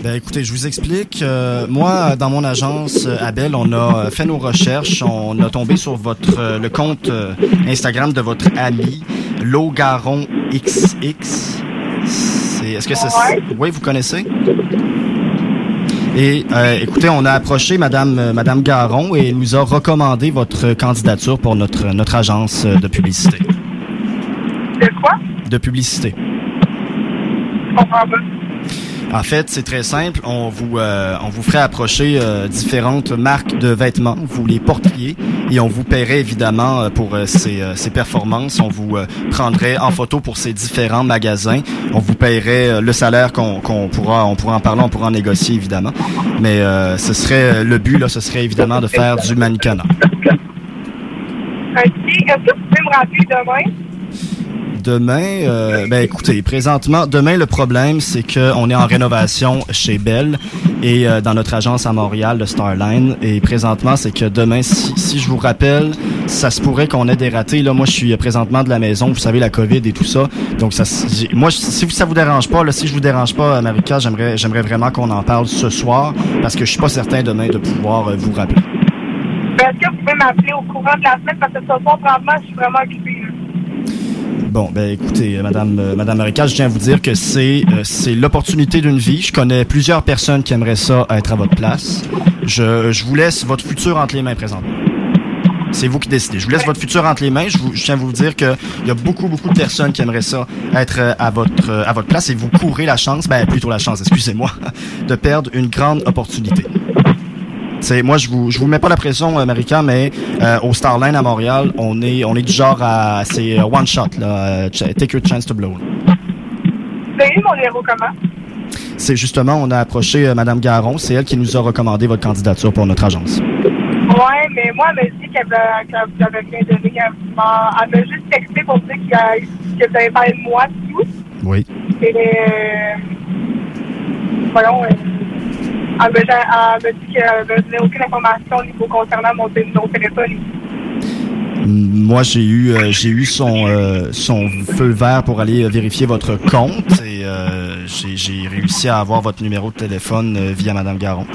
Speaker 5: Ben, écoutez, je vous explique. Euh, moi, dans mon agence euh, Abel, on a euh, fait nos recherches. On a tombé sur votre euh, le compte euh, Instagram de votre ami Logaron XX. C'est- Est-ce que c'est Oui, vous connaissez. Et euh, écoutez, on a approché Madame euh, Madame Garon et elle nous a recommandé votre candidature pour notre notre agence euh, de publicité. De quoi De publicité.
Speaker 41: comprends pas.
Speaker 5: En fait, c'est très simple. On vous, euh, on vous ferait approcher euh, différentes marques de vêtements. Vous les portiez et on vous paierait évidemment euh, pour euh, ces, euh, ces performances. On vous euh, prendrait en photo pour ces différents magasins. On vous paierait euh, le salaire qu'on qu'on pourra, on pourra en parler, on pourra en négocier évidemment. Mais euh, ce serait euh, le but là, ce serait évidemment de faire du mannequinat.
Speaker 41: Ok, est-ce que vous pouvez me rappeler demain?
Speaker 5: Demain, euh, ben écoutez, présentement, demain le problème c'est que on est en rénovation chez Bell et euh, dans notre agence à Montréal de Starline et présentement c'est que demain si, si je vous rappelle, ça se pourrait qu'on ait des ratés là. Moi je suis présentement de la maison, vous savez la Covid et tout ça, donc ça, s- j'ai- moi je- si vous- ça vous dérange pas là, si je vous dérange pas, euh, Marika, j'aimerais j'aimerais vraiment qu'on en parle ce soir parce que je suis pas certain demain de pouvoir euh, vous rappeler.
Speaker 41: Ben, est-ce que vous pouvez m'appeler au courant de la semaine? Parce que ce soir, franchement, je suis vraiment occupée. là.
Speaker 5: Bon, ben écoutez, euh, Madame, euh, Madame Erika, je tiens à vous dire que c'est euh, c'est l'opportunité d'une vie. Je connais plusieurs personnes qui aimeraient ça être à votre place. Je, je vous laisse votre futur entre les mains présentement. C'est vous qui décidez. Je vous laisse votre futur entre les mains. Je, vous- je tiens à vous dire qu'il y a beaucoup, beaucoup de personnes qui aimeraient ça être euh, à votre, euh, à votre place et vous courez la chance, ben plutôt la chance, excusez-moi, de perdre une grande opportunité. C'est moi je vous je vous mets pas la pression euh, Marika mais euh, au Starline à Montréal, on est on est du genre à c'est euh, one shot là, euh, ch- take your chance to blow. là.
Speaker 41: Vous avez eu mon numéro comment?
Speaker 5: C'est justement on a approché euh, madame Garon, c'est elle qui nous a recommandé votre candidature pour notre agence.
Speaker 41: Ouais, mais moi, elle m'a dit qu'elle me- que vous avez rien donné. Elle m'a elle m'a juste texté pour dire qu'il y a- que vous avez parlé de moi, c'est tout.
Speaker 5: Oui.
Speaker 41: Et. euh, voyons, euh, elle m'a ja- elle m'a dit qu'elle ne me donnait aucune information au niveau concernant mon té- mon téléphone.
Speaker 5: Mm, Moi j'ai eu euh, j'ai eu son euh, son feu vert pour aller euh, vérifier votre compte et euh, j'ai j'ai réussi à avoir votre numéro de téléphone euh, via madame Garon.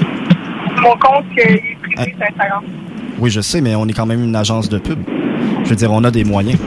Speaker 41: Mon compte euh, est privé sur Instagram.
Speaker 5: Oui, je sais mais on est quand même une agence de pub. Je veux dire on a des moyens.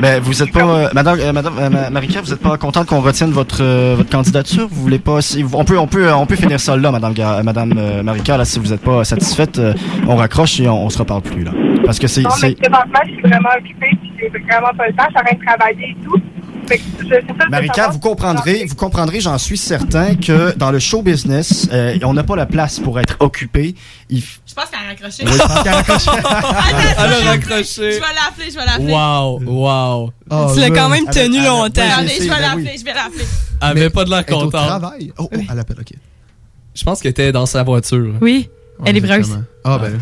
Speaker 5: Ben, vous êtes pas, euh, Madame, euh, Madame euh, Ma- Marika, vous êtes pas contente qu'on retienne votre euh, votre candidature Vous voulez pas si, On peut, on peut, euh, on peut finir ça là, Madame, Ga- euh, Madame euh, Marika. Là, si vous êtes pas satisfaite, euh, on raccroche et on, on se reparle plus là. Parce que c'est,
Speaker 41: Non, mais
Speaker 5: c'est-
Speaker 41: présentement, je suis vraiment occupée puis j'ai vraiment pas le temps. Je suis en train de travailler et tout. Fait que je- c'est ça, je veux
Speaker 5: Marika,
Speaker 41: savoir
Speaker 5: vous comprendrez, vous comprendrez, j'en suis certain que dans le show business, euh, on n'a pas la place pour être occupé. Il f-
Speaker 6: Je pense qu'elle a raccroché.
Speaker 5: Oui, je pense qu'elle a raccroché.
Speaker 6: Attends,
Speaker 5: Elle a
Speaker 6: je vais
Speaker 8: raccroché.
Speaker 6: l'appeler, Je vais l'appeler, je vais l'appeler.
Speaker 8: Wow, wow.
Speaker 7: tu
Speaker 5: Oh,
Speaker 7: l'as quand même tenu longtemps.
Speaker 6: Attendez,
Speaker 5: ben
Speaker 6: je vais l'appeler, je vais l'appeler.
Speaker 8: Elle avait pas de l'air
Speaker 7: est au
Speaker 8: contente.
Speaker 7: travail.
Speaker 8: Oh, elle appelle, ok. Je pense qu'elle était dans sa voiture.
Speaker 6: Oui, elle est
Speaker 8: vraie.
Speaker 6: brailleuse.
Speaker 8: Ah, ben.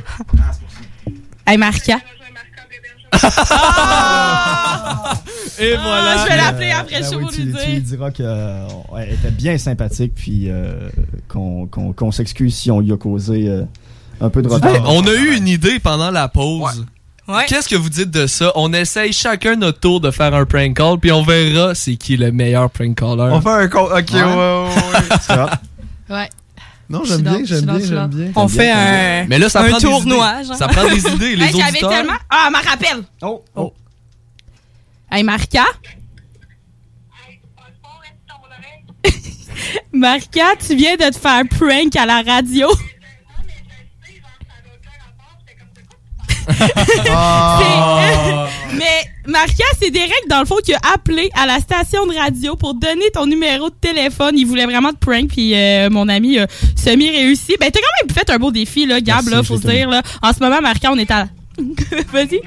Speaker 6: Hey, Marca.
Speaker 8: Et voilà.
Speaker 6: Ah, je vais l'appeler après le
Speaker 5: ben
Speaker 6: show
Speaker 5: oui,
Speaker 6: pour
Speaker 5: tu,
Speaker 6: lui
Speaker 5: tu lui
Speaker 6: dire.
Speaker 5: diras qu'elle était bien sympathique, puis euh, qu'on qu'on- qu'on s'excuse si on lui a causé euh, un peu de retard.
Speaker 8: Hey, on a eu une idée pendant la pause. Qu'est-ce que vous dites de ça? On essaye chacun notre tour de faire un prank call, puis on verra c'est qui le meilleur prank caller.
Speaker 7: On fait
Speaker 8: un call. Ok,
Speaker 7: ouais,
Speaker 6: Ouais.
Speaker 7: Non,
Speaker 8: j'aime bien, j'aime bien, j'aime bien.
Speaker 7: On
Speaker 8: J'aime
Speaker 7: fait
Speaker 8: bien,
Speaker 7: un,
Speaker 4: Hein?
Speaker 8: j'aime bien. Mais là, ça
Speaker 7: un
Speaker 8: prend des
Speaker 7: tournoi.
Speaker 8: idées.
Speaker 7: genre.
Speaker 8: Ça prend des idées, les
Speaker 6: Hey, j'avais
Speaker 8: auditeurs.
Speaker 6: tellement. Ah, elle m'en rappelle.
Speaker 5: Oh,
Speaker 6: oh. Hey, Marca. Marca, tu viens de te faire prank à la radio. Mais Marca, c'est direct dans le fond qui a appelé à la station de radio pour donner ton numéro de téléphone. Il voulait vraiment te prank, puis euh, mon ami a semi-réussi. Ben, t'as quand même fait un beau défi, là, Gab,
Speaker 26: Merci,
Speaker 6: là,
Speaker 26: je
Speaker 6: faut
Speaker 26: l'ai
Speaker 6: se dire. Là. En ce moment, Marca, on est à... Vas-y.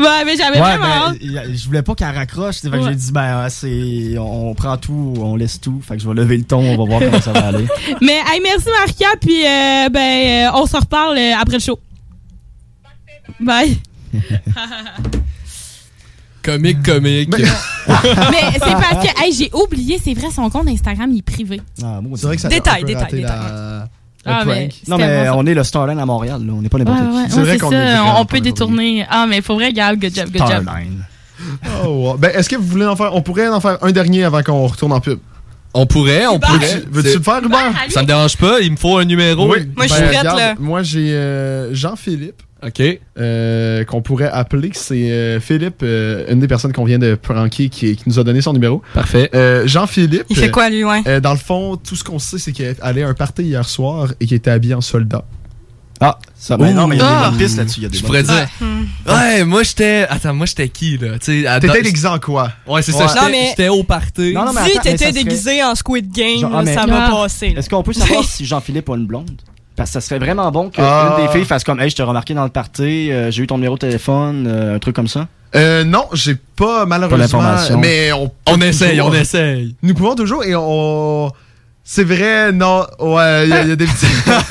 Speaker 6: Ouais, mais j'avais
Speaker 5: Ouais,
Speaker 6: vraiment hâte.
Speaker 5: ben, y- je voulais pas qu'elle raccroche, c'est fait que
Speaker 6: Ouais.
Speaker 5: j'ai dit ben euh, c'est on, on prend tout, on laisse tout, fait que je vais lever le ton, on va voir comment ça va aller.
Speaker 6: Mais hey, merci Marca, puis euh, ben, euh, on se reparle euh, après le show. Bye.
Speaker 8: Comique, comique.
Speaker 6: Mais c'est parce que hey, j'ai oublié, c'est vrai, son compte Instagram il est privé.
Speaker 5: Ah, c'est vrai que
Speaker 6: ça- Détail, on peut détail, rater détail. Ah, mais c'est
Speaker 5: non mais
Speaker 6: tellement
Speaker 5: on est le Starline à Montréal, là, on n'est pas
Speaker 6: Ouais,
Speaker 5: n'importe
Speaker 6: ouais,
Speaker 5: qui.
Speaker 6: ouais, c'est ça, on, on peut détourner. Ah, mais faut vrai, Gab, good job, good job.
Speaker 5: Starline.
Speaker 26: Oh, ben, est-ce que vous voulez en faire. On pourrait en faire un dernier avant qu'on retourne en pub.
Speaker 8: On pourrait, on pourrait.
Speaker 26: Veux-tu- Veux-tu
Speaker 8: C'est-
Speaker 26: le faire,
Speaker 7: Ben,
Speaker 26: Hubert?
Speaker 8: Ça me dérange pas, il me faut un numéro.
Speaker 26: Oui. Ben, regarde, Moi, j'ai euh, Jean-Philippe.
Speaker 8: OK.
Speaker 26: Euh, qu'on pourrait appeler. C'est euh, Philippe, euh, une des personnes qu'on vient de pranker qui, qui nous a donné son numéro. Euh,
Speaker 8: Parfait.
Speaker 26: Jean-Philippe. euh,
Speaker 7: Il fait quoi,
Speaker 26: lui, ouais? dans le fond, tout ce qu'on sait, c'est qu'il allait à un party hier soir et qu'il était habillé en soldat.
Speaker 5: Ah, ça ben non, mais il y a des
Speaker 8: Ah.
Speaker 5: bonnes pistes là-dessus, il y a des
Speaker 8: Je
Speaker 5: bonnes
Speaker 8: pourrais
Speaker 5: pistes.
Speaker 8: dire. Ouais, moi j'étais. Attends, moi j'étais qui là Tu sais, à-
Speaker 1: T'étais
Speaker 8: dans-
Speaker 1: déguisé en quoi
Speaker 8: Ouais, c'est
Speaker 1: Ouais.
Speaker 8: ça,
Speaker 1: Non,
Speaker 8: j'étais-
Speaker 1: mais-
Speaker 8: j'étais au party.
Speaker 5: Non, non, mais
Speaker 7: si
Speaker 5: attends, mais
Speaker 7: t'étais
Speaker 5: ça serait-
Speaker 7: déguisé en Squid Game,
Speaker 5: Genre,
Speaker 7: là,
Speaker 5: ah, mais-
Speaker 7: ça va
Speaker 5: Ah.
Speaker 7: passer. là.
Speaker 5: Est-ce qu'on peut savoir si Jean-Philippe a une blonde? Parce que ça serait vraiment bon qu'une
Speaker 1: Ah.
Speaker 5: des filles fasse comme Hey, je t'ai remarqué dans le party, euh, j'ai eu ton numéro de téléphone, euh, un truc comme ça.
Speaker 1: Euh, non, j'ai pas malheureusement.
Speaker 5: l'information.
Speaker 1: mais on, peut
Speaker 5: On essaye,
Speaker 1: toujours-
Speaker 5: on essaye.
Speaker 1: Nous pouvons toujours et on. C'est vrai, non. Ouais, il y, a- il y a des petits.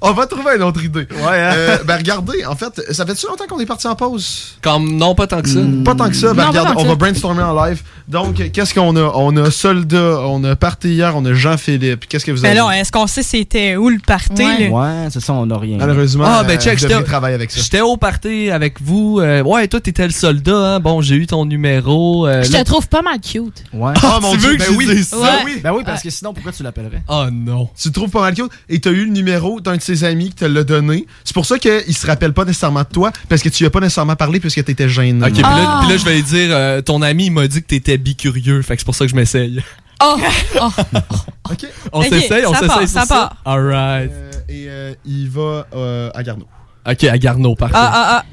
Speaker 1: on va trouver une autre idée. Ouais,
Speaker 8: hein.
Speaker 1: ben regardez, en fait, ça fait-tu longtemps qu'on est parti en pause?
Speaker 8: Comme, non, pas tant que ça.
Speaker 1: Pas tant que ça. Ben
Speaker 8: Non, pas
Speaker 1: regarde,
Speaker 8: tant que
Speaker 1: on
Speaker 8: ça.
Speaker 1: va brainstormer en live. Donc, qu'est-ce qu'on a? On a Soldat, on a Parti hier, on a Jean-Philippe. Qu'est-ce que vous
Speaker 7: Mais
Speaker 1: avez?
Speaker 7: Ben là, est-ce qu'on sait c'était où le party? là?
Speaker 5: Ouais, Ah, c'est ça, on n'a rien.
Speaker 1: Malheureusement,
Speaker 8: Ah, ben,
Speaker 1: euh,
Speaker 8: check,
Speaker 1: je
Speaker 8: j'étais-
Speaker 1: devrais travailler avec ça.
Speaker 8: J'étais au party avec vous. euh, ouais, toi, t'étais le soldat, hein. Bon, j'ai eu ton numéro. euh,
Speaker 6: Je
Speaker 8: là-
Speaker 6: te trouve pas mal cute.
Speaker 5: Ouais.
Speaker 1: Oh,
Speaker 8: Ah, mon Dieu, ben oui.
Speaker 6: Ouais. Ah.
Speaker 5: Ben oui, parce que sinon, pourquoi tu l'appellerais?
Speaker 8: Oh non.
Speaker 1: Tu te trouves pas mal cute et t'as eu le numéro d'un de ses amis qui te l'a donné. C'est pour ça qu'il se rappelle pas nécessairement de toi parce que tu lui as pas nécessairement parlé puisque t'étais gêné.
Speaker 8: Ok, puis
Speaker 6: Ah.
Speaker 8: là, puis là, je vais lui dire, euh, ton ami, il m'a dit que t'étais bicurieux. Fait que c'est pour ça que je m'essaye.
Speaker 7: Oh!
Speaker 8: On
Speaker 1: Ok,
Speaker 8: s'essaye, on
Speaker 1: ça part,
Speaker 8: s'essaye.
Speaker 1: ça
Speaker 8: c'est
Speaker 1: part.
Speaker 8: Alright.
Speaker 1: Et euh, il va euh, à Garneau.
Speaker 8: Ok, à Garneau, parfait.
Speaker 7: ah,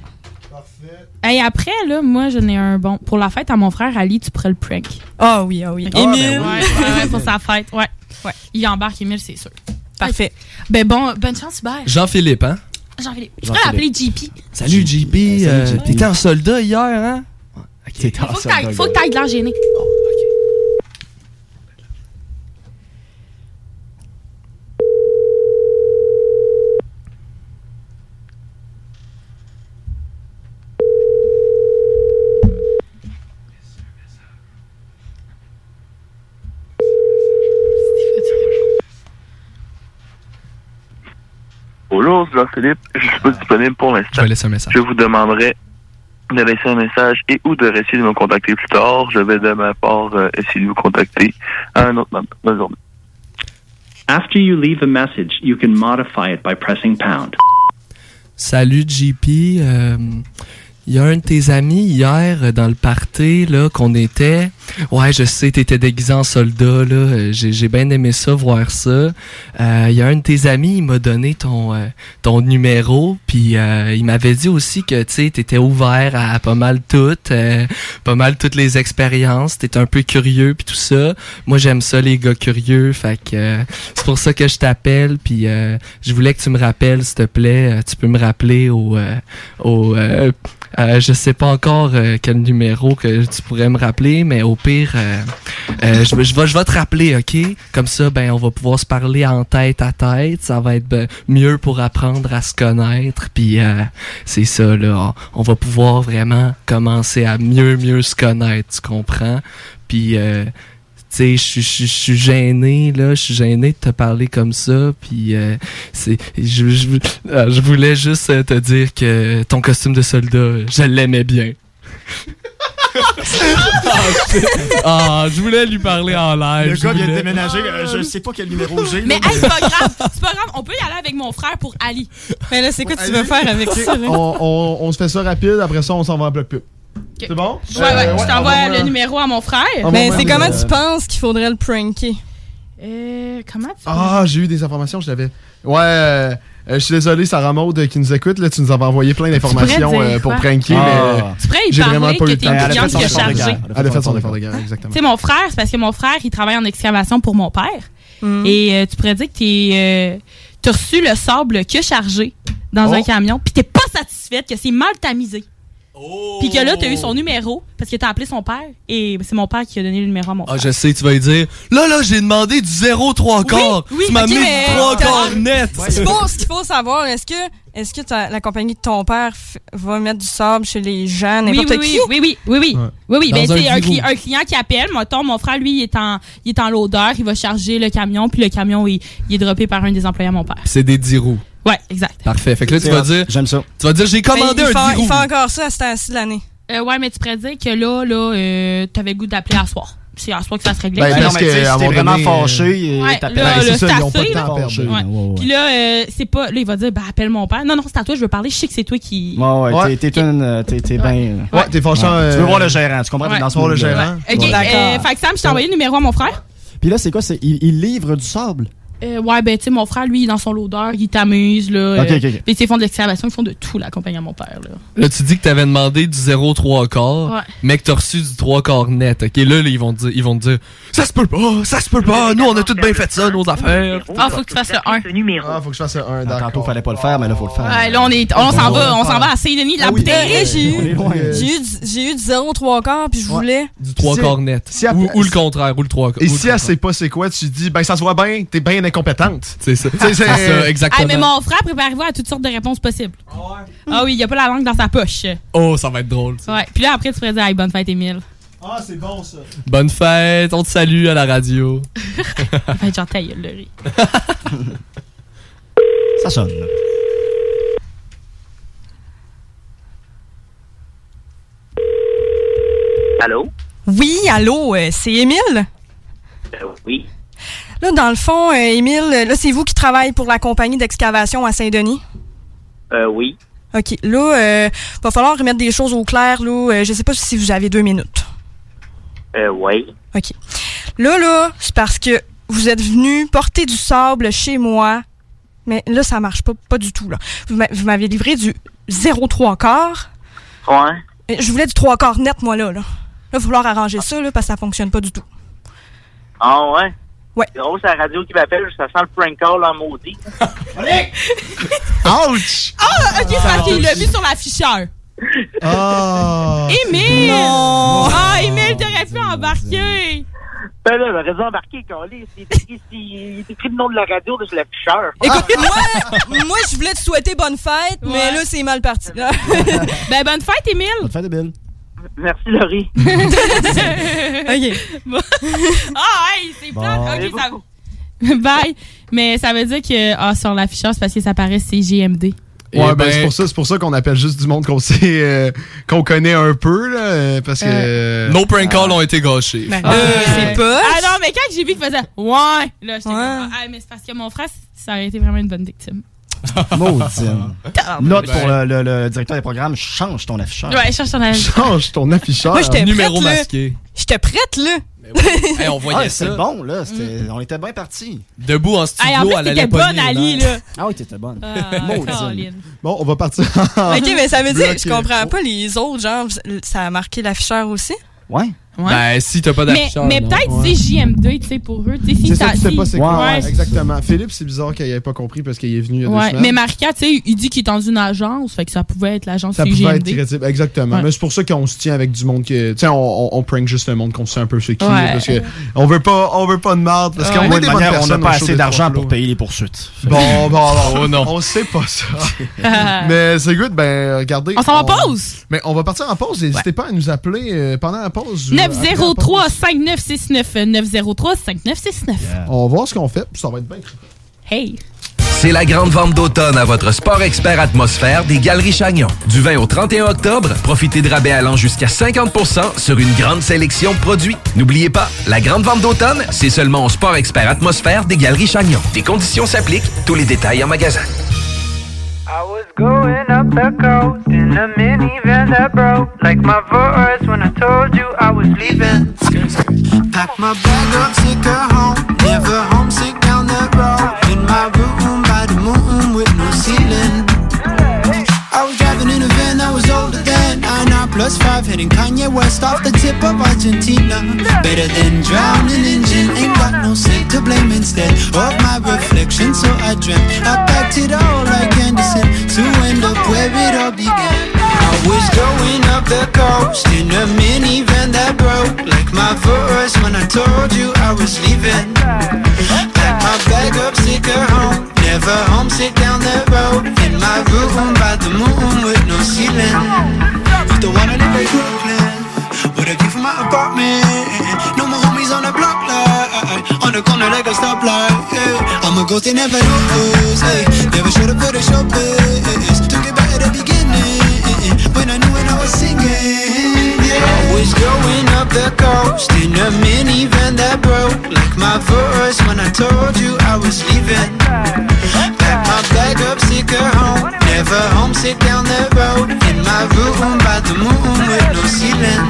Speaker 6: Hey, après, là, moi, j'en ai un bon. Pour la fête à mon frère Ali, tu pourrais le prank.
Speaker 7: Ah oui, ah oui.
Speaker 6: Ah, ben
Speaker 7: Émile.
Speaker 6: oui. Ouais, ouais, ouais, pour sa fête, ouais. ouais. Il embarque Émile, c'est sûr.
Speaker 7: Parfait.
Speaker 6: Ben bon, bonne chance, Hubert.
Speaker 8: Jean-Philippe, hein?
Speaker 6: Jean-Philippe. Tu pourrais l'appeler JP.
Speaker 8: Salut, JP. euh, T'étais en soldat hier, hein? T'étais en
Speaker 6: Faut que t'ailles- Faut que t'ailles de l'air gêné.
Speaker 35: Bonjour, Jean-Philippe. Je suis pas disponible pour l'instant. Je vous demanderai de laisser un message et ou de essayer de me contacter plus tard. Je vais de ma part euh, essayer de vous contacter à un autre moment. Bonne journée.
Speaker 26: After you leave a message, you can modify it by pressing pound.
Speaker 8: Salut JP, euh, il y a un de tes amis hier euh, dans le party là qu'on était. Ouais, je sais, t'étais déguisé en soldat là. euh, J'ai j'ai bien aimé ça, voir ça. Euh, Il y a un de tes amis, il m'a donné ton euh, ton numéro, puis euh, il m'avait dit aussi que tu sais t'étais ouvert à, à pas mal tout, euh, pas mal toutes les expériences. T'es un peu curieux puis tout ça. Moi j'aime ça les gars curieux, fait que euh, c'est pour ça que je t'appelle. Puis euh, je voulais que tu me rappelles, s'il te plaît. Euh, tu peux me rappeler au, euh, au euh, euh, je sais pas encore euh, quel numéro que tu pourrais me rappeler, mais au pire, euh, euh, je, vais- je vais, je vais te rappeler, ok Comme ça, ben on va pouvoir se parler en tête à tête. Ça va être ben, mieux pour apprendre à se connaître. Puis euh, c'est ça là, on, on va pouvoir vraiment commencer à mieux mieux se connaître, tu comprends Puis euh, tu sais, je suis- je suis- je suis gêné, là, je suis gêné de te parler comme ça, puis euh, c'est, je, je, euh, je voulais juste euh, te dire que ton costume de soldat, je l'aimais bien.
Speaker 6: Oh.
Speaker 8: Ah, je voulais lui parler en live.
Speaker 5: Le
Speaker 8: je
Speaker 5: gars vient de
Speaker 8: voulais-
Speaker 5: déménager, euh, je sais pas quel numéro j'ai.
Speaker 6: Ah. Mais hey, c'est pas grave. C'est pas grave. On peut y aller avec mon frère pour Ali.
Speaker 7: Mais là, c'est quoi tu veux faire avec ça?
Speaker 6: hein?
Speaker 1: on, on- on se fait ça rapide, après ça, on s'en va en bloc pub. C'est bon?
Speaker 6: Ouais, ouais,
Speaker 1: Euh,
Speaker 6: je
Speaker 1: ouais,
Speaker 6: t'envoie
Speaker 1: envoie-moi-
Speaker 6: le numéro à mon frère.
Speaker 7: Mais c'est
Speaker 1: moi,
Speaker 7: comment
Speaker 1: euh,
Speaker 7: tu penses qu'il faudrait le pranker?
Speaker 6: Euh, comment tu
Speaker 1: Ah, j'ai eu des informations, je l'avais. Ouais, euh, euh, je suis désolé, Sarah Maud euh, qui nous écoute, là, tu nous avais envoyé plein d'informations
Speaker 6: pourrais dire
Speaker 1: euh, pour
Speaker 6: quoi?
Speaker 1: pranker,
Speaker 6: Ah.
Speaker 1: mais. euh,
Speaker 6: Tu pourrais y
Speaker 1: j'ai
Speaker 6: parler
Speaker 1: vraiment pas
Speaker 6: que
Speaker 1: eu le
Speaker 6: t'es
Speaker 1: temps.
Speaker 6: une Elle a cliente fait son qui a effort de chargé. guerre.
Speaker 1: Elle a fait son effort de guerre, exactement.
Speaker 6: Tu sais, mon frère, c'est parce que mon frère, il travaille en excavation pour mon père.
Speaker 7: Mm.
Speaker 6: Et euh, tu pourrais dire que t'es, euh, t'as reçu le sable que chargé dans
Speaker 7: Oh.
Speaker 6: un camion, puis t'es pas satisfaite que c'est mal tamisé.
Speaker 7: Oh.
Speaker 6: Puis que là, t'as eu son numéro parce que t'as appelé son père et c'est mon père qui a donné le numéro à mon
Speaker 8: Ah,
Speaker 6: frère.
Speaker 8: je sais, tu vas lui dire, là, là, j'ai demandé du 0 3 quarts.
Speaker 6: oui,
Speaker 8: tu m'as
Speaker 6: ok,
Speaker 8: mis
Speaker 6: mais-
Speaker 8: du 3
Speaker 6: t'as-
Speaker 8: quarts net.
Speaker 7: Ce qu'il faut, ce qu'il faut savoir, est-ce que, est-ce que ta- la compagnie de ton père f- va mettre du sable chez les gens,
Speaker 6: Oui,
Speaker 7: n'importe
Speaker 6: oui,
Speaker 7: qui?
Speaker 6: oui, oui, oui, oui, oui. Oui, oui, ben,
Speaker 7: Dans
Speaker 6: c'est
Speaker 7: un
Speaker 6: un,
Speaker 7: bureau.
Speaker 6: cli- un client qui appelle. Mettons, mon frère, lui, il est en, il est en l'odeur, il va charger le camion, puis le camion, il, il est droppé par un des employés à mon père.
Speaker 8: C'est des 10 roues.
Speaker 6: Ouais, exact.
Speaker 8: Parfait. Fait que là, tu
Speaker 5: C'est
Speaker 8: vas
Speaker 5: hot.
Speaker 8: dire.
Speaker 5: J'aime ça.
Speaker 8: Tu vas dire, j'ai commandé
Speaker 6: Mais Ben, il
Speaker 8: un
Speaker 6: fait- il
Speaker 8: 10 roues.
Speaker 6: fait
Speaker 7: Encore ça, c'était assis de l'année.
Speaker 6: Euh, ouais, mais tu pourrais dire que là, là, euh, t'avais le goût d'appeler à soir. C'est à soir que ça se réglait.
Speaker 5: Ben, Ben, parce non, mais que, tu sais, à si un t'es moment vraiment donné, fâché, euh,
Speaker 6: ouais,
Speaker 5: t'appelles.
Speaker 6: là,
Speaker 5: Ben, c'est
Speaker 6: là,
Speaker 5: ça,
Speaker 6: c'est
Speaker 5: ils ont
Speaker 6: assez,
Speaker 5: pas de temps à
Speaker 6: là.
Speaker 5: perdre.
Speaker 6: Ouais.
Speaker 5: Ouais, ouais, ouais.
Speaker 6: Puis là, euh, c'est pas. Là, il va dire, ben, appelle mon père. Non, non, c'est à toi, je veux parler. Je sais que c'est toi qui.
Speaker 5: Ouais, ouais,
Speaker 6: Ouais.
Speaker 5: t'es t'es une. euh, T'es t'es bien.
Speaker 1: Ouais, t'es fâchant, euh,
Speaker 5: Tu veux voir le gérant, tu comprends?
Speaker 6: Ouais.
Speaker 5: T'es dans ce
Speaker 1: Voir le
Speaker 5: mood-là.
Speaker 6: euh,
Speaker 1: gérant.
Speaker 6: Ok, euh, fait que Sam, je t'ai envoyé le numéro à mon frère.
Speaker 5: Puis là, c'est quoi? c'est- Il il livre du sable.
Speaker 6: Euh, ouais, ben, tu sais, mon frère, lui, il est dans son lourdeur, il t'amuse, là.
Speaker 8: Ok,
Speaker 6: euh,
Speaker 8: ok, ok.
Speaker 6: Puis, tu sais, ils font de l'excavation, ils font de tout, la compagnie à mon père, là.
Speaker 8: Là, tu dis que t'avais demandé du 0 3 quarts,
Speaker 6: Ouais.
Speaker 8: mais que t'as reçu du 3 quarts net. OK, là, là, ils vont te dire, ils vont te dire ça se peut pas, ça se peut pas, nous on a tout bien fait ça nos affaires.
Speaker 6: Ah, faut que tu fasses le 1.
Speaker 1: Ah, faut que je fasse un d'accord.
Speaker 5: Tantôt, fallait pas le faire, mais là, faut le faire.
Speaker 6: Ouais, Ben, là, on est, on s'en
Speaker 5: Ouais,
Speaker 6: va,
Speaker 5: ouais,
Speaker 6: on s'en
Speaker 5: ouais.
Speaker 6: va à Saint-Denis, la bouteille.
Speaker 7: Hey, j'ai eu,
Speaker 8: euh,
Speaker 7: j'ai eu, du- j'ai eu du 0 3 quarts, puis je voulais.
Speaker 8: Du 3
Speaker 1: Si-
Speaker 8: quarts net.
Speaker 1: si-
Speaker 8: ou, ou le contraire, ou le 3 quarts.
Speaker 1: Et si elle sait pas c'est quoi, tu dis, ben ça se voit bien, t'es bien incompétente.
Speaker 8: C'est ça.
Speaker 1: C'est ça,
Speaker 6: Ah, mais mon frère, préparez-vous à toutes sortes de réponses possibles. Ah oui, il n'y a pas la langue dans sa poche.
Speaker 8: Oh, ça va être drôle.
Speaker 6: Ouais. Puis là, après, tu pourrais dire, hey, bonne fête, Émile.
Speaker 1: Ah, c'est bon, ça.
Speaker 8: Bonne fête, on te salue à la radio.
Speaker 6: Fête, genre, ta gueule, le riz.
Speaker 5: Ça sonne.
Speaker 27: Allô?
Speaker 7: Oui, allô, euh, c'est Émile?
Speaker 27: Euh, oui.
Speaker 7: Là, dans le fond, euh, Émile, euh, là, c'est vous qui travaillez pour la compagnie d'excavation à Saint-Denis?
Speaker 27: Euh, oui.
Speaker 7: OK. Là, euh, va falloir remettre des choses au clair, là. Euh, je sais pas si vous avez deux minutes.
Speaker 27: Euh, oui.
Speaker 7: OK. Là, là, c'est parce que vous êtes venu porter du sable chez moi, mais là, ça marche pas, pas du tout, là. Vous m'a- vous m'avez livré du 0,3 quart.
Speaker 27: Ouais.
Speaker 7: Et Euh, Je voulais du 3 quarts net, moi, là, là. Là, vouloir arranger ça, là, parce que ça fonctionne pas du tout.
Speaker 27: Ah, ouais?
Speaker 7: Ouais.
Speaker 27: C'est drôle, c'est la radio qui m'appelle, ça sent le prank call en maudit.
Speaker 1: Ouch!
Speaker 6: Ah, ok, c'est parce qu'il l'a vu sur l'afficheur.
Speaker 1: Ah!
Speaker 6: Émile!
Speaker 27: Non.
Speaker 6: Ah, Émile, t'aurais pu embarquer!
Speaker 27: Ben là, j'aurais dû embarquer, Carlis. Il est écrit- il est écrit le nom de la radio, de l'afficheur.
Speaker 7: Écoute, moi, moi, je voulais te souhaiter bonne fête, mais là, c'est mal parti. là.
Speaker 6: Ben, bonne fête, Émile!
Speaker 5: Bonne fête, Émile!
Speaker 27: Merci, Laurie.
Speaker 6: ok. Ah, hey, c'est
Speaker 27: Bon.
Speaker 6: plate.
Speaker 27: C'est
Speaker 6: Ok, ça Bye! Mais ça veut dire que ah, sur l'afficheur, c'est parce que ça paraît CGMD.
Speaker 8: Eh
Speaker 1: Ouais, ben, c'est pour ça, c'est pour ça qu'on appelle juste du monde qu'on sait, euh, qu'on connaît un peu, là, euh, parce que.
Speaker 8: Nos prank
Speaker 5: Ah.
Speaker 8: calls ont été Euh, gâchés.
Speaker 6: c'est pas. Ah non, mais quand j'ai vu qu'il faisait Ouais! Là, j'étais comme Ah, mais c'est parce que mon frère, ça aurait été vraiment une bonne victime.
Speaker 5: Maudine.
Speaker 6: Tabarnak.
Speaker 5: Note pour le, le- le directeur des programmes, change ton afficheur.
Speaker 6: Ouais, change ton afficheur.
Speaker 1: Change ton afficheur.
Speaker 5: Moi, j'étais prête, là.
Speaker 7: J'étais prête, là.
Speaker 8: Hey, on voyait
Speaker 5: Ah, c'est
Speaker 8: ça.
Speaker 5: bon, là. c'était-
Speaker 6: Mm.
Speaker 5: On était bien partis.
Speaker 8: Debout en studio
Speaker 5: Hey, en plus,
Speaker 8: à la
Speaker 5: t'étais
Speaker 8: Laponie,
Speaker 5: bonne, Ali,
Speaker 8: là.
Speaker 5: Ah oui, t'étais bonne.
Speaker 7: Ah,
Speaker 5: Maudine.
Speaker 7: Caroline.
Speaker 1: Bon, on va partir. euh,
Speaker 7: OK, mais ça veut dire,
Speaker 1: Ah. Bloqué.
Speaker 7: je comprends pas les autres, genre, ça a marqué l'afficheur aussi?
Speaker 5: Ouais.
Speaker 8: Ben, si t'as pas
Speaker 6: Mais,
Speaker 8: d'afficheur.
Speaker 6: mais
Speaker 8: non.
Speaker 6: peut-être
Speaker 1: Ouais.
Speaker 6: CGM2, tu sais, pour eux. tu sais, si
Speaker 1: C'est ça,
Speaker 6: ça-
Speaker 1: tu sais
Speaker 6: si-
Speaker 1: pas c'est quoi.
Speaker 6: Ouais.
Speaker 1: exactement. Philippe, c'est bizarre qu'il n'ait pas compris parce qu'il est venu il y a deux
Speaker 6: Ouais,
Speaker 1: semaines.
Speaker 6: mais Marca, tu sais, il dit qu'il est dans une agence, fait que ça pouvait être l'agence
Speaker 1: ça pouvait être
Speaker 6: CGMD.
Speaker 1: crédible, exactement.
Speaker 6: Ouais.
Speaker 1: Mais c'est pour ça qu'on se tient avec du monde que, tu sais, on, on, on prank juste le monde qu'on sait un peu ce qui,
Speaker 6: Ouais.
Speaker 1: parce que on veut pas, on veut pas de marde, parce qu'on
Speaker 5: Ah, Ouais.
Speaker 1: est
Speaker 5: Moi,
Speaker 1: des
Speaker 5: de
Speaker 1: bonnes
Speaker 5: manière, on
Speaker 1: personnes
Speaker 5: n'a
Speaker 1: au
Speaker 5: pas
Speaker 1: show
Speaker 5: assez
Speaker 1: des
Speaker 5: d'argent
Speaker 1: trois
Speaker 5: pour
Speaker 1: flots.
Speaker 5: payer les poursuites.
Speaker 1: Bon, bon, bon,
Speaker 5: Oh non.
Speaker 1: on sait pas ça. mais c'est good, ben regardez.
Speaker 6: On s'en va en pause?
Speaker 1: Mais on va partir en pause. N'hésitez pas à nous appeler euh, pendant la pause. euh, après la pause.
Speaker 6: 903-5969. 903-5969.
Speaker 1: On va voir ce qu'on fait, puis ça va être bien.
Speaker 6: Hey!
Speaker 17: C'est la grande vente d'automne à votre Sport Expert Atmosphère des Galeries Chagnon. Du 20 au 31 octobre, profitez de rabais allant jusqu'à 50 sur une grande sélection de produits. N'oubliez pas, la grande vente d'automne, c'est seulement au Sport Expert Atmosphère des Galeries Chagnon. Des conditions s'appliquent, tous les détails en magasin.
Speaker 10: Going up the coast in a minivan that broke like my voice when I told you I was leaving. Pack my bag up, take her home. Never homesick down the road. In my room by the moon with no ceiling. I was driving in a van that was older than nine I plus five, hitting Kanye West off the tip of Argentina. Better than drowning in gin, ain't got no sin to blame instead of my reflection. So I dreamt I packed it all like Anderson to end up where it all began. I was going up the coast in a minivan that broke like my voice when I told you I was leaving. Pack my bag up, sick her home. Never homesick down the road. In my room by the moon with no ceiling. With the one I live in Brooklyn. With a view from my apartment. No more homies on the block like On the corner like a stoplight. yeah. I'm a ghost, they never noticed. Hey. Never showed up for the show, biz. Took it back at the beginning. When I knew when I was singing. Yeah. I was going up the coast in a minivan that broke. Like my voice when I told you I was leaving. Pack my bag up, sick her home. Never homesick down the road. In my room by the moon with no ceiling.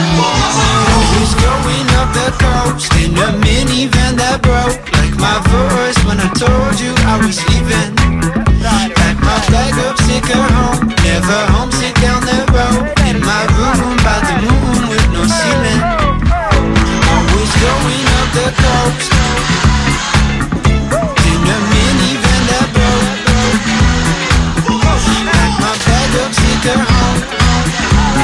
Speaker 10: He's going up the coast in a minivan that broke. Like my voice when I told you I was leaving. Pack my bag up, sick of home. Never homesick down the road. In my room by the moon with no ceiling. Always going up the coast. In a minivan that broke. Pack my bag up, sick of home.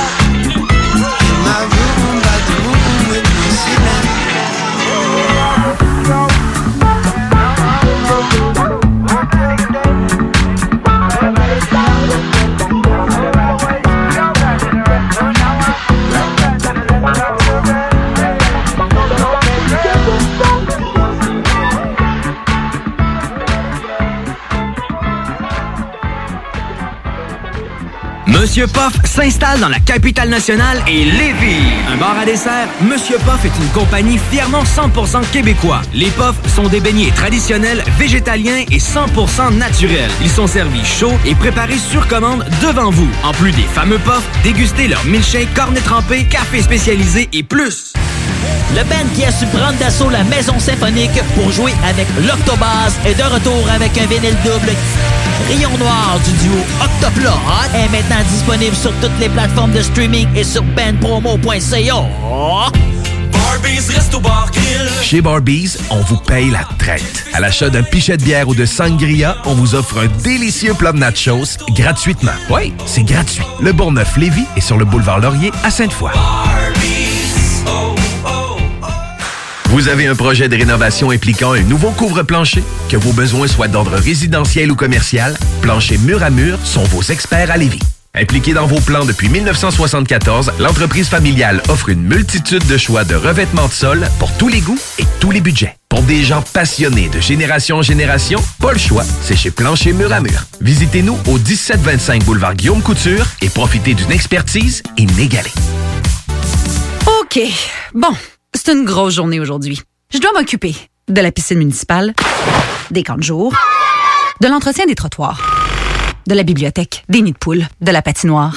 Speaker 42: Monsieur Poff s'installe dans la capitale nationale et Lévis. Un bar à dessert, Monsieur Poff est une compagnie fièrement 100% québécois. Les Poffs sont des beignets traditionnels, végétaliens et 100% naturels. Ils sont servis chauds et préparés sur commande devant vous. En plus des fameux Poffs, dégustez leur milkshake, cornet trempé, café spécialisé et plus.
Speaker 32: Le band qui a su prendre d'assaut la maison symphonique pour jouer avec l'Octobase est de retour avec un vinyle double. Rayon Noir du duo Octopla Hot est maintenant disponible sur toutes les plateformes de streaming et sur bandpromo.ca.
Speaker 17: Chez Barbies, on vous paye la traite. À l'achat d'un pichet de bière ou de sangria, on vous offre un délicieux plat de nachos gratuitement. Oui, c'est gratuit. Le Bourgneuf-Lévis est sur le boulevard Laurier à Sainte-Foy. Vous avez un projet de rénovation impliquant un nouveau couvre-plancher? Que vos besoins soient d'ordre résidentiel ou commercial, Plancher Mur à Mur sont vos experts à Lévis. Impliqués dans vos plans depuis 1974, l'entreprise familiale offre une multitude de choix de revêtements de sol pour tous les goûts et tous les budgets. Pour des gens passionnés de génération en génération, pas le choix, c'est chez Plancher Mur à Mur. Visitez-nous au 1725 boulevard Guillaume Couture et profitez d'une expertise inégalée.
Speaker 19: OK. Bon, c'est une grosse journée aujourd'hui. Je dois m'occuper de la piscine municipale, des camps de jour, de l'entretien des trottoirs, de la bibliothèque, des nids de poules, de la patinoire,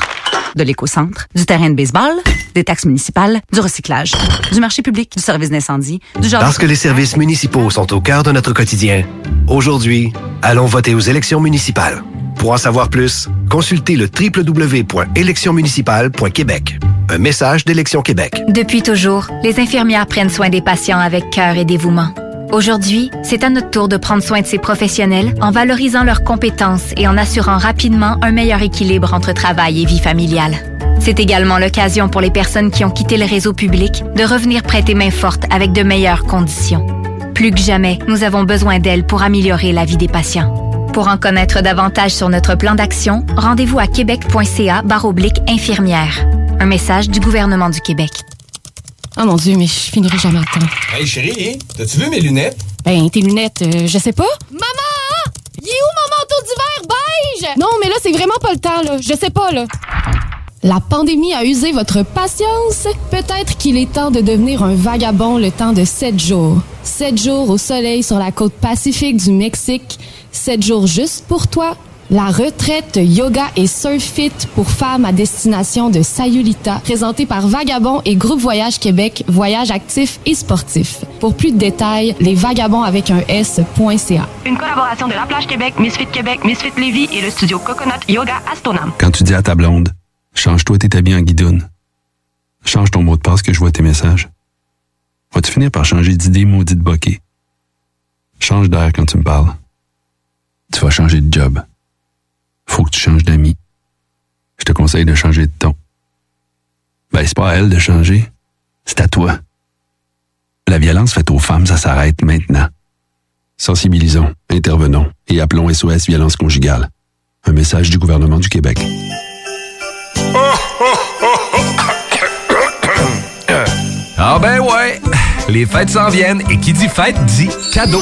Speaker 19: de l'écocentre, du terrain de baseball, des taxes municipales, du recyclage, du marché public, du service d'incendie, du jardin.
Speaker 20: Parce que les services municipaux sont au cœur de notre quotidien. Aujourd'hui, allons voter aux élections municipales. Pour en savoir plus, consultez le www.électionsmunicipales.québec. Un message d'Élection Québec.
Speaker 43: Depuis toujours, les infirmières prennent soin des patients avec cœur et dévouement. Aujourd'hui, c'est à notre tour de prendre soin de ces professionnels en valorisant leurs compétences et en assurant rapidement un meilleur équilibre entre travail et vie familiale. C'est également l'occasion pour les personnes qui ont quitté le réseau public de revenir prêter main forte avec de meilleures conditions. Plus que jamais, nous avons besoin d'elles pour améliorer la vie des patients. Pour en connaître davantage sur notre plan d'action, rendez-vous à québec.ca baroblique infirmière. Un message du gouvernement du Québec.
Speaker 22: Oh mon Dieu, mais je finirai jamais à temps.
Speaker 23: Hey chérie, hein? t'as-tu vu mes lunettes?
Speaker 22: Ben, tes lunettes, euh, je sais pas.
Speaker 44: Maman!
Speaker 22: hein?
Speaker 44: Il est où mon manteau d'hiver beige?
Speaker 22: Non, mais là, c'est vraiment pas le temps, là. Je sais pas, là. La pandémie a usé votre patience? Peut-être qu'il est temps de devenir un vagabond le temps de 7 jours. 7 jours au soleil sur la côte pacifique du Mexique. 7 jours juste pour toi. La retraite yoga et surf fit pour femmes à destination de Sayulita, présentée par Vagabond et Groupe Voyage Québec, voyage actif et sportif. Pour plus de détails, lesvagabonds avec un S.ca.
Speaker 25: Une collaboration de La Plage Québec, Misfit Québec, Misfit Lévis et le studio Coconut Yoga Astonam.
Speaker 45: Quand tu dis à ta blonde, change-toi tes habits en guidoune. Change ton mot de passe que je vois tes messages. Vas-tu finir par changer d'idée maudite bokeh? Change d'air quand tu me parles. Tu vas changer de job. Faut que tu changes d'amis. Je te conseille de changer de ton. Ben, c'est pas à elle de changer. C'est à toi. La violence faite aux femmes, ça s'arrête maintenant. Sensibilisons, intervenons et appelons SOS Violence Conjugale. Un message du gouvernement du Québec.
Speaker 17: Ah ben ouais, les fêtes s'en viennent et qui dit fête dit cadeau.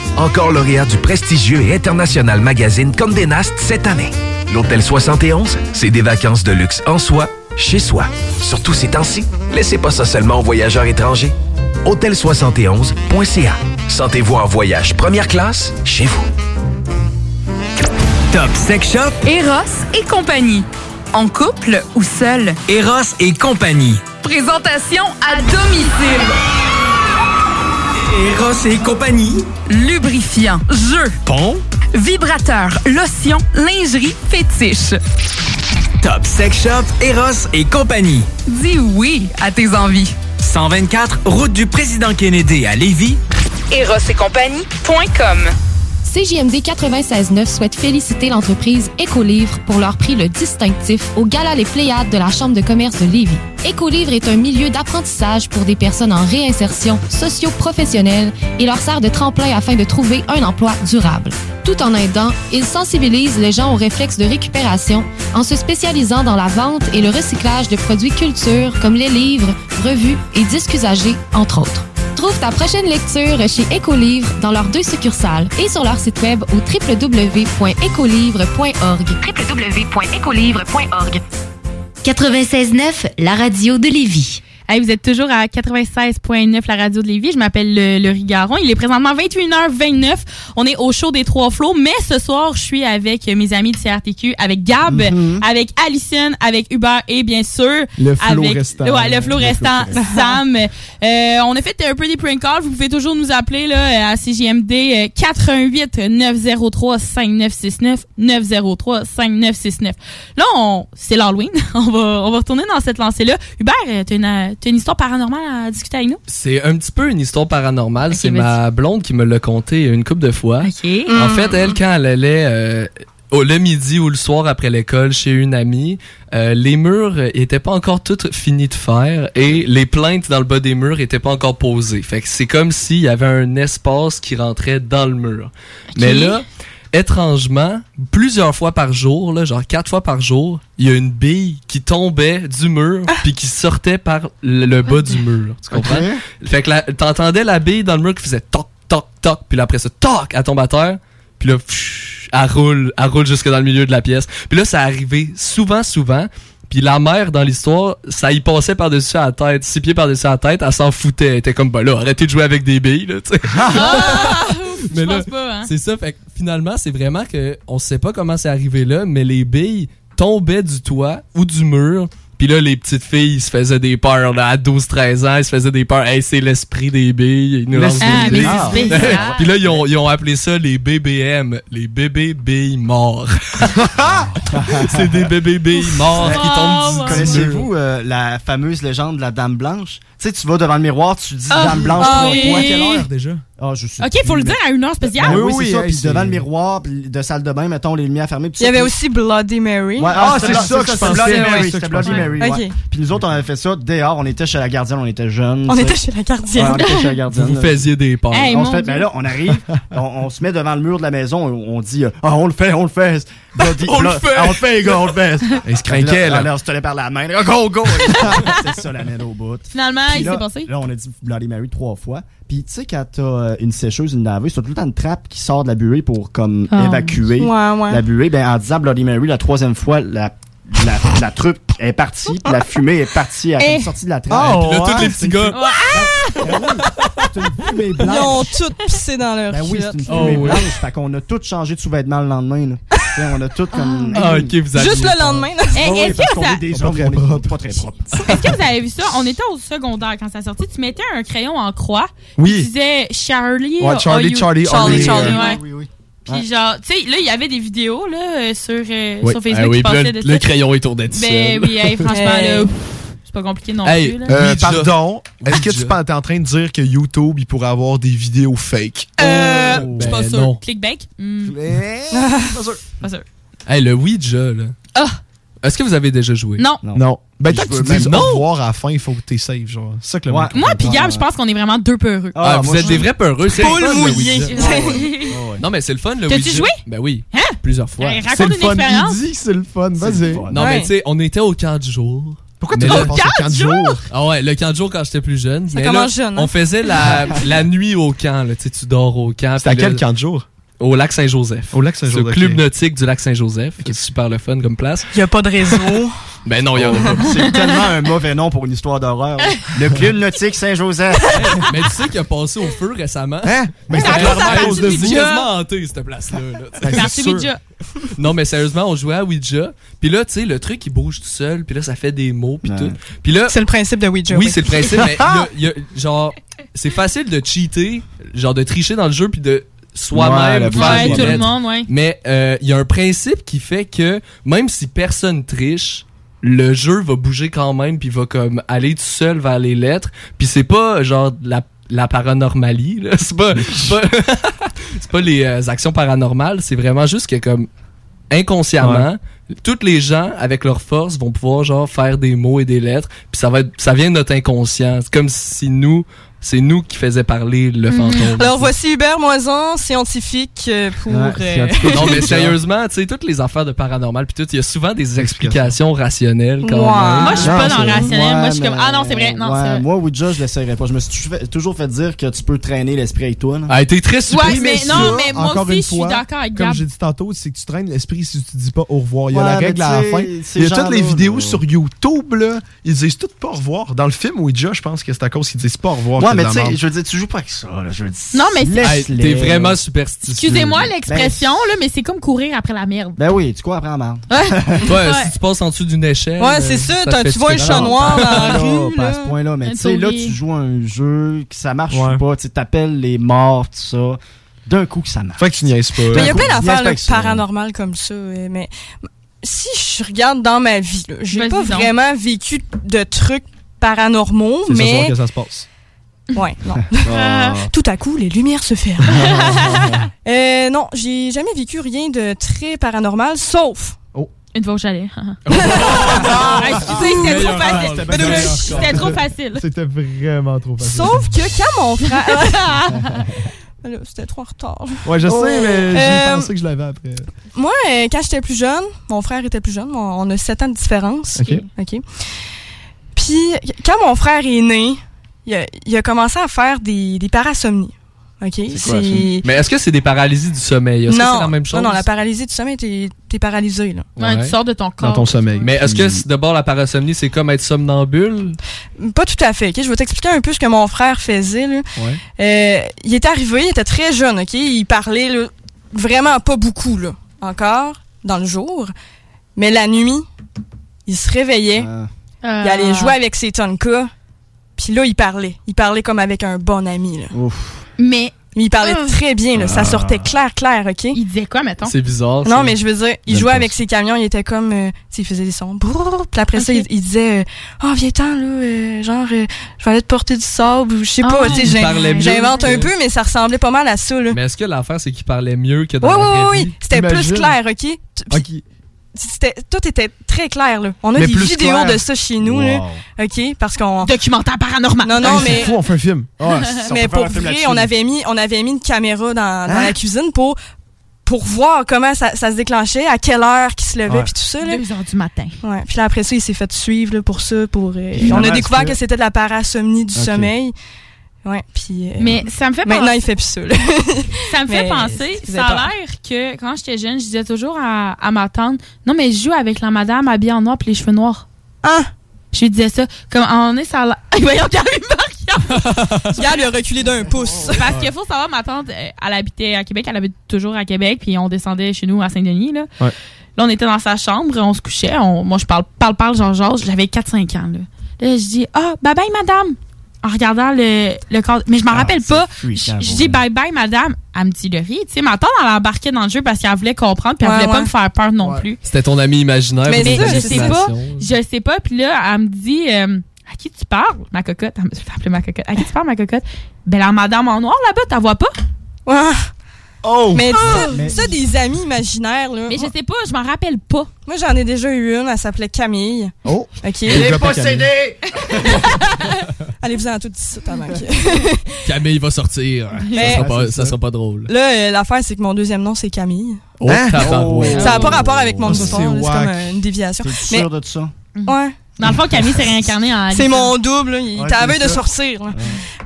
Speaker 17: Encore lauréat du prestigieux et international magazine Condé Nast cette année. L'Hôtel 71, c'est des vacances de luxe en soi, chez soi. Surtout ces temps-ci, laissez pas ça seulement aux voyageurs étrangers. Hôtel71.ca. Sentez-vous en voyage première classe chez vous.
Speaker 42: Top Sex Shop,
Speaker 46: Eros et compagnie. En couple ou seul.
Speaker 42: Eros et compagnie.
Speaker 46: Présentation à domicile.
Speaker 42: Eros et compagnie.
Speaker 46: Lubrifiant, jeu,
Speaker 42: Pont,
Speaker 46: vibrateur, lotion, lingerie, fétiche.
Speaker 42: Top Sex Shop, Eros et compagnie.
Speaker 46: Dis oui à tes envies.
Speaker 42: 124, route du président Kennedy à Lévis.
Speaker 46: Eros et compagnie.com
Speaker 22: CJMD 96.9 souhaite féliciter l'entreprise Écolivre pour leur prix le distinctif au Gala Les Pléiades de la Chambre de commerce de Lévis. Écolivre est un milieu d'apprentissage pour des personnes en réinsertion socio-professionnelle et leur sert de tremplin afin de trouver un emploi durable. Tout en aidant, ils sensibilisent les gens aux réflexes de récupération en se spécialisant dans la vente et le recyclage de produits culture comme les livres, revues et disques usagés, entre autres. Trouve ta prochaine lecture chez Écolivre dans leurs deux succursales et sur leur site web au www.écolivre.org.
Speaker 25: www.écolivre.org
Speaker 27: 96.9, la radio de Lévis.
Speaker 6: Hey, vous êtes toujours à 96.9 la radio de Lévis. Je m'appelle euh, le, le Rigaron. Il est présentement 21h29. On est au show des Trois Flots, mais ce soir, je suis avec euh, mes amis de CRTQ, avec Gab,
Speaker 1: Mm-hmm.
Speaker 6: avec Alison, avec Hubert et bien sûr
Speaker 1: Le flow
Speaker 6: avec
Speaker 1: restant.
Speaker 6: Ouais, le flow
Speaker 1: Le flow
Speaker 6: restant
Speaker 1: restant.
Speaker 6: Sam. Euh, on a fait un peu des prank calls. Vous pouvez toujours nous appeler là à CJMD euh, 418 903 5969 903 5969. Là, on c'est l'Halloween. On va on va retourner dans cette lancée là. Hubert, euh, t'as une euh, t'as une histoire paranormale à discuter avec nous
Speaker 8: C'est un petit peu une histoire paranormale. c'est
Speaker 6: vas-y.
Speaker 8: ma blonde qui me l'a conté une couple de fois. En
Speaker 6: Mm.
Speaker 8: fait, elle, quand elle allait euh, au, le midi ou le soir après l'école chez une amie, euh, les murs euh, étaient pas encore toutes finis de faire et les plaintes dans le bas des murs étaient pas encore posées. Fait que c'est comme s'il y avait un espace qui rentrait dans le mur. Mais là, étrangement, plusieurs fois par jour, là, genre quatre fois par jour, il y a une bille qui tombait du mur puis qui sortait par le, le bas du mur. Tu comprends? Fait que la- t'entendais la bille dans le mur qui faisait toc, toc, toc, puis là, après ça, toc, elle tombe à terre, puis là, pfff, elle roule, elle roule jusque dans le milieu de la pièce. Puis là, ça arrivait souvent, souvent. Puis la mère, dans l'histoire, ça y passait par-dessus la tête, six pieds par-dessus la tête, elle s'en foutait. Elle était comme, bah là, arrêtez de jouer avec des billes, là, tu sais.
Speaker 6: Je
Speaker 8: Mais là,
Speaker 6: pense pas, hein.
Speaker 8: c'est ça. Fait que finalement, c'est vraiment que on sait pas comment c'est arrivé là, mais les billes tombaient du toit ou du mur. Puis là, les petites filles, ils se faisaient des peurs. là, à 12-13 ans, ils se faisaient des peurs. Hey, c'est l'esprit des billes. Ils nous lancent
Speaker 6: L'esprit des
Speaker 8: des billes.
Speaker 6: billes. Ah, mais c'est
Speaker 8: Puis là, ils ont, ils ont appelé ça les BBM, les bébés billes morts. c'est des bébés billes morts qui tombent du- du mur.
Speaker 5: Connaissez-vous euh, la fameuse légende de la Dame Blanche? Tu sais, tu vas devant le miroir, tu dis
Speaker 6: Ah,
Speaker 5: Dame Blanche
Speaker 6: ah
Speaker 5: trois
Speaker 6: oui.
Speaker 5: fois.
Speaker 6: À quelle heure
Speaker 5: déjà? Ah, je sais
Speaker 6: OK, faut le
Speaker 5: plus,
Speaker 6: dire à une heure spéciale.
Speaker 5: Ben oui, c'est ça. Puis devant le miroir, puis de salle de bain, mettons, les lumières fermées. puis
Speaker 7: Il y
Speaker 5: ça,
Speaker 7: avait
Speaker 5: puis-
Speaker 7: aussi Bloody Mary.
Speaker 5: Ouais, ah, c'est ça, que je
Speaker 7: c'est
Speaker 5: pensais.
Speaker 7: Bloody
Speaker 5: ouais,
Speaker 7: Mary,
Speaker 5: C'était Bloody
Speaker 7: Ouais.
Speaker 5: Mary.
Speaker 7: Ah, Ok.
Speaker 5: ouais. Puis nous autres, on avait fait ça dehors. On était chez la gardienne, on était jeunes.
Speaker 7: On
Speaker 5: tu sais.
Speaker 7: était chez la gardienne.
Speaker 5: Ouais, on était chez la gardienne.
Speaker 8: Vous vous faisiez des peurs.
Speaker 7: Hey,
Speaker 5: on
Speaker 7: mon
Speaker 5: se fait,
Speaker 7: Dieu.
Speaker 5: ben là, on arrive, on, on se met devant le mur de la maison, on, on dit euh, Ah, on le fait, on le fait. Bloody-
Speaker 10: On le
Speaker 5: Blo-
Speaker 10: fait.
Speaker 5: Ah, On le fait, les gars, on le fait.
Speaker 8: Ils se craquaient, là.
Speaker 5: On se tenait par la main. Go, go. c'est ça, la mène au bout.
Speaker 6: Finalement,
Speaker 5: Puis
Speaker 6: il
Speaker 5: là-
Speaker 6: s'est passé.
Speaker 5: Là, on a dit Bloody Mary trois fois. Puis, tu sais, quand t'as euh, une sécheuse, une laveuse, t'as tout le temps une trappe qui sort de la buée pour comme
Speaker 7: Ah.
Speaker 5: évacuer
Speaker 7: Ouais, ouais.
Speaker 5: la buée. Ben, en disant Bloody Mary la troisième fois, la, la, la truppe est partie, puis la fumée est partie, elle
Speaker 7: Eh.
Speaker 5: est sortie de la trappe.
Speaker 7: Oh, Puis là, tous ouais. les
Speaker 5: C'est-
Speaker 7: petits gars.
Speaker 5: fumée
Speaker 7: Ils
Speaker 5: blanche.
Speaker 7: ont toutes pissé dans leur
Speaker 5: Ben oui, c'est une
Speaker 7: culotte.
Speaker 8: Oh,
Speaker 5: fumée blanche. Fait qu'on a tous changé de sous-vêtements le lendemain. là. Tu sais, on a tous comme.
Speaker 8: Ah, ok, vous aviez
Speaker 7: Juste le lendemain. là.
Speaker 6: Eh,
Speaker 5: Ah oui,
Speaker 6: est-ce,
Speaker 5: parce
Speaker 6: que
Speaker 5: qu'on
Speaker 6: vous a-
Speaker 5: est des gens qu'on est pas très propres.
Speaker 6: est-ce que vous avez vu ça? On était au secondaire quand ça sortit. Tu mettais un crayon en croix.
Speaker 26: Oui.
Speaker 6: Tu disais Charlie.
Speaker 26: Ouais, Charlie,
Speaker 6: are you-
Speaker 26: Charlie,
Speaker 6: Charlie,
Speaker 26: are you-
Speaker 6: Charlie,
Speaker 26: euh,
Speaker 6: ouais.
Speaker 26: oui,
Speaker 6: Puis Puis genre, tu sais, là, il y avait des vidéos là, euh, sur, euh,
Speaker 8: Oui.
Speaker 6: sur Facebook
Speaker 8: Ah oui,
Speaker 6: qui
Speaker 8: puis là,
Speaker 6: passaient de
Speaker 8: le
Speaker 6: ça.
Speaker 8: crayon, il tournait tout
Speaker 6: Ben
Speaker 8: seul.
Speaker 6: oui, hey, franchement,
Speaker 8: Hey.
Speaker 6: là, pff, c'est pas compliqué non
Speaker 8: Hey,
Speaker 6: plus. Là.
Speaker 26: Euh,
Speaker 8: Ouija.
Speaker 26: pardon, est-ce que tu penses- t'es en train de dire que YouTube, il pourrait avoir des vidéos fake?
Speaker 6: Euh, je suis pas
Speaker 8: ben
Speaker 6: sûr.
Speaker 8: non.
Speaker 6: Clickbait? Hmm.
Speaker 26: pas sûr.
Speaker 6: Pas sûr.
Speaker 8: Hey, le Ouija, là.
Speaker 6: Ah!
Speaker 8: Est-ce que vous avez déjà joué?
Speaker 6: Non.
Speaker 26: Non. Ben, tant
Speaker 8: Je
Speaker 26: que tu
Speaker 8: veux même
Speaker 26: dis
Speaker 8: non.
Speaker 26: au revoir à la fin, il faut que t'es safe, genre. C'est ça que le monde
Speaker 6: Moi,
Speaker 26: comprend.
Speaker 6: puis Gab, je pense qu'on est vraiment deux peureux.
Speaker 8: Ah, vous êtes des vrais peureux, c'est le
Speaker 6: Poule
Speaker 8: fun, le
Speaker 6: mouillée.
Speaker 8: Ouija. Ah ouais. Non, mais c'est le fun, le
Speaker 6: T'as-tu
Speaker 8: Ouija.
Speaker 6: joué?
Speaker 8: Ben oui. Plusieurs fois.
Speaker 6: Ben, raconte C'est le une fun. expérience. Il dit que
Speaker 26: c'est le fun, vas-y.
Speaker 8: Non,
Speaker 6: Ouais.
Speaker 8: mais tu sais, on était au camp du jour. Pourquoi
Speaker 26: tu vas au camp du jour?
Speaker 8: Ah ouais, le camp du jour quand j'étais plus jeune.
Speaker 26: Ça
Speaker 8: Mais
Speaker 26: commence
Speaker 8: là,
Speaker 26: jeune, hein?
Speaker 8: On faisait la, la nuit au camp, là, tu sais, tu dors au camp.
Speaker 26: C'était à quel camp de jour?
Speaker 8: Au lac Saint-Joseph.
Speaker 26: Au lac
Speaker 8: C'est
Speaker 26: Saint-Joseph,
Speaker 8: Le club
Speaker 26: ok.
Speaker 8: nautique du lac Saint-Joseph. C'est super le fun comme place.
Speaker 7: Il n'y a pas de réseau.
Speaker 8: Ben non, il y
Speaker 26: Oh.
Speaker 8: en a pas.
Speaker 5: C'est tellement un mauvais nom pour une histoire d'horreur. Le club nautique Saint-Joseph.
Speaker 8: Mais tu sais qu'il a passé au feu récemment.
Speaker 5: Hein?
Speaker 8: Mais
Speaker 5: C'est à cause de la
Speaker 8: clairement-
Speaker 5: partie
Speaker 8: c'est
Speaker 5: Ouija.
Speaker 8: quasiment hanté, cette place-là. là, tu sais.
Speaker 5: Ben, c'est Partie sûr. Ouija.
Speaker 8: Non, mais sérieusement, on jouait à Ouija. Puis là, tu sais, le truc, il bouge tout seul. Puis là, ça fait des mots. Puis
Speaker 5: Ouais.
Speaker 8: tout. Puis là.
Speaker 7: C'est le principe de Ouija.
Speaker 8: Oui, c'est le principe, mais il y a- il y a- genre, c'est facile de cheater, genre de tricher dans le jeu, puis de soi-même
Speaker 6: Ouais, la
Speaker 8: faire
Speaker 6: Ouais,
Speaker 8: des
Speaker 6: tout le
Speaker 8: lettres.
Speaker 6: monde, ouais.
Speaker 8: Mais euh, il y a un principe qui fait que même si personne triche, le jeu va bouger quand même, puis va comme aller tout seul vers les lettres. Puis c'est pas genre de la la paranormalie, là. c'est pas, c'est pas, c'est pas les euh, actions paranormales, c'est vraiment juste que comme inconsciemment, toutes les gens avec leur force vont pouvoir genre faire des mots et des lettres, puis ça va être, ça vient de notre inconscient. C'est comme si nous, c'est nous qui faisait parler le fantôme.
Speaker 7: Mhm. Alors voici Hubert Moison, scientifique euh, pour. euh,
Speaker 8: non mais sérieusement, tu sais toutes les affaires de paranormal puis tout, il y a souvent des explications rationnelles quand même.
Speaker 6: Moi, je suis pas dans le rationnel.
Speaker 5: Ouais,
Speaker 6: Moi, je suis comme,
Speaker 5: mais-
Speaker 6: ah non, c'est vrai. Non,
Speaker 5: ouais,
Speaker 6: c'est vrai.
Speaker 5: Moi, Ouija, je l'essayerais pas. Je me suis tou- fait- toujours fait dire que tu peux traîner l'esprit avec toi.
Speaker 8: A été Ah, très
Speaker 6: surpris, Ouais, mais mais non, ça, mais moi
Speaker 26: Encore
Speaker 6: aussi,
Speaker 26: une
Speaker 6: je suis
Speaker 26: fois,
Speaker 6: d'accord avec
Speaker 26: Comme
Speaker 6: Gab.
Speaker 26: j'ai dit tantôt, c'est que tu traînes l'esprit si tu dis pas au revoir. Il y a
Speaker 5: Ouais,
Speaker 26: la
Speaker 5: mais
Speaker 26: règle à la
Speaker 5: tu sais,
Speaker 26: fin.
Speaker 5: ces
Speaker 26: Il y a toutes les
Speaker 5: gens-là,
Speaker 26: vidéos
Speaker 5: là.
Speaker 26: sur YouTube, là. Ils disent toutes pas au revoir. Dans le film Ouija, je pense que c'est à cause qu'ils disent pas au revoir.
Speaker 5: Ouais,
Speaker 26: que
Speaker 5: mais
Speaker 26: de la
Speaker 5: tu sais,
Speaker 26: merde.
Speaker 5: je veux dire, tu joues pas avec ça. là, je veux dire.
Speaker 6: Non, mais c'est-
Speaker 5: Laisse-les,
Speaker 8: Hey, t'es
Speaker 5: là.
Speaker 8: vraiment superstitieux.
Speaker 6: Excusez-moi l'expression, là, mais c'est comme courir après la merde.
Speaker 5: Ben oui, tu crois après la merde.
Speaker 8: Ouais, si tu passes en dessous d'une échelle.
Speaker 6: Ouais, c'est ça,
Speaker 8: te
Speaker 6: t'as-
Speaker 8: fait
Speaker 6: tu vois un
Speaker 8: différent.
Speaker 6: chat noir dans la
Speaker 5: Pas là,
Speaker 6: rue,
Speaker 5: pas à
Speaker 6: là.
Speaker 5: ce point-là,
Speaker 6: Un
Speaker 5: mais tu sais, là,
Speaker 6: taulier.
Speaker 5: tu joues à un jeu, que ça marche ou pas, tu sais, t'appelles les morts, tout ça. D'un coup que ça marche.
Speaker 26: Fait que tu niaises pas.
Speaker 7: Mais il y a plein
Speaker 5: D'un coup,
Speaker 7: d'affaires là,
Speaker 5: tu niaises pas avec ça.
Speaker 7: paranormales comme ça. euh, Mais si je regarde dans ma vie, là, j'ai
Speaker 6: Vas-y
Speaker 7: pas
Speaker 6: donc.
Speaker 7: vraiment vécu de trucs paranormaux,
Speaker 26: C'est ce soir
Speaker 7: mais.
Speaker 26: que ça se passe.
Speaker 7: Ouais, non.
Speaker 26: Ah.
Speaker 7: Tout à coup, les lumières se ferment. Euh, non, j'ai jamais vécu rien de très paranormal, sauf.
Speaker 26: Oh.
Speaker 6: Une fois au chalet. Ah, excusez, c'était trop facile. C'était trop facile.
Speaker 26: C'était vraiment trop facile.
Speaker 7: Sauf que quand mon frère. Là, C'était trop en retard.
Speaker 26: Ouais, je
Speaker 5: Oh.
Speaker 26: sais, mais j'ai
Speaker 7: Euh,
Speaker 26: pensé que je l'avais après.
Speaker 7: Moi, euh, quand j'étais plus jeune, mon frère était plus jeune, mon- on a 7 ans de différence.
Speaker 26: Ok.
Speaker 7: OK. Puis, quand mon frère est né, il a, il a commené à faire des, des parasomnies. OK?
Speaker 8: Ben, C'est quoi, ça? Mais est-ce que c'est des paralysies du sommeil? Est-ce que
Speaker 7: non,
Speaker 8: c'est la même chose?
Speaker 7: non, non, la paralysie du sommeil, t'es t'es paralysé. Là.
Speaker 8: Ouais, Ouais. tu sors
Speaker 6: de ton
Speaker 8: corps. ton
Speaker 26: sommeil.
Speaker 8: Mais est-ce que c'est- d'abord la parasomnie, c'est comme être somnambule?
Speaker 7: Pas tout à fait. ok? Je vais t'expliquer un peu ce que mon frère faisait. Là.
Speaker 8: Ouais.
Speaker 7: Euh, il est arrivé, il était très jeune, OK? Il parlait là, vraiment pas beaucoup, là, encore, dans le jour. Mais la nuit, il se réveillait, il allait jouer avec ses tonkas, puis là, il parlait. Il parlait comme avec un bon ami, là.
Speaker 6: Mais.
Speaker 7: Il parlait
Speaker 6: Ah.
Speaker 7: très bien, là.
Speaker 6: Ah.
Speaker 7: Ça sortait clair, clair, OK?
Speaker 6: Il disait quoi, mettons?
Speaker 8: C'est bizarre.
Speaker 7: Non,
Speaker 8: ça.
Speaker 7: mais je veux dire, il
Speaker 8: J'aime
Speaker 7: jouait
Speaker 8: pas
Speaker 7: avec ses camions, il était comme. euh, tu sais, il faisait des sons. brrr, Puis après ça, il, il disait euh, Oh, viens-t'en, là, euh, genre, euh, je vais aller te porter du sable, ou je sais
Speaker 8: Ah.
Speaker 7: pas. Tu sais,
Speaker 8: Il
Speaker 7: j'in-
Speaker 8: parlait mieux
Speaker 7: j'invente un
Speaker 8: que-
Speaker 7: peu, mais ça ressemblait pas mal à ça, là.
Speaker 8: Mais est-ce que l'affaire, c'est qu'il parlait mieux que dans
Speaker 7: Oui,
Speaker 8: la
Speaker 7: oui,
Speaker 8: vraie
Speaker 7: oui,
Speaker 8: vie?
Speaker 7: oui. C'était plus clair, OK? Tu- puis C'était, tout était très clair, là. On a
Speaker 8: Mais
Speaker 7: des
Speaker 8: plus
Speaker 7: vidéos
Speaker 8: clair.
Speaker 7: de ça chez nous, là. OK? Parce qu'on.
Speaker 6: Documentaire paranormal.
Speaker 7: Non, non,
Speaker 26: Hey,
Speaker 7: mais.
Speaker 26: C'est fou, on fait un film. Ouais, Ah, si, on
Speaker 7: mais
Speaker 26: peut faire
Speaker 7: pour
Speaker 26: un film
Speaker 7: vrai,
Speaker 26: là-dessus.
Speaker 7: on avait, mis, on avait mis une caméra dans, dans
Speaker 26: Hein?
Speaker 7: la cuisine pour, pour voir comment ça, ça se déclenchait, à quelle heure qu'il se levait,
Speaker 6: Ouais.
Speaker 7: puis tout ça. Là.
Speaker 6: Deux heures du matin.
Speaker 7: Ouais. Puis là, après ça, il s'est fait suivre là, pour ça. Pour, euh,
Speaker 6: Puis
Speaker 7: on
Speaker 6: finalement,
Speaker 7: a découvert
Speaker 6: est-ce que-
Speaker 7: que c'était de la parasomnie du
Speaker 6: Ok.
Speaker 7: sommeil. Ouais, puis, euh,
Speaker 6: Mais ça me fait
Speaker 7: Maintenant,
Speaker 6: penser-
Speaker 7: il fait plus ça. là.
Speaker 6: Ça me fait
Speaker 7: Mais
Speaker 6: penser,
Speaker 7: c'est
Speaker 6: ça a l'air que quand j'étais jeune, je disais toujours à, à ma tante Non, mais je joue avec la madame habillée en noir puis les cheveux noirs.
Speaker 7: Ah
Speaker 6: Je lui disais ça. Comme, à un moment donné, ça a l'air. Voyons, Gab, il marque.
Speaker 7: Regarde, il a reculé d'un pouce.
Speaker 6: Parce qu'il faut savoir, ma tante, euh, elle habitait à Québec, elle habite toujours à Québec, puis on descendait chez nous à Saint-Denis. Là.
Speaker 26: Ouais.
Speaker 6: là, on était dans sa chambre, on se couchait. on- moi, je parle, parle, parle, genre, genre, j'avais 4-5 ans. Là, là je dis Ah, bye bye, madame. en regardant le, le cadre. Mais je
Speaker 5: Ah,
Speaker 6: m'en rappelle pas. Je je dis bye bye, madame. Elle me dit le riz. Tu sais, ma tante, elle a embarqué dans le jeu parce qu'elle voulait comprendre puis elle
Speaker 8: Ouais,
Speaker 6: voulait pas
Speaker 8: ouais.
Speaker 6: me faire peur non plus.
Speaker 8: C'était ton ami imaginaire.
Speaker 6: Mais,
Speaker 8: ou ton
Speaker 6: je sais pas.
Speaker 8: imagination.
Speaker 6: Je sais pas. Puis là, elle me dit euh, À qui tu parles, ma cocotte Elle me je l'ai appelée ma cocotte. À qui tu parles, ma cocotte Ben, la madame en noir là-bas, t'as vois pas
Speaker 5: Oh
Speaker 26: Ah!
Speaker 7: Mais ça,
Speaker 6: Mais-
Speaker 7: ça, des amis imaginaires, là. Mais je
Speaker 6: sais pas, je m'en rappelle pas.
Speaker 7: Moi, j'en ai déjà eu une, elle s'appelait Camille.
Speaker 26: Oh!
Speaker 7: OK.
Speaker 26: Elle est possédée!
Speaker 7: Allez-vous en tout de suite avant que-
Speaker 8: Camille va sortir.
Speaker 7: Mais-
Speaker 8: ça, sera pas, ça sera pas drôle.
Speaker 7: Là, euh, l'affaire, c'est que mon deuxième nom, c'est Camille.
Speaker 8: Oh, tabarouette.
Speaker 7: Ça n'a pas rapport avec mon
Speaker 8: Ah,
Speaker 7: nom,
Speaker 8: ça,
Speaker 7: c'est
Speaker 8: c'est
Speaker 7: comme
Speaker 8: whack.
Speaker 7: euh, une déviation.
Speaker 5: Oh, T'es-tu sûr de ça?
Speaker 7: Ouais.
Speaker 6: Mhm. Dans le fond, Camille s'est réincarné en.
Speaker 7: C'est mon double, là. il
Speaker 6: Ouais,
Speaker 7: était à
Speaker 6: c'est
Speaker 7: veille de
Speaker 6: ça.
Speaker 7: sortir. là.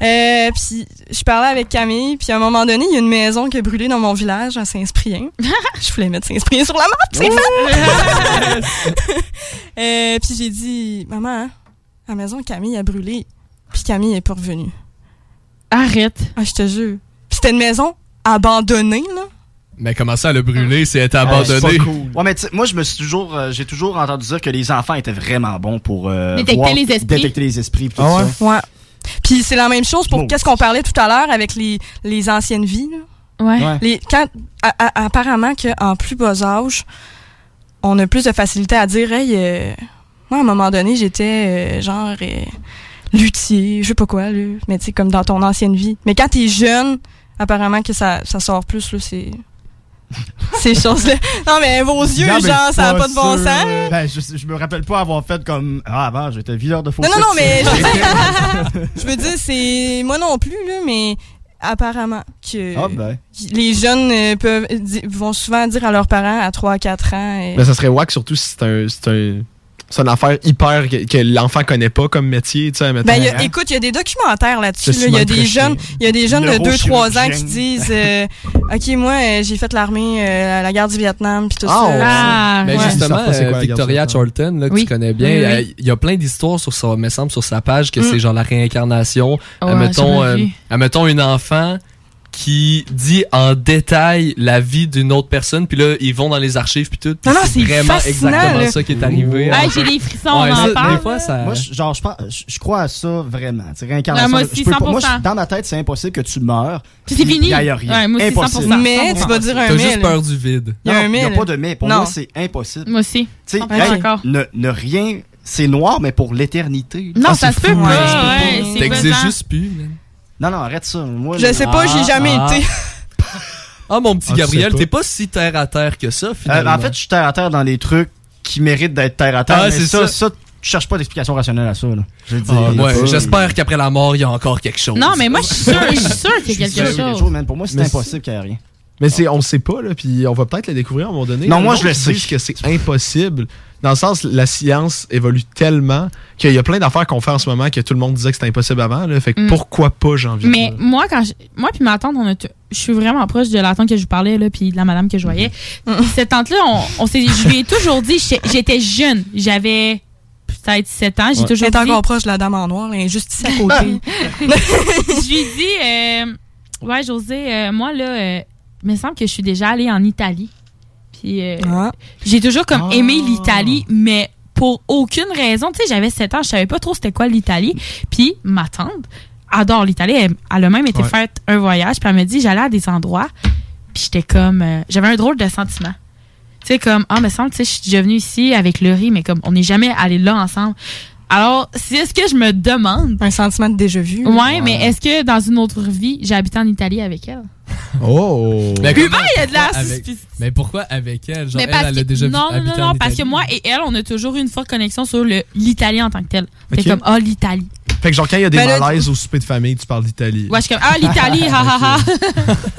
Speaker 7: Euh, puis je parlais avec Camille, puis à un moment donné, il y a une maison qui a brûlé dans mon village à Saint-Sprien. je voulais mettre Saint-Sprien sur la map, c'est
Speaker 5: Oh!
Speaker 7: fait! Euh, puis j'ai dit, maman, hein, la maison de Camille a brûlé, puis Camille est pas revenue.
Speaker 6: Arrête!
Speaker 7: Ah, je te jure. Puis c'était une maison abandonnée, là.
Speaker 8: Mais comment ça, le brûler, c'est être
Speaker 5: Ah, c'est
Speaker 8: abandonné?
Speaker 5: pas cool. Ouais, mais tu sais, moi, je me suis toujours, euh, j'ai toujours entendu dire que les enfants étaient vraiment bons pour euh,
Speaker 7: Détecter
Speaker 5: voir-
Speaker 7: les esprits.
Speaker 5: détecter les esprits, pis tout
Speaker 7: Ah ouais?
Speaker 5: ça.
Speaker 7: Ouais. Puis c'est la même chose pour
Speaker 5: Maudit.
Speaker 7: qu'est-ce qu'on parlait tout à l'heure avec les, les anciennes vies. là.
Speaker 5: Ouais. Ouais.
Speaker 7: Les, quand, a- a- apparemment qu'en plus bas âge, on a plus de facilité à dire Hey, euh, moi, à un moment donné, j'étais euh, genre euh, luthier, je sais pas quoi, là, mais tu sais, comme dans ton ancienne vie. Mais quand t'es jeune, apparemment que ça, ça sort plus, là, c'est. Ces choses-là. Non, mais vos yeux,
Speaker 5: Non, mais
Speaker 7: genre, ça n'a
Speaker 5: je
Speaker 7: pas de
Speaker 5: suis
Speaker 7: bon
Speaker 5: sûr,
Speaker 7: sens.
Speaker 5: euh, Ben, je, je me rappelle pas avoir fait comme. Ah, avant, j'étais videur de faux.
Speaker 7: Non, non, non, mais je veux dire, je veux dire, c'est moi non plus, là, mais apparemment que
Speaker 5: Ah, ben.
Speaker 7: les jeunes euh, peuvent, di- vont souvent dire à leurs parents à 3-4 ans. euh,
Speaker 5: Ben,
Speaker 26: Mais ça serait wack surtout si c'est un. C'est un- c'est une affaire hyper que, que l'enfant connaît pas comme métier, tu sais, mettons.
Speaker 7: Ben, il y
Speaker 5: hein?
Speaker 7: a- écoute, il y a des documentaires là-dessus.
Speaker 26: Je
Speaker 7: là.
Speaker 26: suis
Speaker 7: Il y a
Speaker 26: mal
Speaker 7: des
Speaker 26: prêché.
Speaker 7: jeunes, il y a des jeunes de 2-3 ans qui
Speaker 26: Neurosciences.
Speaker 7: disent euh, OK, moi, euh, j'ai fait l'armée, euh, à la guerre du Vietnam, puis tout
Speaker 8: Ah,
Speaker 7: ça.
Speaker 8: ouais. Mais
Speaker 7: ouais.
Speaker 8: justement,
Speaker 26: Ils savent pas c'est quoi
Speaker 8: euh,
Speaker 26: la
Speaker 8: Victoria
Speaker 26: garde du
Speaker 8: Charlton, là, que tu connais bien,
Speaker 26: Oui, oui,
Speaker 8: euh, il
Speaker 26: oui.
Speaker 8: y a plein d'histoires sur sa, me semble, sur sa page que
Speaker 26: Mm.
Speaker 8: c'est genre la réincarnation.
Speaker 26: Ouais,
Speaker 8: admettons,
Speaker 26: j'en ai
Speaker 8: euh,
Speaker 26: vu.
Speaker 8: admettons une enfant qui dit en détail la vie d'une autre personne, puis là, ils vont dans les archives, puis tout. puis
Speaker 5: Non, non,
Speaker 8: c'est
Speaker 5: c'est
Speaker 8: vraiment
Speaker 5: fascinant,
Speaker 8: exactement
Speaker 5: là.
Speaker 8: ça qui est arrivé.
Speaker 6: Ah, j'ai des frissons,
Speaker 8: Ouais,
Speaker 6: on
Speaker 8: ça,
Speaker 6: en
Speaker 8: des
Speaker 6: parle.
Speaker 8: fois, ça-
Speaker 5: Moi, je- genre, je, pense- je, je crois à ça vraiment. Tu sais, réincarnation.
Speaker 6: Ouais, moi
Speaker 5: je
Speaker 6: aussi,
Speaker 5: peux pas- moi,
Speaker 6: 100%.
Speaker 5: je- dans ma tête, c'est impossible que tu meurs.
Speaker 6: Puis c'est
Speaker 5: puis
Speaker 6: fini.
Speaker 5: il y a rien.
Speaker 6: Ouais, moi aussi,
Speaker 5: Impossible.
Speaker 6: 100%. Mais tu vas dire un T'as juste mais, là. peur
Speaker 8: du vide.
Speaker 6: Il y a
Speaker 5: Non,
Speaker 6: un mais,
Speaker 5: Il n'y
Speaker 6: là.
Speaker 5: a pas de mais. Pour
Speaker 6: Non.
Speaker 5: moi, c'est impossible.
Speaker 6: Moi aussi.
Speaker 5: Tu sais,
Speaker 6: Ah, ben,
Speaker 5: hey,
Speaker 6: d'accord.
Speaker 5: ne, ne rien. C'est noir, mais pour l'éternité.
Speaker 6: Non,
Speaker 5: Ah,
Speaker 6: ça se
Speaker 5: c'est
Speaker 6: peut
Speaker 5: fou,
Speaker 6: pas,
Speaker 5: hein, ça se
Speaker 6: ouais,
Speaker 5: peut
Speaker 6: c'est T'existes pesant. juste
Speaker 8: plus.
Speaker 5: Non, non, arrête ça. Moi,
Speaker 7: Je sais pas, j'ai jamais
Speaker 5: Euh,
Speaker 7: été.
Speaker 8: Ah, mon petit
Speaker 5: Ah, tu sais
Speaker 8: Gabriel,
Speaker 5: pas.
Speaker 8: t'es pas si terre à terre que ça,
Speaker 5: Euh,
Speaker 8: finalement.
Speaker 5: en fait, je suis terre à terre dans les trucs qui méritent d'être terre à terre.
Speaker 8: Ah,
Speaker 5: mais
Speaker 8: c'est
Speaker 5: ça,
Speaker 8: ça.
Speaker 5: ça, je cherche pas d'explication rationnelle à ça. là. Je veux dire,
Speaker 8: Ah, ouais,
Speaker 5: euh,
Speaker 8: j'espère qu'après la mort, il y a encore quelque chose.
Speaker 6: Non, mais moi, je suis sûre, je suis sûre qu'il y a
Speaker 5: Je
Speaker 6: quelque
Speaker 5: suis sûr qu'il y a quelque
Speaker 6: chose.
Speaker 5: chose, man. Pour moi, c'est
Speaker 26: Mais c'est-
Speaker 5: impossible qu'il y ait rien.
Speaker 26: Mais c'est, on le sait pas, là, puis on va peut-être le découvrir à un moment donné.
Speaker 5: Non,
Speaker 26: Il y a
Speaker 5: moi,
Speaker 26: des
Speaker 5: je le
Speaker 26: gens qui
Speaker 5: sais.
Speaker 26: disent que c'est impossible. Dans le sens, la science évolue tellement qu'il y a plein d'affaires qu'on fait en ce moment que tout le monde disait que c'était impossible avant. Là, fait que
Speaker 6: Mm.
Speaker 26: pourquoi pas, j'ai envie de
Speaker 6: Mais moi, quand je- moi puis ma tante, on a t- je suis vraiment proche de la tante que je vous parlais, là, puis de la madame que je voyais.
Speaker 7: Mm-hmm.
Speaker 6: Cette tante-là, on, on s'est- je lui ai toujours dit, j'étais- j'étais jeune, j'avais peut-être 7 ans, j'ai
Speaker 7: Ouais.
Speaker 6: toujours
Speaker 7: Elle est
Speaker 6: dit...
Speaker 7: encore proche de la dame en noir, elle est juste ici à côté.
Speaker 6: je lui ai dit, euh, ouais, José, euh, moi, là, euh, il me semble que je suis déjà allée en Italie. Puis euh, j'ai toujours comme aimé l'Italie, mais pour aucune raison. Tu sais, j'avais 7 ans, je savais pas trop c'était quoi l'Italie. Puis ma tante adore l'Italie. Elle, elle a même été
Speaker 1: Ouais.
Speaker 6: faire un voyage, puis elle me dit, j'allais à des endroits, puis j'étais comme... euh, j'avais un drôle de sentiment. Tu sais, comme, ah, me semble, tu sais, je suis déjà venue ici avec le riz, mais comme, on n'est jamais allé là ensemble. Alors, c'est ce que je me demande.
Speaker 7: Un sentiment de déjà vu.
Speaker 6: Ouais, mais est-ce que dans une autre vie, j'habitais en Italie avec elle?
Speaker 26: Oh!
Speaker 8: Mais
Speaker 6: Hubert,
Speaker 8: comment-
Speaker 6: il y a de la
Speaker 8: pourquoi avec-
Speaker 6: suspicion.
Speaker 8: Mais pourquoi avec elle? Genre,
Speaker 6: Mais
Speaker 8: elle,
Speaker 6: parce
Speaker 8: elle
Speaker 6: que-
Speaker 8: a déjà
Speaker 6: non, non,
Speaker 8: habité
Speaker 6: non,
Speaker 8: en
Speaker 6: non, parce que
Speaker 8: Italie.
Speaker 6: moi et elle, on a toujours eu une forte connexion sur le- l'Italie en tant que tel. Fait
Speaker 26: Ok.
Speaker 6: comme, ah, l'Italie.
Speaker 26: Fait que genre, quand il y a des
Speaker 6: Ben là,
Speaker 26: malaises au souper de famille, tu parles d'Italie.
Speaker 6: Ouais, je suis comme, ah, l'Italie, ha, ha, ha.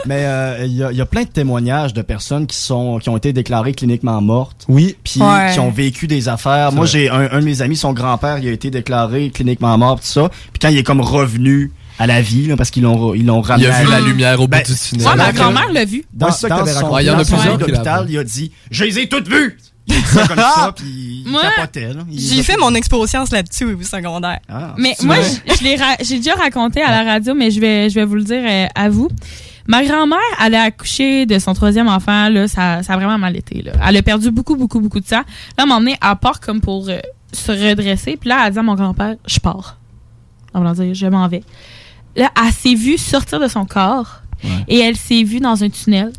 Speaker 5: Mais euh, il y a- il y, a plein de témoignages de personnes qui sont qui ont été déclarées cliniquement mortes.
Speaker 26: Oui.
Speaker 5: Puis
Speaker 7: Ouais.
Speaker 5: qui ont vécu des affaires.
Speaker 7: C'est
Speaker 5: Moi,
Speaker 7: vrai.
Speaker 5: j'ai un, un de mes amis, son grand-père, il a été déclaré cliniquement mort, tout ça. Puis quand il est comme revenu à la vie, là, parce qu'ils l'ont re- ils l'ont
Speaker 8: Il
Speaker 5: ramené.
Speaker 26: Ah,
Speaker 8: a vu
Speaker 5: à
Speaker 8: la lumière au bout
Speaker 5: Ben,
Speaker 8: du tunnel.
Speaker 6: Ouais, ma grand-mère l'a vu.
Speaker 5: Dans,
Speaker 8: Ouais, c'est ça que
Speaker 5: dans
Speaker 8: t'avais
Speaker 5: son,
Speaker 8: raconté. Ouais, il y en a
Speaker 5: dans son
Speaker 8: plusieurs
Speaker 5: lit
Speaker 8: qui
Speaker 5: d'hôpital,
Speaker 8: l'avaient.
Speaker 5: il a dit « Je les ai toutes vues! » Il dit ça
Speaker 6: Ah,
Speaker 5: comme ça, puis il
Speaker 6: Moi,
Speaker 5: capotait. là. Il
Speaker 7: J'ai
Speaker 5: les a
Speaker 7: fait
Speaker 5: toutes
Speaker 7: mon expo aux sciences là-dessus au secondaire.
Speaker 5: Ah,
Speaker 8: Ah,
Speaker 6: Mais moi, je- je l'ai ra- j'ai déjà raconté à la radio, mais je vais, je vais vous le dire euh, à vous. Ma grand-mère, elle a accouché de son troisième enfant, là, ça, ça a vraiment mal été. Là. Elle a perdu beaucoup, beaucoup, beaucoup de sang. Là, à un moment donné, elle part comme pour euh, se redresser, puis là, elle dit à mon grand-père, je pars. en voulant dire je m'en vais. Là, elle s'est vue sortir de son corps et elle s'est vue dans un tunnel.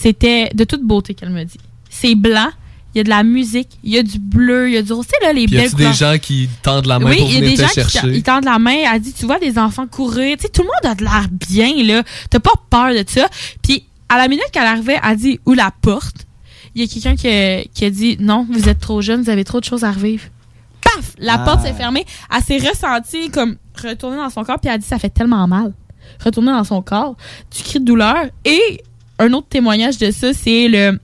Speaker 6: C'était de toute beauté qu'elle me dit. C'est blanc, il y a de la musique, il y a du bleu, il y a du rose. Tu sais, là, les
Speaker 8: Puis y
Speaker 6: belles
Speaker 8: a-tu des
Speaker 6: couleurs.
Speaker 8: gens qui tendent la main
Speaker 6: Oui,
Speaker 8: pour
Speaker 6: il y a
Speaker 8: venir
Speaker 6: des gens
Speaker 8: te
Speaker 6: qui
Speaker 8: chercher?
Speaker 6: ils tendent la main. Elle dit, tu vois des enfants courir. Tu sais, tout le monde a de l'air bien, là. T'as pas peur de ça. Puis, à la minute qu'elle arrivait, elle dit, où la porte? Il y a quelqu'un qui, a- qui a dit, non, vous êtes trop jeune, vous avez trop de choses à revivre. Paf! La
Speaker 1: Ah.
Speaker 6: porte s'est fermée. Elle s'est ressentie comme retournée dans son corps, puis elle a dit, ça fait tellement mal. Retournée dans son corps. Tu cries de douleur. Et un autre témoignage de ça, c'est le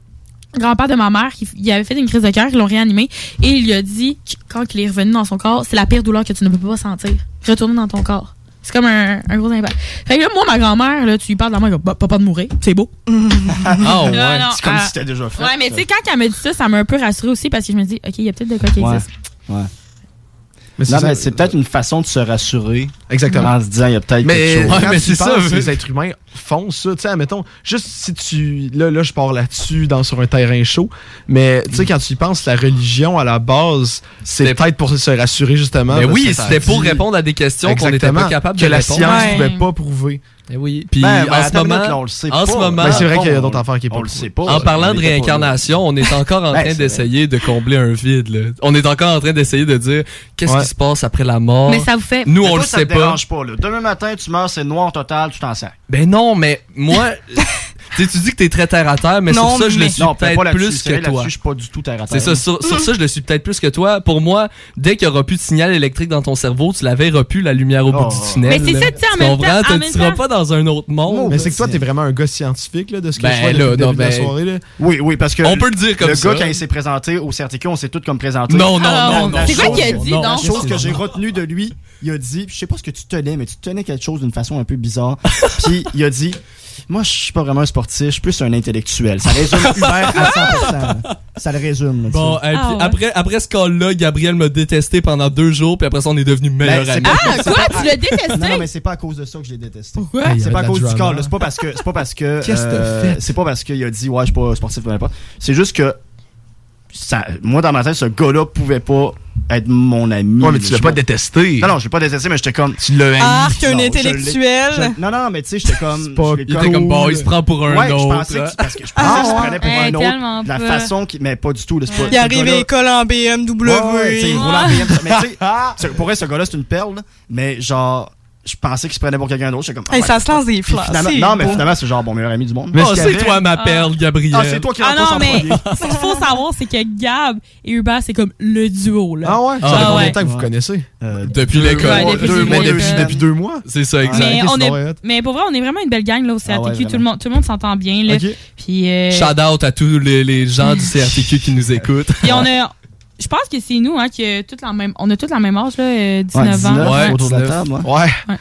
Speaker 6: grand-père de ma mère qui il avait fait une crise de cœur, ils l'ont réanimé et il lui a dit que quand il est revenu dans son corps, c'est la pire douleur que tu ne peux pas sentir. Retourne dans ton corps. C'est comme un, un gros impact. Fait que là, moi, ma grand-mère, là, tu lui parles de la mère, elle dit, Bah, papa de mourir, c'est beau.
Speaker 5: Ah
Speaker 6: Non,
Speaker 5: ouais,
Speaker 6: non,
Speaker 5: c'est comme
Speaker 6: euh,
Speaker 5: si c'était déjà fait.
Speaker 6: Ouais, mais tu sais, quand elle m'a dit ça, ça m'a un peu rassurée aussi parce que je me dis, OK, il y a peut-être de quoi qui
Speaker 5: Ouais.
Speaker 6: existe.
Speaker 5: Ouais.
Speaker 26: Mais c'est
Speaker 5: non,
Speaker 26: ça-
Speaker 5: mais c'est peut-être une façon de se rassurer.
Speaker 26: Exactement.
Speaker 5: En se disant, il y a peut-être quelque
Speaker 26: Mais,
Speaker 5: chose.
Speaker 26: quand tu y penses, les êtres humains font ça. Tu sais, admettons, juste si tu. Là, là je pars là-dessus, dans, sur un terrain chaud. Mais tu sais, quand tu y penses, la religion, à la base, c'est peut-être pour se rassurer, justement.
Speaker 8: Mais
Speaker 26: parce
Speaker 8: oui,
Speaker 26: que Ah, ben, ça
Speaker 8: c'était pour
Speaker 26: dit-
Speaker 8: répondre à des questions qu'on n'était
Speaker 26: Exactement,
Speaker 8: pas capable
Speaker 26: que
Speaker 8: de
Speaker 26: la
Speaker 8: répondre.
Speaker 26: science ne pouvait pas prouver.
Speaker 8: Eh oui. Puis
Speaker 26: Ben, ben,
Speaker 8: en ce
Speaker 26: attends une
Speaker 8: moment,
Speaker 26: minute, là, on le sait
Speaker 8: en
Speaker 26: pas.
Speaker 8: ce moment,
Speaker 26: Ben, c'est vrai qu'il y a d'autres affaires qui
Speaker 5: On le sait pas.
Speaker 8: en parlant
Speaker 5: On
Speaker 8: de
Speaker 5: était pas là.
Speaker 8: réincarnation, on est encore en
Speaker 5: Ben,
Speaker 8: train
Speaker 5: c'est
Speaker 8: d'essayer de combler un vide. là. On est encore en train d'essayer de dire qu'est-ce
Speaker 5: Ouais.
Speaker 8: qui se passe après la mort.
Speaker 5: Mais
Speaker 8: Nous, on
Speaker 5: toi,
Speaker 8: le
Speaker 5: ça te
Speaker 8: sait pas.
Speaker 5: dérange pas. là. Demain matin, tu meurs, c'est noir total, tu t'en sers.
Speaker 8: Ben non, mais moi, tu sais, tu dis que t'es très terre à terre, mais
Speaker 5: Non,
Speaker 8: sur ça, je le
Speaker 5: mais-
Speaker 8: suis
Speaker 5: Non, pas
Speaker 8: peut-être
Speaker 5: là-dessus,
Speaker 8: plus
Speaker 5: c'est vrai,
Speaker 8: que toi.
Speaker 5: là-dessus, je suis pas du tout terre à
Speaker 8: C'est ça,
Speaker 5: terre.
Speaker 8: sur, sur
Speaker 5: Mhm.
Speaker 8: ça, je le suis peut-être plus que toi. Pour moi, dès qu'il n'y aura plus de signal électrique dans ton cerveau, tu la verras plus, la lumière au bout
Speaker 5: Oh.
Speaker 8: du tunnel.
Speaker 6: Mais c'est ça, tu sais, en même
Speaker 8: comprends?
Speaker 6: temps- en
Speaker 8: Tu-
Speaker 6: même
Speaker 8: Tu seras
Speaker 6: temps-
Speaker 8: pas dans un autre monde.
Speaker 26: Mais c'est que toi, t'es vraiment un gars scientifique, là, de ce que
Speaker 8: Ben,
Speaker 26: je vois depuis
Speaker 8: là,
Speaker 26: le début
Speaker 8: non,
Speaker 26: de la
Speaker 8: ben,
Speaker 26: soirée. Là.
Speaker 5: Oui, oui, parce que.
Speaker 8: On peut le dire comme ça.
Speaker 5: Le gars, quand il s'est présenté au CRTQ, on s'est tous comme présenté.
Speaker 8: Non, non,
Speaker 5: La-
Speaker 8: Ah, non,
Speaker 5: la
Speaker 8: non. C'est quoi
Speaker 5: chose-
Speaker 8: qu'il a dit,
Speaker 5: La
Speaker 8: non?
Speaker 5: chose que j'ai
Speaker 8: Non.
Speaker 5: retenue de lui, il a dit, je sais pas ce que tu tenais, mais tu tenais quelque chose d'une façon un peu bizarre. Puis il a dit, moi, je suis pas vraiment un sportif, je suis plus un intellectuel. Ça résume Hubert à 100%. là. Ça le résume. là, tu
Speaker 8: Bon,
Speaker 5: sais.
Speaker 8: hey,
Speaker 6: Ah,
Speaker 8: puis après, après ce call-là, Gabriel m'a détesté pendant deux jours, puis après ça, on est devenu meilleur
Speaker 5: Ben, c'est
Speaker 8: ami.
Speaker 7: Ah,
Speaker 5: pas- c'est pas-
Speaker 6: tu l'as détesté?
Speaker 5: Non, non, mais c'est pas à cause de ça que je l'ai détesté.
Speaker 8: Ah, il y
Speaker 5: C'est
Speaker 8: avait
Speaker 5: pas à
Speaker 8: de la
Speaker 5: cause du
Speaker 8: drama.
Speaker 5: corps, là. C'est pas parce que. C'est pas parce que.
Speaker 8: Qu'est-ce que t'as
Speaker 5: euh,
Speaker 8: fait?
Speaker 5: C'est pas parce qu'il a dit, ouais, je suis pas sportif, peu importe. C'est juste que. ça- moi, dans ma tête, ce gars-là pouvait pas être mon ami.
Speaker 26: Ouais, mais tu l'as
Speaker 5: Je
Speaker 26: pas
Speaker 5: me-
Speaker 26: détesté.
Speaker 5: Non, non, je l'ai pas détesté, mais j'étais comme.
Speaker 26: Tu l'as haï.
Speaker 6: Ah,
Speaker 5: Arc,
Speaker 7: un intellectuel.
Speaker 5: Non, non, mais tu sais, j'étais comme. je l'ai
Speaker 8: Il était comme, bon, il se prend pour un
Speaker 5: ouais,
Speaker 8: autre,
Speaker 5: Je pensais
Speaker 8: hein.
Speaker 5: que- parce que je pensais
Speaker 7: Ah,
Speaker 5: que je prenais pour
Speaker 7: ouais.
Speaker 5: un
Speaker 7: Eh, tellement
Speaker 5: autre. de La
Speaker 7: pas.
Speaker 5: façon qui. Mais pas du tout, là. c'est pas-
Speaker 7: Il
Speaker 5: ce
Speaker 7: arrive à
Speaker 5: gars-là-
Speaker 7: l'école en BMW.
Speaker 5: Ouais, ouais, t'sais, il roule en
Speaker 7: Ah.
Speaker 5: BMW. Mais tu sais, ce- pour vrai, ce gars-là, c'est une perle, mais genre, je pensais qu'il se prenait pour quelqu'un d'autre. J'étais comme. ah
Speaker 7: Hey,
Speaker 5: ouais.
Speaker 7: ça se lance des
Speaker 5: Puis
Speaker 7: fleurs.
Speaker 5: finalement-
Speaker 7: c'est
Speaker 5: Non, mais
Speaker 7: beau.
Speaker 5: finalement, c'est genre mon meilleur ami du monde.
Speaker 8: Mais Oh, ce qu'il y c'est avait- toi, ma perle, Ah. Gabrielle.
Speaker 5: Ah, c'est toi qui
Speaker 6: Ah
Speaker 5: rencontres
Speaker 6: non,
Speaker 5: en
Speaker 6: mais
Speaker 5: premier.
Speaker 6: ce qu'il faut savoir, c'est que Gab et Hubert, c'est comme le duo. Là.
Speaker 26: Ah ouais? Ça fait combien de temps que vous connaissez?
Speaker 8: Depuis l'école.
Speaker 6: Ouais, depuis
Speaker 26: Deux
Speaker 6: l'école.
Speaker 26: mois,
Speaker 6: Depuis-
Speaker 26: depuis- depuis deux mois.
Speaker 8: C'est ça, exact.
Speaker 6: Mais,
Speaker 5: Ah,
Speaker 26: Ok,
Speaker 6: on
Speaker 26: c'est
Speaker 6: est,
Speaker 26: vrai.
Speaker 6: mais pour vrai, on est vraiment une belle gang là, au CRTQ.
Speaker 8: Ah ouais,
Speaker 6: tout, le monde, tout le monde s'entend bien. Là.
Speaker 8: Ok.
Speaker 6: Puis, euh,
Speaker 8: Shout out à tous les, les gens du CRTQ qui nous écoutent.
Speaker 6: Puis on a. Je pense que c'est nous, hein, qui a toutes la même. On a toutes la même âge, là, euh, 19 ans.
Speaker 8: Ouais,
Speaker 5: autour de la
Speaker 8: 19.
Speaker 5: table, ouais.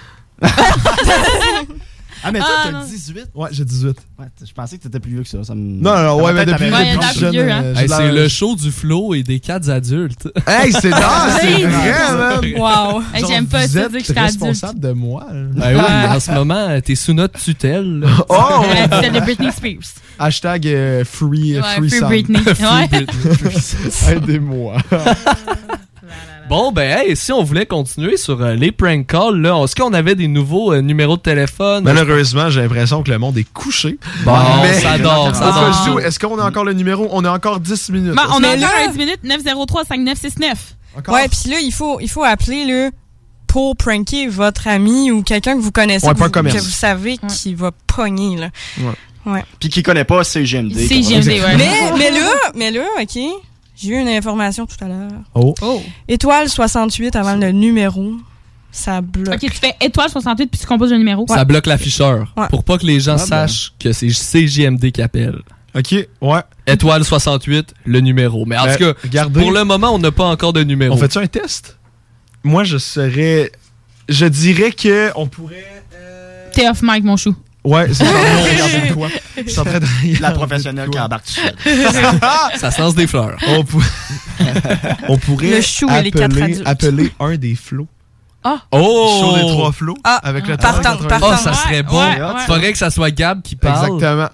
Speaker 5: Ah, mais toi,
Speaker 6: Ah,
Speaker 5: t'as
Speaker 6: non.
Speaker 5: 18.
Speaker 26: Ouais, j'ai 18.
Speaker 5: Ouais, t- je pensais que t'étais plus vieux que ça. ça me...
Speaker 26: Non, non, non,
Speaker 5: Dans
Speaker 26: ouais,
Speaker 5: ma
Speaker 26: mais
Speaker 5: tête,
Speaker 26: depuis-
Speaker 5: t'avais-
Speaker 26: depuis
Speaker 5: Ouais,
Speaker 26: jeune,
Speaker 5: vieux, hein.
Speaker 26: euh, j'ai
Speaker 8: Hey, c'est
Speaker 26: l'air-
Speaker 8: le show du flow et des quatre adultes.
Speaker 26: Hey, c'est ah, c'est vrai, man.
Speaker 6: Wow. Hey,
Speaker 26: Genre,
Speaker 6: j'aime pas
Speaker 26: vous
Speaker 6: ça,
Speaker 26: êtes
Speaker 6: dire que j'étais
Speaker 26: responsable de moi. là.
Speaker 8: Ben oui, en ce moment, t'es sous notre tutelle.
Speaker 26: Oh!
Speaker 6: La tutelle de Britney Spears.
Speaker 26: Hashtag euh, free,
Speaker 6: Ouais,
Speaker 26: free,
Speaker 6: free
Speaker 26: Sam.
Speaker 6: Britney. Ouais.
Speaker 26: Aidez-moi.
Speaker 8: Bon, ben, hey, si on voulait continuer sur euh, les prank calls, là, est-ce qu'on avait des nouveaux euh, numéros de téléphone?
Speaker 26: Malheureusement, j'ai l'impression que le monde est couché.
Speaker 8: Bon, ça dort, ça
Speaker 26: Au cas
Speaker 8: dort.
Speaker 26: où, Est-ce qu'on a encore le numéro? On a encore 10 minutes.
Speaker 6: Bon, on a
Speaker 7: Mais
Speaker 6: encore
Speaker 7: là-
Speaker 6: 10 minutes, 903-5969.
Speaker 7: Ouais, puis là, il faut, il faut appeler là, pour pranker votre ami ou quelqu'un que vous connaissez,
Speaker 5: Ouais,
Speaker 7: que,
Speaker 5: pas
Speaker 7: vous,
Speaker 5: un commerce.
Speaker 7: que vous savez qui va pogner. Là.
Speaker 5: Ouais.
Speaker 7: Ouais.
Speaker 5: Puis qui connaît pas CGMD. comme-
Speaker 7: Mais, mais là, mais là, OK, j'ai eu une information tout à l'heure.
Speaker 26: Oh.
Speaker 7: Étoile 68 avant le numéro, ça bloque.
Speaker 6: Ok, tu fais étoile 68 puis tu composes le numéro.
Speaker 8: Ça bloque l'afficheur
Speaker 7: Ouais.
Speaker 8: pour pas que les gens
Speaker 7: Ah, ben.
Speaker 8: sachent que c'est CJMD qui appelle.
Speaker 26: OK, ouais.
Speaker 8: Étoile 68, le numéro. Mais en
Speaker 26: Ben,
Speaker 8: tout cas,
Speaker 26: regardez.
Speaker 8: pour le moment, on n'a pas encore de numéro.
Speaker 26: On fait-tu un test? Moi, je serais. Je dirais que on pourrait. euh,
Speaker 6: T'es off mic, mon chou.
Speaker 26: Ouais, c'est regarder toi. Je suis en train de
Speaker 5: La professionnelle qui embarque tout de suite.
Speaker 8: Ça se lance des fleurs.
Speaker 26: On, pou- on pourrait
Speaker 7: Le chou et les quatre
Speaker 26: appeler,
Speaker 7: adultes.
Speaker 26: appeler un des flots.
Speaker 6: Ah!
Speaker 8: Oh!
Speaker 26: Sur les trois flots.
Speaker 7: Ah,
Speaker 26: avec le
Speaker 7: partant,
Speaker 26: 380.
Speaker 7: partant.
Speaker 8: Oh, ça serait bon.
Speaker 7: ouais, ouais.
Speaker 8: Faudrait que ça soit Gab qui parle.
Speaker 26: Exactement.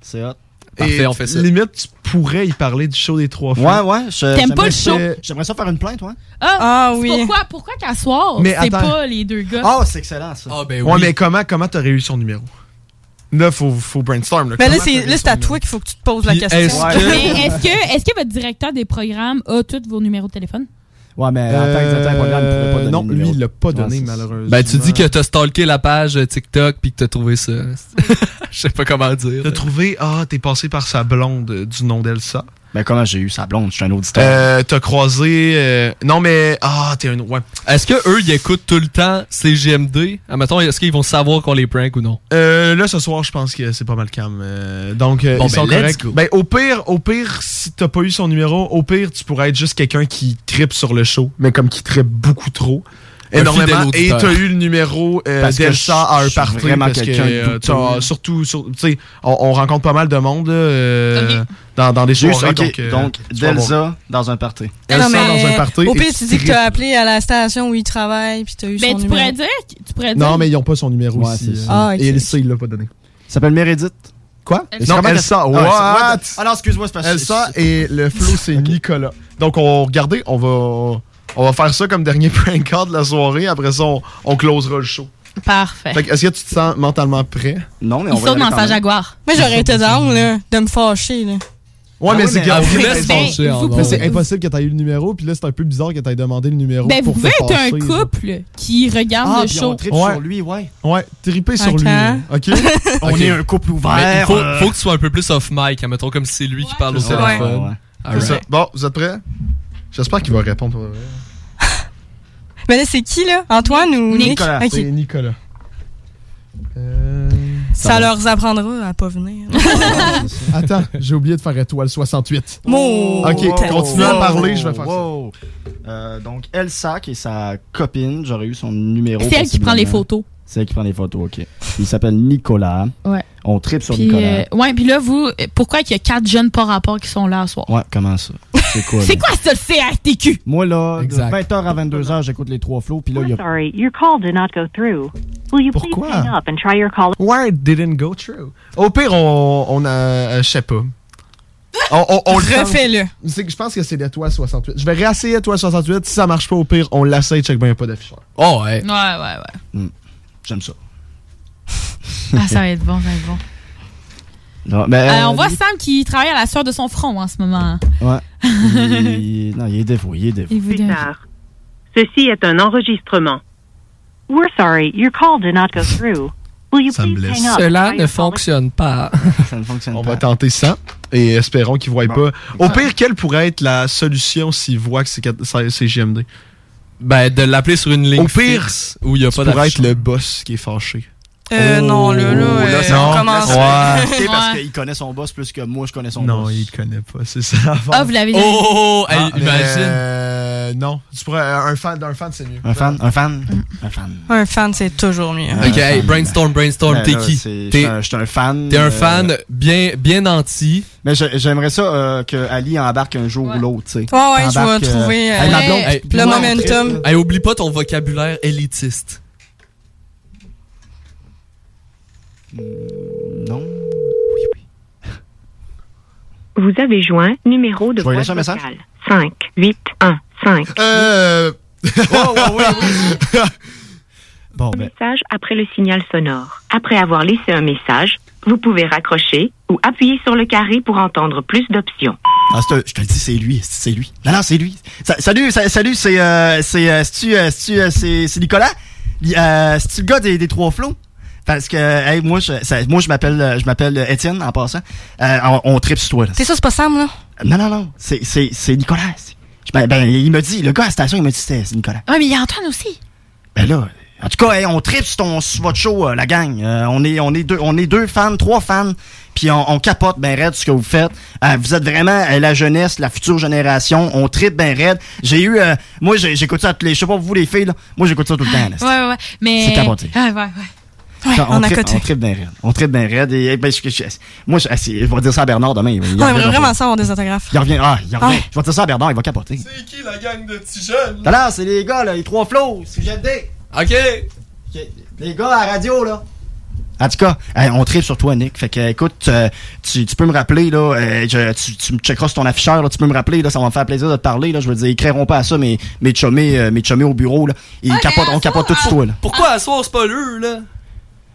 Speaker 5: C'est hot.
Speaker 8: Parfait, on fait ça.
Speaker 26: Limite, tu
Speaker 1: pourrait y parler du show des trois filles.
Speaker 5: Ouais, ouais. je-
Speaker 6: T'aimes pas
Speaker 5: j'aimerais
Speaker 6: le show?
Speaker 5: ça- J'aimerais ça faire une plainte, ouais.
Speaker 6: Ah,
Speaker 5: oui.
Speaker 6: Pourquoi, pourquoi qu'à soir,
Speaker 1: Mais
Speaker 6: c'est
Speaker 1: attends.
Speaker 6: pas les deux gars?
Speaker 5: Ah, c'est excellent, ça.
Speaker 8: Ah, ben
Speaker 1: ouais, mais comment comment t'aurais eu son numéro? Là, faut, faut brainstorm.
Speaker 7: Mais là, c'est là, c'est à toi qu'il faut que tu te poses la
Speaker 1: Puis
Speaker 7: question.
Speaker 1: est-ce que-
Speaker 6: Mais est-ce que, est-ce que votre directeur des programmes a tous vos numéros de téléphone?
Speaker 5: Ouais, mais
Speaker 1: en tant que
Speaker 5: directeur de programme, il pourrait pas donner
Speaker 1: Euh, Non,
Speaker 5: le
Speaker 1: lui,
Speaker 5: numéro.
Speaker 1: il l'a pas donné,
Speaker 5: Ouais, c'est ça.
Speaker 1: malheureusement.
Speaker 8: Ben, tu dis que t'as stalké la page euh, TikTok puis que t'as trouvé ça. Je sais pas comment dire.
Speaker 1: T'as trouvé, ah, t'es passé par sa blonde euh, du nom d'Elsa.
Speaker 5: Ben, comment j'ai eu sa blonde? Je suis un auditeur.
Speaker 1: Euh, t'as croisé. euh, non, mais. Ah, t'es un. Ouais.
Speaker 8: Est-ce que eux, ils écoutent tout le temps CGMD? Admettons, est-ce qu'ils vont savoir qu'on les prank ou non?
Speaker 1: Euh, là, ce soir, je pense que c'est pas mal calme. Euh, donc, euh,
Speaker 8: Bon,
Speaker 1: ils
Speaker 8: ben,
Speaker 1: sont
Speaker 8: let's
Speaker 1: corrects.
Speaker 8: go.
Speaker 1: Ben, au pire, au pire, si t'as pas eu son numéro, au pire, tu pourrais être juste quelqu'un qui tripe sur le show, mais comme qui tripe beaucoup trop.
Speaker 8: Un
Speaker 1: Énormément.
Speaker 8: fidèle
Speaker 1: Et
Speaker 8: auditeur.
Speaker 1: t'as eu le numéro euh,
Speaker 8: Parce que
Speaker 1: d'Elsa
Speaker 8: je-
Speaker 1: à un
Speaker 8: je suis
Speaker 1: party.
Speaker 8: vraiment
Speaker 1: Parce que,
Speaker 8: quelqu'un de
Speaker 1: euh,
Speaker 8: douteux.
Speaker 1: t'as- surtout, sur- tu sais, on, on rencontre pas mal de monde là, euh, dans, dans des
Speaker 5: Juste,
Speaker 1: soirées.
Speaker 5: ok,
Speaker 1: Donc, euh,
Speaker 5: donc,
Speaker 1: tu vas voir.
Speaker 5: Delsa dans un party.
Speaker 7: Ah non, mais
Speaker 1: dans un party
Speaker 7: Au
Speaker 1: et
Speaker 7: pire,
Speaker 1: tu
Speaker 7: tu dis que
Speaker 1: tripes.
Speaker 7: t'as appelé à la station où il travaille, puis t'as eu
Speaker 6: Ben,
Speaker 7: son
Speaker 6: tu
Speaker 7: numéro.
Speaker 6: pourrais dire, que- tu pourrais dire.
Speaker 1: Non, mais ils ont pas son numéro
Speaker 5: Ouais,
Speaker 1: ici.
Speaker 5: c'est
Speaker 1: euh,
Speaker 5: ça. Ah, ok.
Speaker 1: Et il sait, il l'a pas donné.
Speaker 5: s'appelle Meredith.
Speaker 1: Quoi?
Speaker 5: Elsa.
Speaker 1: Non,
Speaker 5: Comment
Speaker 1: Elsa.
Speaker 5: qu'elle-
Speaker 1: What?
Speaker 5: Ah, Elsa. Ah non, excuse-moi, c'est parce que-
Speaker 1: Elsa et le flow, c'est Nicolas. Donc, on, regardez, on va, on va faire ça comme dernier prank call de la soirée. Après ça, on, on closera le show.
Speaker 6: Parfait.
Speaker 1: Fait que, est-ce que tu te sens mentalement prêt?
Speaker 5: Non, mais
Speaker 6: Ils sautent dans sa Jaguar.
Speaker 7: Moi, j'aurais été down, là, de me fâcher, là.
Speaker 1: Ouais,
Speaker 7: Ah
Speaker 1: mais
Speaker 7: oui,
Speaker 1: c'est
Speaker 7: mais-
Speaker 1: grave.
Speaker 7: Ah, vous laissez
Speaker 1: Ben,
Speaker 7: fâcher,
Speaker 1: vous
Speaker 7: hein,
Speaker 1: pouvez-
Speaker 7: bon.
Speaker 1: C'est impossible que t'aies eu le numéro, puis là, c'est un peu bizarre que t'aies demandé le numéro.
Speaker 6: Ben, vous
Speaker 1: pour
Speaker 6: pouvez
Speaker 1: te
Speaker 6: être
Speaker 1: fâcher,
Speaker 6: un
Speaker 1: là.
Speaker 6: couple qui regarde
Speaker 1: Ah,
Speaker 6: le
Speaker 1: puis
Speaker 6: show.
Speaker 1: on tripe sur Ouais. lui,
Speaker 5: ouais.
Speaker 1: Ouais, triper sur
Speaker 6: Ok.
Speaker 1: lui. là. OK?
Speaker 5: Hein? On
Speaker 8: Ok.
Speaker 5: est un couple ouvert.
Speaker 8: Mais il faut,
Speaker 5: euh.
Speaker 8: faut que tu sois un peu plus off-mic, admettons, comme si c'est lui qui parle au
Speaker 1: C'est ça.
Speaker 8: téléphone.
Speaker 1: Ouais, ouais.
Speaker 8: Alright.
Speaker 1: C'est ça. Bon, vous êtes prêts? J'espère qu'il va répondre. pour vrai.
Speaker 7: Mais là, c'est qui, là? Antoine ou Nick?
Speaker 1: Nicolas.
Speaker 7: Ok.
Speaker 1: C'est Nicolas.
Speaker 7: Ça leur apprendra à pas venir.
Speaker 1: Attends, j'ai oublié de faire étoile 68.
Speaker 7: Mon-
Speaker 1: ok, continue à
Speaker 5: Wow.
Speaker 1: parler, je vais faire
Speaker 5: Wow. Euh, donc, Elsa, qui est sa copine, j'aurais eu son numéro.
Speaker 6: C'est elle qui prend les
Speaker 5: possiblement.
Speaker 6: photos.
Speaker 5: C'est elle qui prend les photos, ok. Il s'appelle Nicolas.
Speaker 6: Ouais.
Speaker 5: On tripe sur
Speaker 6: Puis,
Speaker 5: Nicolas.
Speaker 6: euh, ouais, puis là, vous, euh, pourquoi qu'il y a quatre jeunes par rapport qui sont là à soir?
Speaker 5: Ouais, comment ça? C'est quoi?
Speaker 6: C'est
Speaker 5: là?
Speaker 6: quoi ça, le CRTQ?
Speaker 5: Moi, là,
Speaker 6: Exact.
Speaker 5: de 20h à 22h, j'écoute les trois flots, puis là, il y a.
Speaker 27: Sorry, your call did not go through. Will you please
Speaker 1: Pourquoi?
Speaker 27: hang up and try your call?
Speaker 1: Why didn't go through? Au pire, on, on a. euh, je sais pas. On, on, on tente.
Speaker 7: Refais-le.
Speaker 1: C'est que Je pense que c'est l'étoile 68. Je vais réessayer l'étoile 68. Si ça marche pas, au pire, on l'essaye, check bien, y a pas d'afficheur.
Speaker 8: Oh, ouais.
Speaker 6: Ouais, ouais, ouais.
Speaker 5: J'aime ça.
Speaker 6: Ah, ça va être bon, ça va être bon.
Speaker 5: Non, mais,
Speaker 6: Euh, on
Speaker 5: euh,
Speaker 6: voit Sam qui travaille à la sueur de son front en ce moment.
Speaker 5: Ouais. Ah. Il- il- non, il est dévoué, il est dévoué.
Speaker 27: Ceci est un enregistrement. We're sorry, your call did not go through. Will you please hang up? and try your call
Speaker 8: fonctionne pas.
Speaker 5: ça ne fonctionne
Speaker 1: On va tenter ça et espérons qu'ils voient
Speaker 8: Bon.
Speaker 1: pas. Au pire, quelle pourrait être la solution s'ils voient que c'est quatre- c'est c'est JMD?
Speaker 8: Ben, de l'appeler sur une ligne
Speaker 1: Au pire,
Speaker 8: fixe où il y a
Speaker 1: Ça
Speaker 8: pas
Speaker 1: pourrait
Speaker 8: d'affiche.
Speaker 1: être le boss qui est fâché.
Speaker 7: Euh, non, là, là,
Speaker 1: Oh,
Speaker 7: euh,
Speaker 1: ça-
Speaker 7: on
Speaker 1: non.
Speaker 7: commence.
Speaker 1: Ouais.
Speaker 5: Ok, parce
Speaker 7: Ouais.
Speaker 5: qu'il connaît son boss plus que moi, je connais son
Speaker 1: Non,
Speaker 5: boss.
Speaker 1: il connaît pas, c'est ça l'affaire.
Speaker 6: Ah, vous l'avez
Speaker 8: Oh, oh, oh, hey, imagine.
Speaker 1: Ah, euh, non, tu pourrais, un fan d'un fan, c'est mieux.
Speaker 5: Un fan, un fan, un fan.
Speaker 7: Un fan, c'est toujours mieux.
Speaker 8: Ok, hey, brainstorm, brainstorm,
Speaker 5: Ben
Speaker 8: t'es
Speaker 5: là,
Speaker 8: qui?
Speaker 5: c'est-
Speaker 8: T'es-
Speaker 5: j'étais un- J'étais un fan.
Speaker 8: T'es un
Speaker 5: euh,
Speaker 8: fan bien, bien anti.
Speaker 5: Mais je- j'aimerais ça euh, que Ali embarque un jour ou l'autre, tu sais.
Speaker 7: Ouais, ouais, je vais
Speaker 5: Embarque,
Speaker 7: trouver, euh,
Speaker 5: hey, ma blonde,
Speaker 7: Hey,
Speaker 5: puis
Speaker 7: le
Speaker 5: moi, on
Speaker 7: momentum.
Speaker 5: tripe, là.
Speaker 8: Hey, oublie pas ton vocabulaire élitiste.
Speaker 5: Non.
Speaker 27: Vous avez joint numéro de
Speaker 5: Je vais
Speaker 27: voix
Speaker 5: laisser un message?
Speaker 27: vocale. 5, 8, 1, 5.
Speaker 1: Euh...
Speaker 5: Bon, ben.
Speaker 27: Message après le signal sonore. Après avoir laissé un message, vous pouvez raccrocher ou appuyer sur le carré pour entendre plus d'options.
Speaker 5: Ah, c'est un- je te le dis, c'est lui, c'est lui. Non, non, c'est lui. Sa- salut, sa- salut, c'est, euh, c'est, euh, c'est-tu, euh, c'est-tu, euh, c'est, c'est Nicolas? Li- euh, c'est-tu le gars des, des trois flots? Parce que, hey, moi, je, ça- moi, je m'appelle, euh, je m'appelle euh, Étienne, en passant. Euh, on, on tripe sur toi, là.
Speaker 7: T'es sûr, c'est pas Sam, là?
Speaker 5: Non, non, non, c'est, c'est, c'est Nicolas. Je- Ben, ben, il me dit, le gars à la station, il me dit, c'est, c'est Nicolas.
Speaker 6: Ouais, Ah, mais il y a Antoine aussi.
Speaker 5: Ben là, en tout cas, hey, on tripe sur, ton, sur votre show, euh, la gang. Euh, on, est, on, est deux, on est deux fans, trois fans, puis on, on capote ben raide ce que vous faites. Euh, vous êtes vraiment euh, la jeunesse, la future génération. On tripe ben raide. J'ai eu... euh, moi, j'ai- j'écoute ça, tous les, je sais pas vous les filles, là. moi j'écoute ça tout le temps. là.
Speaker 6: Ouais, ouais, ouais. Mais...
Speaker 5: C'est capoté.
Speaker 6: Ah, ouais, ouais.
Speaker 5: Attends, on, tripe, on tripe ben raide. On tripe ben raide. Et, eh, ben, je, je- je- moi, je, ah, je vais dire ça à Bernard demain. Il, il
Speaker 7: Non, on
Speaker 5: revient-
Speaker 7: aimerait vraiment ça avoir des autographes.
Speaker 5: Il revient. Ah, il revient.
Speaker 7: Ah.
Speaker 5: Je vais dire ça à Bernard, il va capoter.
Speaker 8: C'est qui la gang de petits jeunes?
Speaker 5: Là, là, Ah, c'est les gars, là, les trois flots, c'est JD.
Speaker 8: Ok.
Speaker 5: Les gars à la radio, là. En tout cas, hey, on tripe sur toi, Nick. Fait que, euh, écoute, euh, tu, tu peux me rappeler, là, euh, je- tu, tu me checkeras sur ton afficheur, là, tu peux me rappeler, là, ça va me faire plaisir de te parler, là. Je veux dire, ils créeront pas à ça, mais mes chummés, euh, mes chummés au bureau, là, ils capotent, on capote tout
Speaker 6: ah,
Speaker 5: sur toi, là.
Speaker 8: Pourquoi à soir, c'est pas l'heure, là?
Speaker 5: Ah.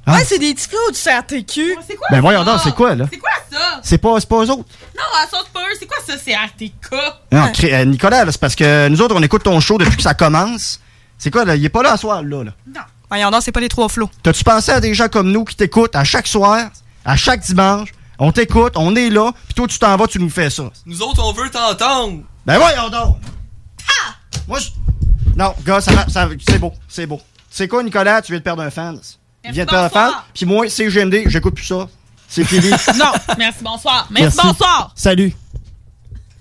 Speaker 7: Ah. Ouais, c'est des petits flots du CRTQ. C'est quoi?
Speaker 5: Ben voyons donc, c'est quoi, là?
Speaker 6: C'est quoi ça?
Speaker 5: C'est pas, c'est pas eux autres.
Speaker 6: Non, à sauce pas eux, c'est quoi ça, c'est RTK?
Speaker 5: Non, cré- euh, Nicolas, là, c'est parce que nous autres, on écoute ton show depuis que ça commence. C'est quoi, là? Il est pas là à soir, là, là.
Speaker 7: Voyons donc, Ah, c'est pas les trois flots.
Speaker 5: T'as-tu pensé à des gens comme nous qui t'écoutent à chaque soir, à chaque dimanche? On t'écoute, on est là, puis toi, tu t'en vas, tu nous fais ça.
Speaker 8: Nous autres, on veut t'entendre.
Speaker 5: Ben voyons donc!
Speaker 7: Ah!
Speaker 5: Moi, je... Non, gars, ça, va- ça va- c'est beau, c'est beau. Tu sais quoi, Nicolas, tu viens de perdre un fan. Tu viens de perdre un fan, puis moi, c'est GMD, j'écoute plus ça. C'est fini.
Speaker 6: non, merci, bonsoir. Merci, bonsoir.
Speaker 5: Salut.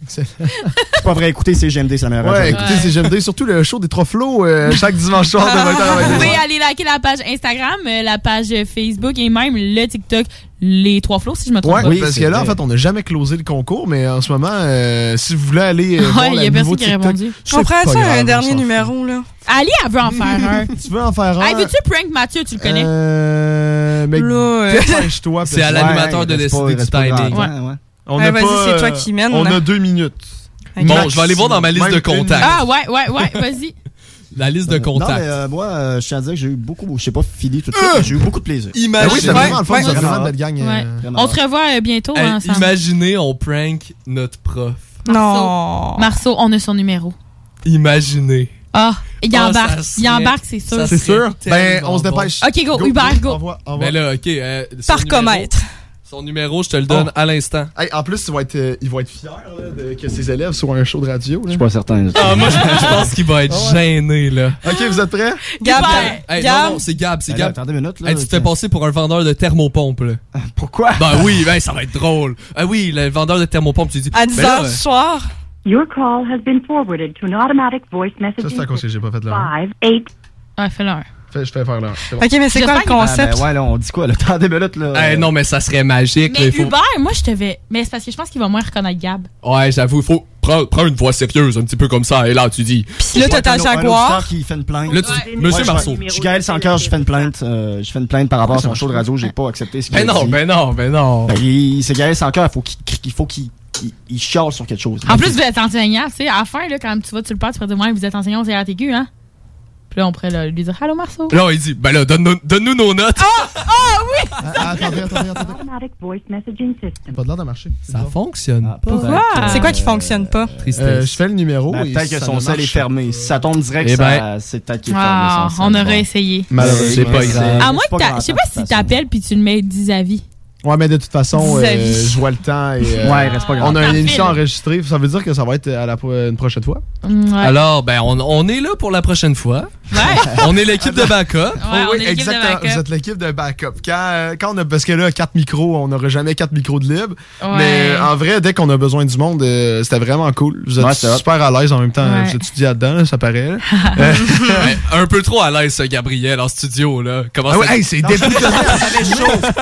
Speaker 5: C'est pas vrai, écoutez, c'est GMD, ça meilleure
Speaker 1: Ouais,
Speaker 5: affaire.
Speaker 1: écoutez, c'est GMD, surtout le show des trois flots euh, chaque dimanche soir de 20h
Speaker 6: Vous
Speaker 1: à 22h.
Speaker 6: pouvez aller liker la page Instagram, euh, la page Facebook et même le TikTok, les trois flots, si je me trompe
Speaker 1: Ouais,
Speaker 6: pas.
Speaker 1: parce que là, en fait, on n'a jamais closé le concours, mais en ce moment, euh, si vous voulez aller. euh, voir
Speaker 6: il y
Speaker 1: la
Speaker 6: a personne
Speaker 1: nouveau
Speaker 6: qui a
Speaker 1: TikTok,
Speaker 6: répondu.
Speaker 1: c'est pas grave, on s'en fout.
Speaker 7: numéro, là.
Speaker 6: Ali, elle veut en faire un.
Speaker 1: tu veux en faire un?
Speaker 6: Hey, veux-tu prank Mathieu, tu le connais?
Speaker 1: Euh. Mec, dépêche-toi.
Speaker 8: C'est à
Speaker 1: parce-
Speaker 8: l'animateur
Speaker 1: Ouais,
Speaker 8: de
Speaker 1: il reste
Speaker 8: décider
Speaker 1: pas- il
Speaker 8: du
Speaker 1: reste pas grand
Speaker 8: timing.
Speaker 1: temps,
Speaker 5: ouais.
Speaker 1: On
Speaker 6: Ouais,
Speaker 1: a
Speaker 6: vas-y,
Speaker 1: pas,
Speaker 6: c'est
Speaker 1: euh,
Speaker 6: toi qui mène,
Speaker 1: On
Speaker 6: là.
Speaker 1: a deux minutes.
Speaker 8: Bon, je vais aller voir dans ma liste
Speaker 1: Même
Speaker 8: de
Speaker 1: une
Speaker 8: contacts.
Speaker 6: Ah, ouais, ouais, ouais, vas-y.
Speaker 8: La liste de
Speaker 5: Non,
Speaker 8: contacts.
Speaker 5: mais euh, moi, euh, je tiens à dire que j'ai eu beaucoup, je sais pas, fini tout de
Speaker 6: Euh!
Speaker 5: suite, mais j'ai eu beaucoup de plaisir.
Speaker 8: Imagine-
Speaker 5: Ben oui, c'était vraiment le fun,
Speaker 8: Ouais,
Speaker 5: c'était
Speaker 8: ouais.
Speaker 5: vraiment une belle gang. euh,
Speaker 6: Ouais.
Speaker 5: vraiment.
Speaker 6: On se revoit euh, bientôt
Speaker 8: Hey,
Speaker 6: hein, ensemble.
Speaker 8: imaginez, on prank notre prof.
Speaker 6: Non. Marceau, on a son numéro.
Speaker 8: Imaginez.
Speaker 6: Ah, il
Speaker 8: Ah,
Speaker 6: embarque.
Speaker 8: ça serait-
Speaker 6: il embarque, c'est sûr.
Speaker 8: ça C'est serait sûr? tellement Ben, on se bon. dépêche.
Speaker 6: OK, go,
Speaker 8: Go,
Speaker 6: Uber,
Speaker 8: go,
Speaker 6: go.
Speaker 8: Mais là, ok. euh, son
Speaker 6: Par
Speaker 8: numéro-
Speaker 6: comète.
Speaker 8: Son numéro, je te le donne à l'instant.
Speaker 1: Hey, en plus, ils vont être, euh, ils vont être fiers là, de- que ses élèves soient un show de radio. Je suis
Speaker 5: pas certain.
Speaker 8: Ah, moi, je, je pense qu'il va être
Speaker 1: Oh,
Speaker 8: gêné, là.
Speaker 1: Ok, vous êtes prêts?
Speaker 7: Gab,
Speaker 8: Hey,
Speaker 7: Gab.
Speaker 8: non, non, c'est Gab, c'est
Speaker 5: Hey, là,
Speaker 8: Gab.
Speaker 5: attendez une minute, là,
Speaker 8: Hey, tu te
Speaker 5: tiens.
Speaker 8: fais passer pour un vendeur de thermopompe, là.
Speaker 5: Pourquoi?
Speaker 8: Ben oui, ben, ça va être drôle. Ah oui, le vendeur de thermopompe, tu dis.
Speaker 7: À
Speaker 8: ben
Speaker 7: 10
Speaker 8: là,
Speaker 7: h
Speaker 8: euh,
Speaker 7: du soir.
Speaker 27: Your call has been forwarded to an automatic voice message.
Speaker 1: Ça, c'est à cause que j'ai pas fait l'heure.
Speaker 6: Ouais, fais-le un.
Speaker 1: Fais- Je fais faire l'heure. bon.
Speaker 7: Ok, mais c'est quoi le concept?
Speaker 5: Ah, ben ouais, là, on dit quoi, là? Attendez une minute, là.
Speaker 8: hey, Eh, non, mais ça serait magique, là,
Speaker 6: Mais
Speaker 8: il faut-
Speaker 6: Uber, moi, je te vais. Mais c'est parce que je pense qu'il va moins reconnaître Gab.
Speaker 8: Ouais, j'avoue, faut prendre, prendre une voix sérieuse, un petit peu comme ça. Et là, tu dis.
Speaker 6: là, t'as ta
Speaker 5: Un autre- un autre
Speaker 6: Jaguar.
Speaker 5: star qui fait une plainte.
Speaker 8: Là, tu dis, Monsieur
Speaker 5: je fais-
Speaker 8: Marceau.
Speaker 5: Je suis Gaël Sancœur, je fais une plainte. euh, je fais une plainte par rapport à son show de radio, j'ai pas accepté ce qu'il
Speaker 8: Ben
Speaker 5: a
Speaker 8: non,
Speaker 5: dit.
Speaker 8: ben non, ben non.
Speaker 5: Ben, il- C'est Gaël Sancœur, il faut qu'il crie- il faut qu'il il, il chiale sur quelque chose.
Speaker 6: En plus, vous êtes enseignant, tu sais. À la fin, là, quand tu vas, tu le parles, tu pourrais dire, ouais, vous êtes enseignant au CRTQ, hein. Puis là, on pourrait là, lui dire, allô, Marceau.
Speaker 8: Là, il dit, ben là, donne-nous donne-nous nos notes.
Speaker 6: Ah oui!
Speaker 1: Attendez, attendez, attendez. Pas de l'air de marcher.
Speaker 8: Ça fonctionne.
Speaker 1: Ah,
Speaker 7: Pourquoi? C'est quoi qui fonctionne pas?
Speaker 1: Euh, je fais le numéro.
Speaker 5: Ben,
Speaker 1: et
Speaker 5: peut-être que
Speaker 1: ça
Speaker 5: son
Speaker 1: ne
Speaker 5: sel
Speaker 1: marche
Speaker 5: est fermé.
Speaker 1: pas.
Speaker 5: Si ça tombe direct,
Speaker 1: Eh ben.
Speaker 5: ça- c'est peut-être qu'il est
Speaker 6: Ah,
Speaker 5: fermé. son
Speaker 6: on
Speaker 5: sel.
Speaker 6: aurait essayé.
Speaker 1: Malheureusement.
Speaker 5: C'est pas grave.
Speaker 6: À moins que
Speaker 5: C'est pas
Speaker 6: t'a-
Speaker 5: grand
Speaker 6: Je sais pas si t'appelles puis tu le mets 10 avis.
Speaker 1: Ouais, mais de toute façon,
Speaker 6: Vis-à-vis.
Speaker 1: euh, je vois le temps et. euh,
Speaker 5: Ouais, reste pas grave.
Speaker 1: On a une
Speaker 5: Parfait,
Speaker 1: émission
Speaker 5: là.
Speaker 1: enregistrée. Ça veut dire que ça va être à la pro- une prochaine fois.
Speaker 6: Mm,
Speaker 8: Alors, ben, on, on est là pour la prochaine fois. on est l'équipe de backup.
Speaker 1: Oh oui, exactement. Vous êtes l'équipe de backup. Quand, euh, quand on a, parce que là, quatre micros, on n'aurait jamais quatre micros de libre.
Speaker 6: Ouais.
Speaker 1: Mais euh, en vrai, dès qu'on a besoin du monde, euh, c'était vraiment cool. Vous êtes
Speaker 5: Ouais, c'est hot.
Speaker 1: super à l'aise en même temps.
Speaker 6: Ouais.
Speaker 1: Vous étudiez là-dedans, là, ça paraît. là.
Speaker 8: Ouais, un peu trop à l'aise, ce Gabriel, en studio, là. Comment
Speaker 1: Ah ouais,
Speaker 8: ça-
Speaker 1: hey, c'est début de
Speaker 5: J'avais chaud.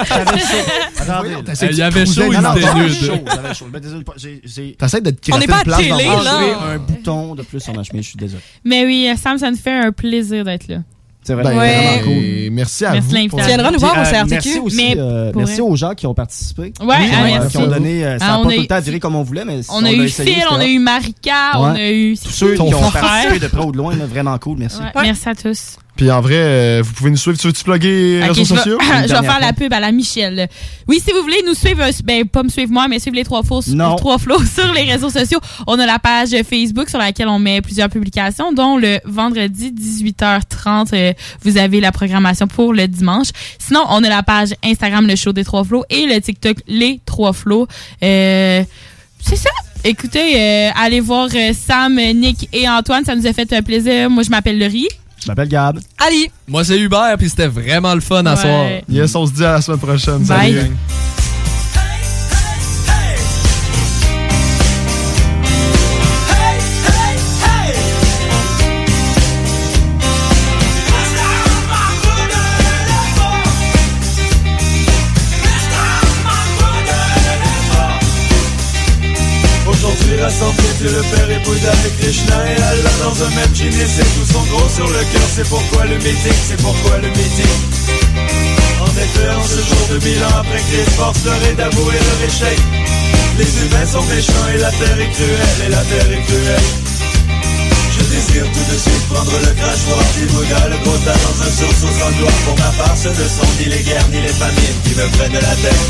Speaker 5: J'avais chaud. Attendez, là.
Speaker 8: Hey, il y avait chaud, il
Speaker 5: Non, non,
Speaker 8: était
Speaker 5: j'avais
Speaker 8: nude.
Speaker 5: chaud, j'avais chaud. Ben, désolé, pas- j'ai- j'ai-
Speaker 1: T'essayes de te
Speaker 5: On
Speaker 1: gratter
Speaker 5: n'est
Speaker 1: une
Speaker 5: pas à
Speaker 1: place
Speaker 5: télé,
Speaker 1: dans le
Speaker 5: là.
Speaker 1: ventre.
Speaker 5: un bouton de plus sur ma chemise, je suis désolé.
Speaker 6: Mais oui, euh, Sam, ça nous fait un plaisir d'être là.
Speaker 5: C'est
Speaker 1: Ben,
Speaker 5: vrai,
Speaker 1: vraiment
Speaker 5: c'est
Speaker 1: cool.
Speaker 5: vraiment cool.
Speaker 1: Et Merci à
Speaker 6: Merci
Speaker 1: vous.
Speaker 6: de l'invitation. Tu viendras nous voir au
Speaker 5: Puis, euh,
Speaker 6: CRTQ,
Speaker 5: Merci aussi,
Speaker 6: mais
Speaker 5: euh,
Speaker 6: pour
Speaker 5: merci
Speaker 6: vrai.
Speaker 5: aux gens qui ont participé.
Speaker 6: Ouais,
Speaker 5: qui,
Speaker 6: ah,
Speaker 5: ont,
Speaker 6: merci.
Speaker 5: qui ont donné. euh, ça
Speaker 6: Ah,
Speaker 5: n'a
Speaker 6: on
Speaker 5: pas
Speaker 6: a
Speaker 5: tout
Speaker 6: eu-
Speaker 5: le temps viré comme on voulait, mais
Speaker 6: On a eu Phil, on a eu Marika, on a eu.
Speaker 5: Tous ceux qui
Speaker 6: Ton
Speaker 5: ont
Speaker 6: frère.
Speaker 5: participé de près ou de loin, là, vraiment cool, merci.
Speaker 6: Ouais, Merci à tous.
Speaker 1: Puis en vrai, euh, vous pouvez nous suivre. Tu veux-tu plugger les
Speaker 6: Ok,
Speaker 1: réseaux
Speaker 6: je vais,
Speaker 1: sociaux?
Speaker 6: je vais faire la pub à la Michelle. Oui, si vous voulez nous suivre, euh, ben pas me suivre moi, mais suivre les trois flots,
Speaker 5: Non.
Speaker 6: trois flots sur les réseaux sociaux. On a la page Facebook sur laquelle on met plusieurs publications, dont le vendredi 18h30, euh, vous avez la programmation pour le dimanche. Sinon, on a la page Instagram le show des trois flots et le TikTok les trois flots. Euh, c'est ça. Écoutez, euh, allez voir euh, Sam, Nick et Antoine, ça nous a fait euh, plaisir. Moi, je m'appelle Laurie.
Speaker 5: Je m'appelle Gab.
Speaker 6: Allez.
Speaker 8: Moi, c'est Hubert, puis c'était vraiment le fun à
Speaker 6: Ouais.
Speaker 8: soir.
Speaker 1: Yes, on se dit à la semaine prochaine.
Speaker 8: Bye.
Speaker 1: Salut, gang.
Speaker 47: Aujourd'hui la santé Dieu le Père épouse avec Krishna et Allah dans un même jean et c'est tout son gros sur le cœur C'est pourquoi le mythique, c'est pourquoi le mythique En effet en ce
Speaker 9: bilan après que les forcerés d'avouer leur échec. Les humains sont méchants et la terre est cruelle, et la terre est cruelle. Je désire tout de suite prendre le crachoir du Bouddha, le Bouddha dans un sursaut sans gloire. Pour ma part, ce ne sont ni les guerres ni les famines qui me prennent la tête.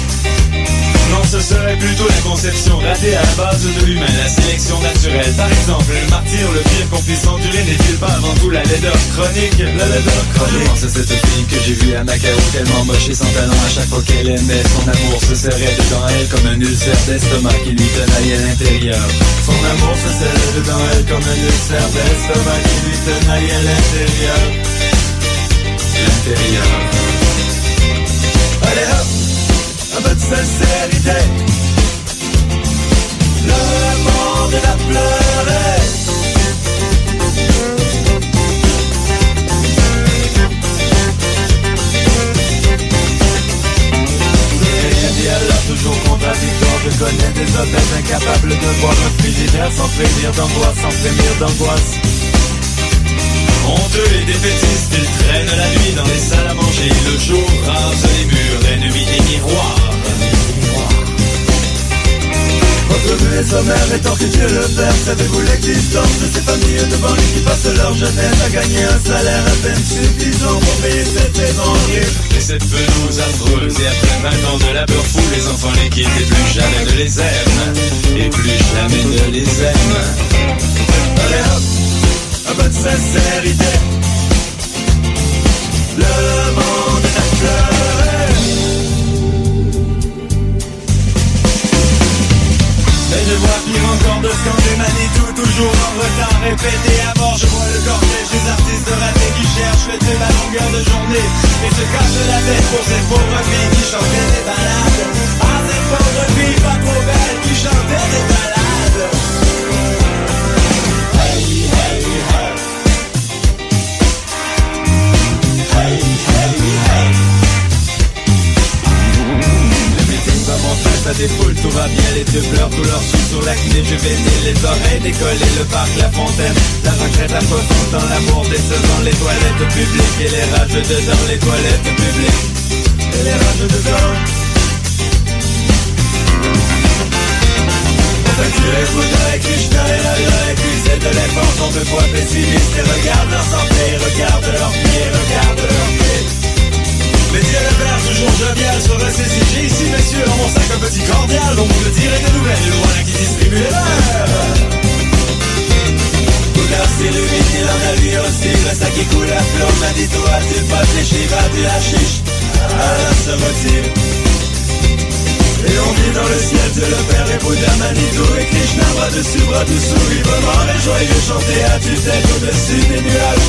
Speaker 9: Non, ce serait plutôt la conception ratée à la base de l'humain, la sélection naturelle. Par exemple, le martyr, le pire qu'on puisse endurer n'est-il pas avant tout la laideur chronique La laideur chronique. Je pense à cette fille que j'ai vue à Macao, tellement moche et sans talent à chaque fois qu'elle aimait. Son amour se serrait dedans elle comme un ulcère d'estomac qui lui tenaille à l'intérieur. Son amour se serrait dedans elle comme un ulcère d'estomac qui lui tenaille à l'intérieur. L'intérieur. Allez hop un peu de sincérité. Le monde la pleuré. C'est un dialogue toujours contradictoire. Je connais des hôtels incapables de voir un frigidaire sans frémir d'angoisse, sans frémir d'angoisse. Honteux et défaitistes, ils traînent la nuit dans les salles à manger. Le jour rase les murs, ennemis des miroirs. Entrevue et sommaire, et tant que Dieu le perd, savez-vous l'existence de ces familles de banlieue qui passent leur jeunesse à gagner un salaire à peine suffisant pour payer cette maison Et cette pelouse affreuse, et après 20 ans de labeur fou, les enfants les quittent et plus jamais ne les aiment. Et plus jamais ne les aiment. Allez hop! un peu de sincérité. Le monde est à pleurer. Mais je vois pire encore de ce qu'en humanité, tout toujours en retard, répété à mort. Je vois le cortège des artistes ratés qui cherchent le thé à longueur de journée et se cassent la tête pour ces pauvres filles qui chantaient des balades. Ah, ces pauvres filles pas trop belles qui chantaient des balades. Le meeting va mon face à des foules, tout va bien, les deux pleurent, tout leur sous sur l'acné juvénile, les oreilles décollées, le parc, la fontaine, la retraite à fond dans l'amour décevant, les toilettes publiques et les rageux dedans, les toilettes publiques et les rageux dedans. Dieu Bouddha et Krishna et la loi accusés de l'effort sont deux fois pessimistes et regardent leur santé, regardent leurs pieds, regardent leurs pieds. Mais Dieu le Père, toujours jovial, se ressaisit. J'ai ici, messieurs, en mon sac un petit cordial, on vous le dirait des nouvelles, voilà qui distribue les verres. Bouddha s'illumine, il en a lui aussi, le sac qui coule à flot, m'a dit toi, du pot, des Shiva, du hashish, à la semotive. Et on vit dans le ciel de le Père et Bouddha, Manitou et Krishna, bras dessus, bras dessous, vivement et joyeux, chanter à tue-tête au-dessus des nuages.